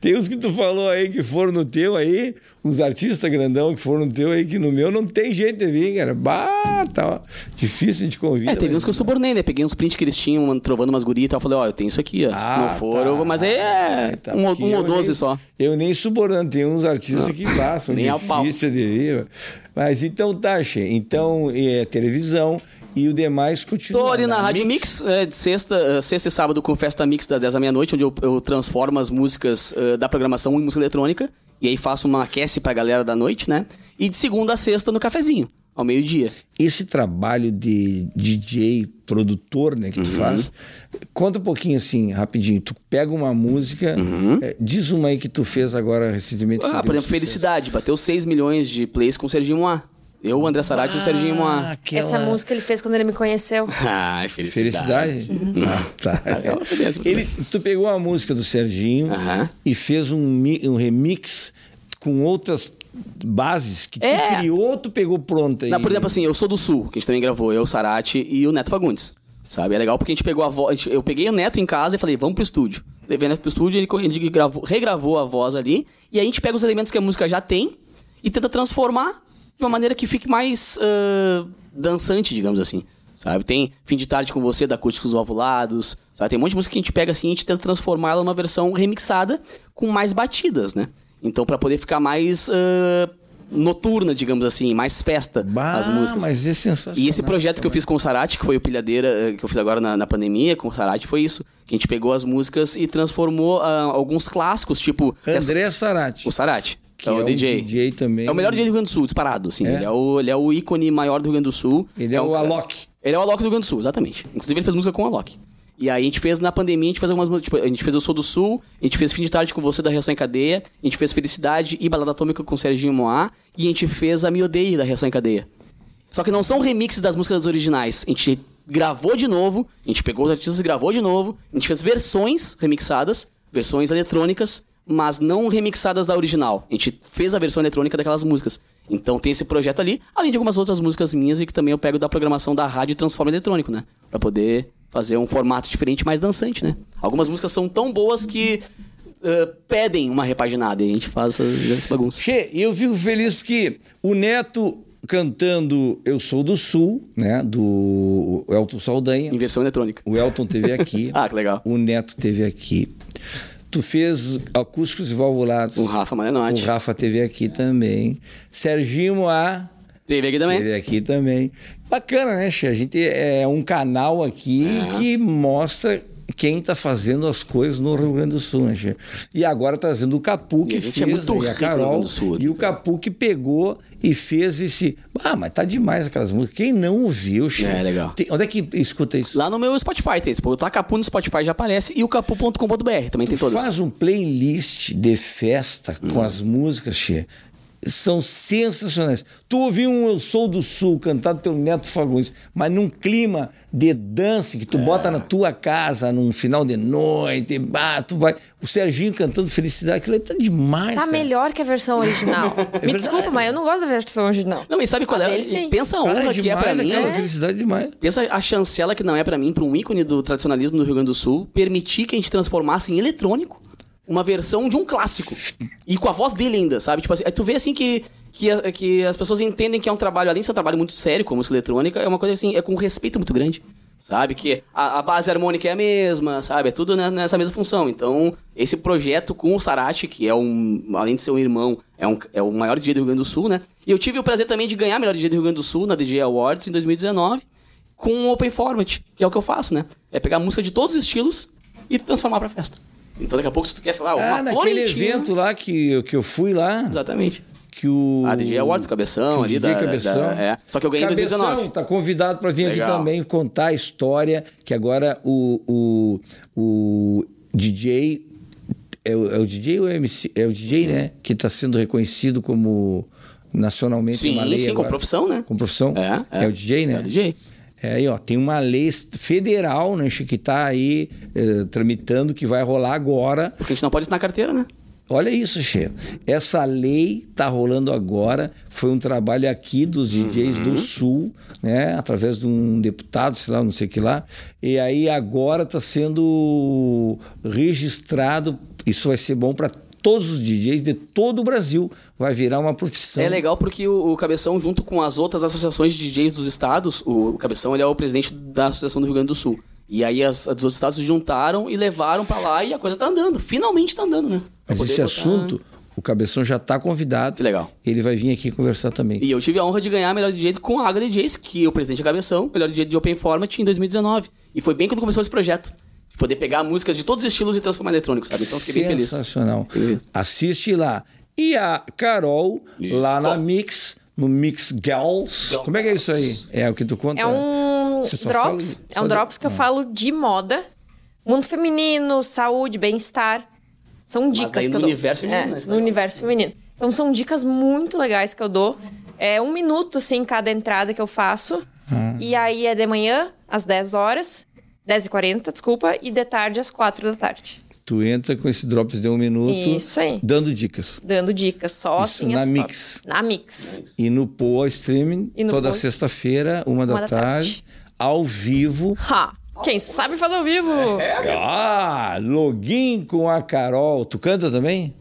A: Tem uns que tu falou aí que foram no teu aí, uns artistas grandão que foram no teu aí, que no meu não tem jeito de vir, cara. Bah, tá difícil de convidar.
B: É, teve
A: mas-
B: uns que eu subornei, né? Peguei uns prints que eles tinham, trovando umas gurias e tal. Falei, ó, eu tenho isso aqui, ó. Se
A: Ah,
B: não for,
A: tá.
B: eu vou. Mas aí é
A: Tá,
B: um, ou-
A: porque
B: um ou
A: eu nem-
B: doze só. Ah,
A: Eu nem subornando, tem uns artistas que passam,
B: Nem a pau.
A: difícil de vir. né? Mas então tá, Che. Então é televisão e o demais continua.
B: Tô ali na
A: né?
B: Rádio Mix, é, de sexta, eh, sexta e sábado com festa Mix das 10 da meia-noite, onde eu, eu transformo as músicas eh, da programação em música eletrônica. E aí faço uma aquece pra galera da noite, né? E de segunda a sexta no cafezinho, ao meio-dia.
A: Esse trabalho de DJ, produtor, né,
B: Uhum.
A: que tu faz, conta um pouquinho assim, rapidinho. Tu pega uma música, é, diz uma aí que tu fez agora recentemente. que
B: Uhum. Ah, por
A: deu
B: exemplo,
A: sucesso.
B: Felicidade, bateu 6 milhões de plays com o Serginho Moá. Eu, o André Sarati e o Serginho Moá.
A: Ah, aquela-
C: Essa música ele fez quando ele me conheceu.
B: Ah, felicidade.
A: Felicidade? Ah, tá.
B: é uma beleza, muito
A: Ele, tu pegou a música do Serginho
B: Aham.
A: e fez um, mi- um remix com outras bases que tu
B: É.
A: criou, tu pegou pronta aí.
B: Não, por exemplo, assim, eu sou do Sul, que a gente também gravou, eu, o Sarati e o Neto Fagundes. Sabe? É legal porque a gente pegou a voz. Eu peguei o Neto em casa e falei, vamos pro estúdio. Levei o Neto pro estúdio, ele, co- ele gravou, regravou a voz ali. E aí a gente pega os elementos que a música já tem e tenta transformar de uma maneira que fique mais ah, dançante, digamos assim. Sabe? Tem Fim de Tarde com Você, da Acústicos Ovulados. Sabe? Tem um monte de música que a gente pega assim e a gente tenta transformar ela numa versão remixada com mais batidas, né? Então, pra poder ficar mais. ah, noturna, digamos assim, mais festa
A: Bah,
B: as músicas.
A: Mas é sensacional.
B: E esse projeto que eu fiz com o Sarati, que foi o Pilhadeira, eh, que eu fiz agora na, na pandemia com o Sarati, foi isso. Que a gente pegou as músicas e transformou ah, alguns clássicos, tipo...
A: André Sarati.
B: O Sarati.
A: Que
B: é o
A: é um
B: DJ.
A: DJ também.
B: É o melhor DJ do Rio Grande do Sul, disparado, assim.
A: É?
B: Ele, é o, ele é o ícone maior do Rio Grande do Sul.
A: Ele é
B: um
A: o
B: cara-
A: Alok.
B: ele é o Alok do Rio Grande do Sul, exatamente. Inclusive, ele fez música com o Alok. E aí a gente fez na pandemia, a gente fez algumas músicas. Tipo, a gente fez Eu Sou do Sul, a gente fez Fim de Tarde com Você da Reação em Cadeia, a gente fez Felicidade e Balada Atômica com Serginho Moá, e a gente fez A Me Odeie da Reação em Cadeia. Só que não são remixes das músicas originais. A gente gravou de novo, a gente pegou os artistas e gravou de novo, a gente fez versões remixadas versões eletrônicas, mas não remixadas da original. A gente fez a versão eletrônica daquelas músicas. Então tem esse projeto ali, além de algumas outras músicas minhas e que também eu pego da programação da rádio e transformo em eletrônico, né? Pra poder fazer um formato diferente, mais dançante, né? Algumas músicas são tão boas que eh, pedem uma repaginada e a gente faz essa, essa bagunça.
A: Che, eu fico feliz porque o Neto cantando Eu Sou do Sul, né? Do Elton Saldanha.
B: Em versão eletrônica.
A: O Elton teve aqui.
B: Ah, que legal.
A: O Neto teve aqui. Tu fez acústicos e valvulados.
B: O Rafa Malenotti.
A: O Rafa teve aqui também. Serginho Moá
B: Teve aqui também.
A: teve aqui também. Bacana, né, Che? A gente é um canal aqui
B: É.
A: que mostra quem tá fazendo as coisas no Rio Grande do Sul, né, Che? E agora trazendo o Capu que
B: a
A: fez,
B: gente é muito
A: né? e a
B: rico no Rio Grande
A: Carol,
B: do Sul,
A: e o
B: então.
A: Capu que pegou e fez esse... Ah, mas tá demais aquelas músicas. Quem não ouviu, Che?
B: É, legal.
A: Tem- Onde é que escuta isso?
B: Lá no meu Spotify tem. Se botar Capu no Spotify já aparece. E o capu.com.br também tem todas. Hum.
A: Faz um playlist de festa com as músicas, Che. São sensacionais. Tu ouviu um Eu Sou do Sul cantado pelo Neto Fagundes, mas num clima de dança que
B: É.
A: tu bota na tua casa num final de noite, bah, tu vai. O Serginho cantando Felicidade, aquilo aí tá demais.
C: Tá
A: cara.
C: melhor que a versão original. Me
A: É verdade.
C: desculpa, mas eu não gosto da versão original.
B: Não, e sabe qual é?
C: Ah, dele, sim.
B: Pensa a
A: Cara,
B: honra
A: é
B: que é pra
A: demais
B: mim.
A: aquela
B: né?
A: felicidade demais.
B: Pensa a chancela que não é pra mim, pra um ícone do tradicionalismo do Rio Grande do Sul, permitir que a gente transformasse em eletrônico uma versão de um clássico. E com a voz dele ainda, sabe? Tipo assim, aí tu vê assim que, que, a- que as pessoas entendem que é um trabalho, além de ser um trabalho muito sério com a música eletrônica, é uma coisa assim, é com um respeito muito grande. Sabe? Que a, a base harmônica é a mesma, sabe? É tudo ne- nessa mesma função. Então, esse projeto com o Sarati, que é um. Além de ser um irmão, é, um, é o maior DJ do Rio Grande do Sul, né? E eu tive o prazer também de ganhar a melhor DJ do Rio Grande do Sul na DJ Awards em 2019 com um open format, que é o que eu faço, né? É pegar música de todos os estilos e transformar pra festa. Então daqui a pouco se tu quer, sei lá,
A: Ah,
B: uma né?
A: naquele
B: Florentina...
A: evento lá que, eu- que eu fui lá,
B: Exatamente.
A: que o.
B: A DJ Awards, o Cabeção
A: Que o
B: ali
A: DJ
B: da-
A: Cabeção.
B: da- é. Só que eu ganhei em
A: Cabeção
B: 2019.
A: tá convidado para vir aqui
B: Legal.
A: também contar a história que agora o, o, o DJ... É o, é o DJ ou é o MC? É o DJ,
B: Uhum.
A: né? Que está sendo reconhecido como nacionalmente
B: Sim,
A: uma lei
B: sim, com
A: agora.
B: profissão, né?
A: Com profissão.
B: É, é.
A: o DJ, né?
B: É o DJ.
A: É aí, ó, tem uma lei federal, né, Chico, que está aí eh, tramitando, que vai rolar agora,
B: Porque a gente não pode isso na carteira, né?
A: Olha isso, Che. Essa lei tá rolando agora. Foi um trabalho aqui dos DJs
B: Uhum.
A: do Sul, né? Através de um deputado, sei lá, não sei o que lá. E aí agora tá sendo registrado. Isso vai ser bom para todos os DJs de todo o Brasil. Vai virar uma profissão.
B: É legal porque o, o Cabeção, junto com as outras associações de DJs dos estados, o, o Cabeção ele é o presidente da Associação do Rio Grande do Sul. E aí as, as dos outros estados se juntaram e levaram pra lá e a coisa tá andando. Finalmente tá andando, né? Pra
A: Mas
B: poder
A: esse
B: botar-
A: assunto, o Cabeção já tá convidado.
B: Que legal.
A: Ele vai vir aqui conversar também.
B: E eu tive a honra de ganhar a melhor DJ com a Agra DJs, que é o presidente da Cabeção, melhor DJ de Open Format em 2019. E foi bem quando começou esse projeto. De poder pegar músicas de todos os estilos e transformar em eletrônico, sabe? Então eu fiquei bem feliz.
A: Sensacional. Assiste lá. E a Carol,
B: Isso.
A: lá na
B: Ó.
A: Mix, no Mix Girls.
B: Girls.
A: Como é que é isso aí? É o que tu conta?
C: É um
A: Você só
C: drops.
A: fala-
C: é
A: só
C: um
A: de-
C: drops que eu
A: Ah.
C: falo de moda. Mundo feminino, saúde, bem-estar. São dicas
B: daí
C: que
B: no
C: eu dou.
B: universo feminino, né?
C: é,
A: tá
B: Isso é
C: No
B: legal.
C: universo feminino. Então são dicas muito legais que eu dou. É um minuto, assim, cada entrada que eu faço.
A: Hum.
C: E aí é de manhã, às 10 horas. 10h40, desculpa. E de tarde, às 4 da tarde.
A: Tu entra com esse drops de um minuto.
C: Isso aí.
A: Dando dicas.
C: Dando dicas só,
A: Isso,
C: assim,
A: na
C: as top.
A: Mix.
C: Na Mix.
A: E no Poa Streaming,
C: E no
A: toda
C: Poa.
A: sexta-feira, uma, da,
C: da
A: tarde,
C: tarde.
A: ao vivo.
C: Ha! Quem sabe faz ao vivo.
A: É.
B: É,
A: Ah, login com a Carol. Tu canta também?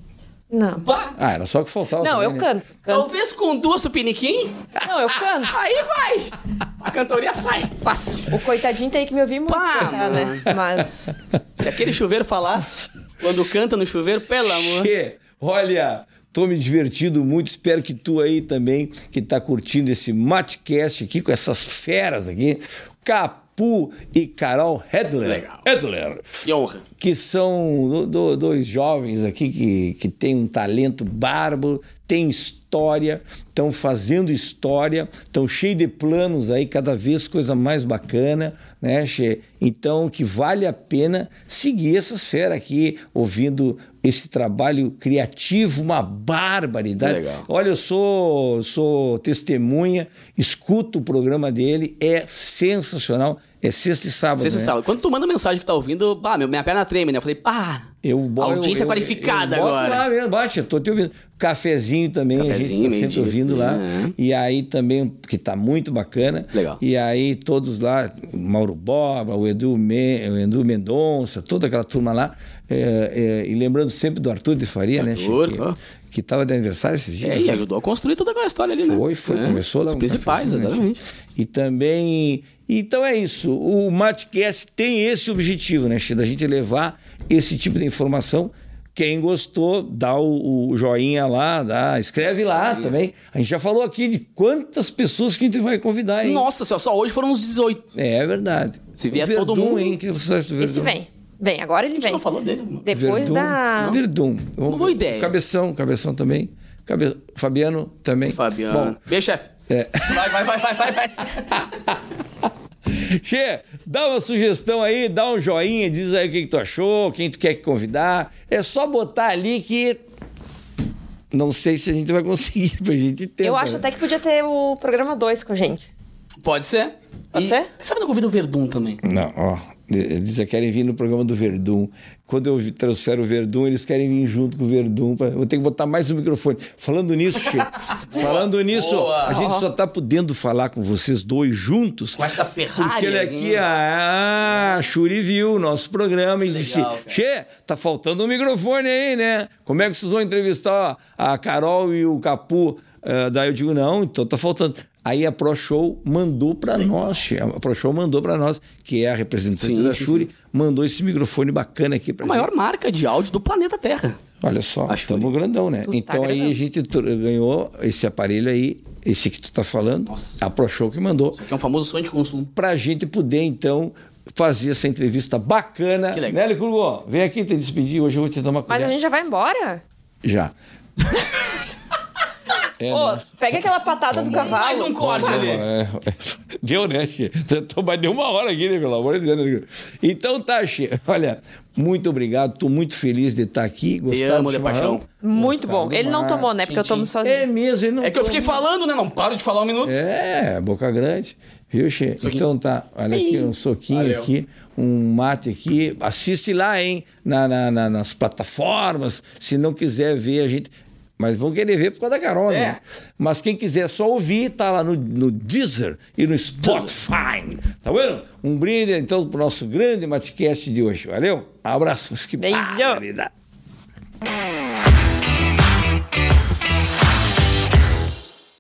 C: Não.
A: Ah, era só o que faltava.
C: Não,
A: também,
C: eu
A: né?
C: canto. canto.
B: Talvez com duas supiniquim?
C: Não, eu canto.
B: Aí vai! A cantoria sai! Fácil!
C: O coitadinho tem que me ouvir muito,
B: Pá,
C: coitado, né? Mas.
B: Se aquele chuveiro falasse, quando canta no chuveiro, pelo amor.
A: Che, olha, tô me divertindo muito. Espero que tu aí também, que tá curtindo esse Matcast aqui com essas feras aqui, Capu e Carol Hedler.
B: Legal.
A: Hedler
B: Que honra.
A: que são do- do- dois jovens aqui que, que têm um talento bárbaro, têm história, estão fazendo história, estão cheios de planos aí, cada vez coisa mais bacana, né, Che? Então, que vale a pena seguir essas feras aqui, ouvindo esse trabalho criativo, uma barbaridade.
B: Legal.
A: Olha, eu sou, sou testemunha, escuto o programa dele, é sensacional. É sexta e sábado.
B: Sexta e
A: né?
B: sábado. Quando tu manda mensagem que tá ouvindo, bah, meu, minha perna treme, né? Eu falei, pá,
A: Eu boto-
B: Audiência
A: eu-
B: qualificada
A: eu boto
B: agora.
A: lá mesmo, bate, eu tô te ouvindo. Cafezinho também,
B: Cafezinho,
A: a gente tá
B: meio-dia,
A: sempre ouvindo lá.
B: né?
A: E aí também, que tá muito bacana.
B: Legal.
A: E aí todos lá, o Mauro Borba, o Edu, Men- o Edu Mendonça, toda aquela turma lá. É, é, e lembrando sempre do Arthur de Faria, né,
B: Arthur,
A: Chiquinho?
B: claro.
A: Que tava de aniversário esses dias.
B: É, e ajudou a construir toda aquela história ali, né?
A: Foi, foi,
B: É,
A: começou lá.
B: Os
A: um
B: principais,
A: cafezinho, né?
B: exatamente.
A: E também. Então é isso. O Matcast tem esse objetivo, né, Che? Da gente levar esse tipo de informação. Quem gostou, dá o, o joinha lá, dá, escreve lá também. A gente já falou aqui de quantas pessoas que a gente vai convidar, hein?
B: Nossa senhora, só hoje foram uns 18.
A: É, é verdade.
B: Se vier
A: O Verdun,
B: todo mundo-
A: hein? Que você acha do Verdun?
C: Esse vem. Vem, agora ele
B: A gente
C: vem.
B: não falou dele, mano.
C: Depois
A: Verdun,
C: da.
A: Verdun. Vamos
B: Uma boa
A: ver.
B: ideia.
A: Cabeção, cabeção também. Cabe... Fabiano também.
B: Fabiano.
A: Bom, é,
B: Beijo, chefe. Vai, vai, vai, vai, vai, vai.
A: Che, dá uma sugestão aí, dá um joinha, diz aí o que, que tu achou, quem tu quer que convidar. É só botar ali que. Não sei se a gente vai conseguir, pra gente ter. né?
C: Eu acho até que podia ter o programa 2 com a gente.
B: Pode ser?
C: Pode
B: E-
C: ser?
B: Quem sabe não convida o Verdun também?
A: Não, ó. Eles já querem vir no programa do Verdun. Quando eu vi- trouxer o Verdun, eles querem vir junto com o Verdun. pra- Vou ter que botar mais um microfone. Falando nisso, Che, falando nisso,
B: boa.
A: a gente só tá podendo falar com vocês dois juntos.
B: Com esta Ferrari.
A: Porque ele é aqui, ah,
B: né?
A: a, a Shuri viu o nosso programa e disse:
B: cara.
A: Che, tá faltando um microfone aí, né? Como é que vocês vão entrevistar a Carol e o Capu? Eh, daí eu digo: não, então tá faltando. Aí a ProShow mandou pra nós, Che. a ProShow mandou pra nós, que é a representante
B: Sim,
A: da
B: sim,
A: Shuri, mandou esse microfone bacana aqui pra
B: A
A: gente.
B: maior marca de áudio do planeta Terra.
A: Olha só,
B: A Shuri.
A: estamos grandão, né?
C: Tu tá
A: então aí
C: grandão.
A: a gente tr- ganhou esse aparelho aí, esse que tu tá falando,
B: Nossa.
A: a ProShow que mandou
B: Que é um famoso sonho de consumo.
A: para a gente poder, então, fazer essa entrevista bacana.
B: Que
A: Que
B: legal.
A: legal. Curgo, vem aqui te despedir. Hoje eu vou te dar uma
C: Mas
A: colher.
C: a gente já vai embora?
A: Já. É,
C: Ô,
A: né?
C: pega aquela patada do cavalo.
B: Mais um corte ali.
A: É, Deu, né, Xê? Tô- Mas deu uma hora aqui, né, pelo amor de Deus. né? Então tá, Xê. Olha, muito obrigado. Estou muito feliz de estar aqui. Gostaram
B: amo,
A: do
B: de
A: chimarrão?
B: paixão.
C: Muito
A: Gostaram
C: bom.
A: do
C: Ele não
A: mar.
C: tomou, né? Porque eu tomo
A: É
C: sozinho.
A: mesmo, ele não
B: É que eu
A: tomou.
B: fiquei falando, né? Não paro de falar um minuto.
A: É, boca grande. Viu, Che? Então tá, olha aqui, um soquinho
B: Um Valeu.
A: aqui, um mate aqui. Assiste lá, hein? Na, na- na- nas plataformas, se não quiser ver, a gente. Mas vão querer ver por causa da carona.
B: É.
A: né? Mas quem quiser só ouvir, tá lá no, no Deezer e no Spotify. Tá vendo? Um brinde, então, pro nosso grande matcast de hoje. Valeu? Abraço. Mas Que
C: Beijo.
A: barbaridade.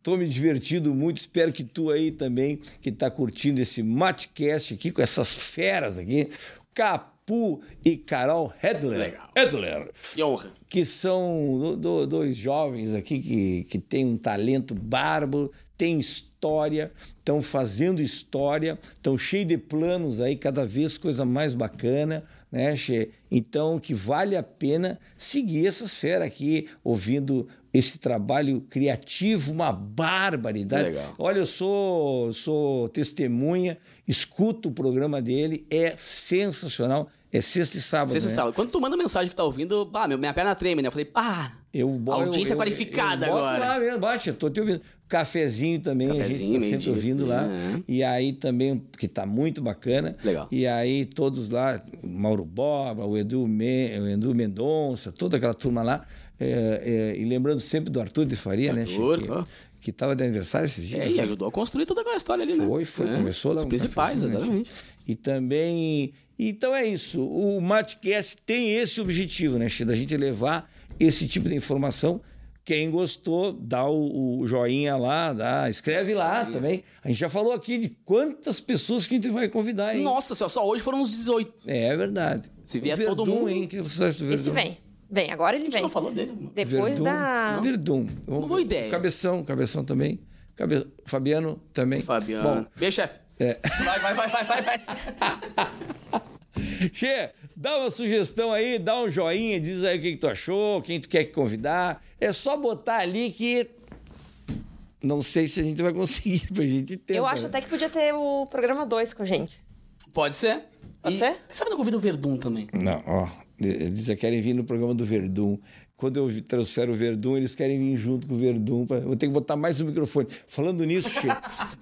A: Tô me divertindo muito, espero que tu aí também, que tá curtindo esse Matcast aqui com essas feras aqui, Capu e Carol Hedler.
B: Legal.
A: Hedler
B: Que honra.
A: que são do- do- dois jovens aqui que, que têm um talento bárbaro, têm história, estão fazendo história, estão cheios de planos aí, cada vez coisa mais bacana, né, Che? Então, que vale a pena seguir essas feras aqui, ouvindo esse trabalho criativo, uma barbaridade.
B: Legal.
A: Olha, eu sou, sou testemunha, escuto o programa dele, é sensacional. É sexta e sábado.
B: Sexta e
A: né?
B: sábado. Quando tu manda mensagem que tá ouvindo, bah, meu, minha perna treme, né? Eu falei, pá.
A: Eu bo-
B: Audiência qualificada
A: eu boto
B: agora.
A: lá mesmo, bate, eu tô te ouvindo. Cafezinho também,
B: Cafezinho,
A: a gente tá
B: meio-dia,
A: sempre ouvindo lá.
B: né?
A: E aí também, que tá muito bacana.
B: Legal.
A: E aí todos lá, o Mauro Borba, o Edu, Men- o Edu Mendonça, toda aquela turma lá. É, é, e lembrando sempre do Arthur de Faria, né,
B: Arthur,
A: Chiquinho?
B: claro.
A: Que tava de aniversário esses dias. né?
B: É, e ajudou a construir toda aquela história ali, né?
A: Foi, foi,
B: É,
A: começou lá.
B: Os
A: um
B: principais,
A: cafezinho, né,
B: exatamente.
A: Chico? E também. Então é isso. O Matcast tem esse objetivo, né, Chico? Da gente levar esse tipo de informação. Quem gostou, dá o, o joinha lá, dá, escreve lá também. A gente já falou aqui de quantas pessoas que a gente vai convidar, hein?
B: Nossa senhora, só hoje foram uns 18.
A: É, verdade.
B: Se vier
A: O Verdun,
B: todo mundo-
A: hein? O que você acha do Verdun?
C: Esse vem. Vem, agora ele
B: A gente
C: vem.
B: não falou dele, mano.
C: Depois
A: Verdun,
C: da.
A: Verdun. Vamos
B: Uma boa
A: ver.
B: ideia.
A: Cabeção, Cabeção também. Cabe... Fabiano também.
B: Fabiano. Beijo, chefe.
C: É.
B: Vai, vai, vai, vai, vai, vai.
A: Che, dá uma sugestão aí, dá um joinha, diz aí o que, que tu achou, quem tu quer que convidar. É só botar ali que. Não sei se a gente vai conseguir, pra gente ter. né?
C: Eu acho até que podia ter o programa 2 com a gente.
B: Pode ser?
C: Pode
B: E-
C: ser?
B: Quem sabe não convida o Verdun também?
A: Não, ó. Eles já querem vir no programa do Verdun. Quando eu trouxer o Verdun, eles querem vir junto com o Verdun. pra- Vou ter que botar mais um microfone. Falando nisso, Chico,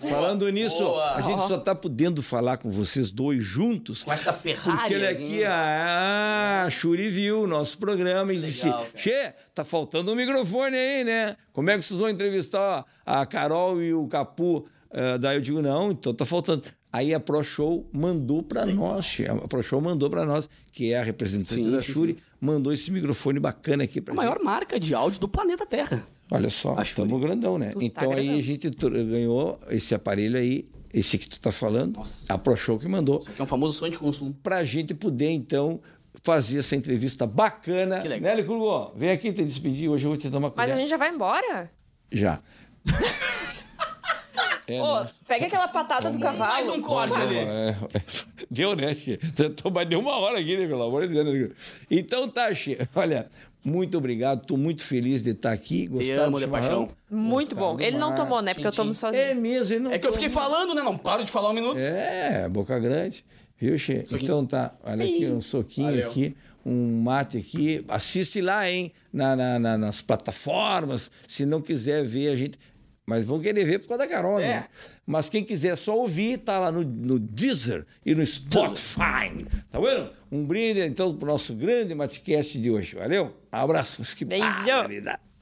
A: falando nisso,
B: boa.
A: a gente só está podendo falar com vocês dois juntos.
B: Com esta Ferrari
A: Porque ele
B: aqui.
A: aqui, ah, a, a Shuri viu o nosso programa e disse:
B: legal, cara.
A: Che, tá faltando um microfone aí, né? Como é que vocês vão entrevistar a Carol e o Capu? Eh, daí eu digo: não, então tá faltando. Aí a ProShow mandou para nós, che. a ProShow mandou para nós, que é a representante
B: Sim,
A: da
B: sim,
A: Shuri, mandou esse microfone bacana aqui para
B: A maior marca de áudio do planeta Terra.
A: Olha só,
B: A Shuri.
A: estamos grandão, né?
C: Tu tá
A: então aí
C: grandão.
A: a gente tr- ganhou esse aparelho aí, esse que tu tá falando,
B: Nossa.
A: a ProShow que mandou
B: Que é um famoso sonho de consumo.
A: para a gente poder, então, fazer essa entrevista bacana.
B: Que legal.
A: Né, Licurgo? Vem aqui te despedir, hoje eu vou te dar uma
C: Mas
A: colher.
C: a gente já vai embora?
A: Já. É,
C: Ô,
A: né?
C: pega aquela patada do cavalo.
B: Mais um corte ali.
A: É, Deu, né, Xê? Tô- Mas deu uma hora aqui, né, pelo amor de Deus. né, Licurgo? Então tá, Xê. Olha, muito obrigado, estou muito feliz de estar aqui. Gostaram
B: amo,
A: do
B: de
A: chimarrão?
B: paixão.
C: Muito
A: Gostaram
C: bom.
A: do
C: Ele não
A: mar.
C: tomou, né? Porque eu tomo
A: É
C: sozinho.
A: mesmo, ele não
B: É que eu fiquei falando, né? Não paro de falar um minuto.
A: É, boca grande. Viu, Che? Então tá, olha aqui, um soquinho
B: Um Valeu.
A: aqui, um mate aqui. Assiste lá, hein? Na, na- na- nas plataformas, se não quiser ver, a gente. Mas vão querer ver por causa da carona.
B: É.
A: né? Mas quem quiser só ouvir, tá lá no, no Deezer e no Spotify. Tá vendo? Um brinde, então, pro nosso grande matcast de hoje. Valeu? Abraço. Mas que
C: Beijo.
A: barbaridade.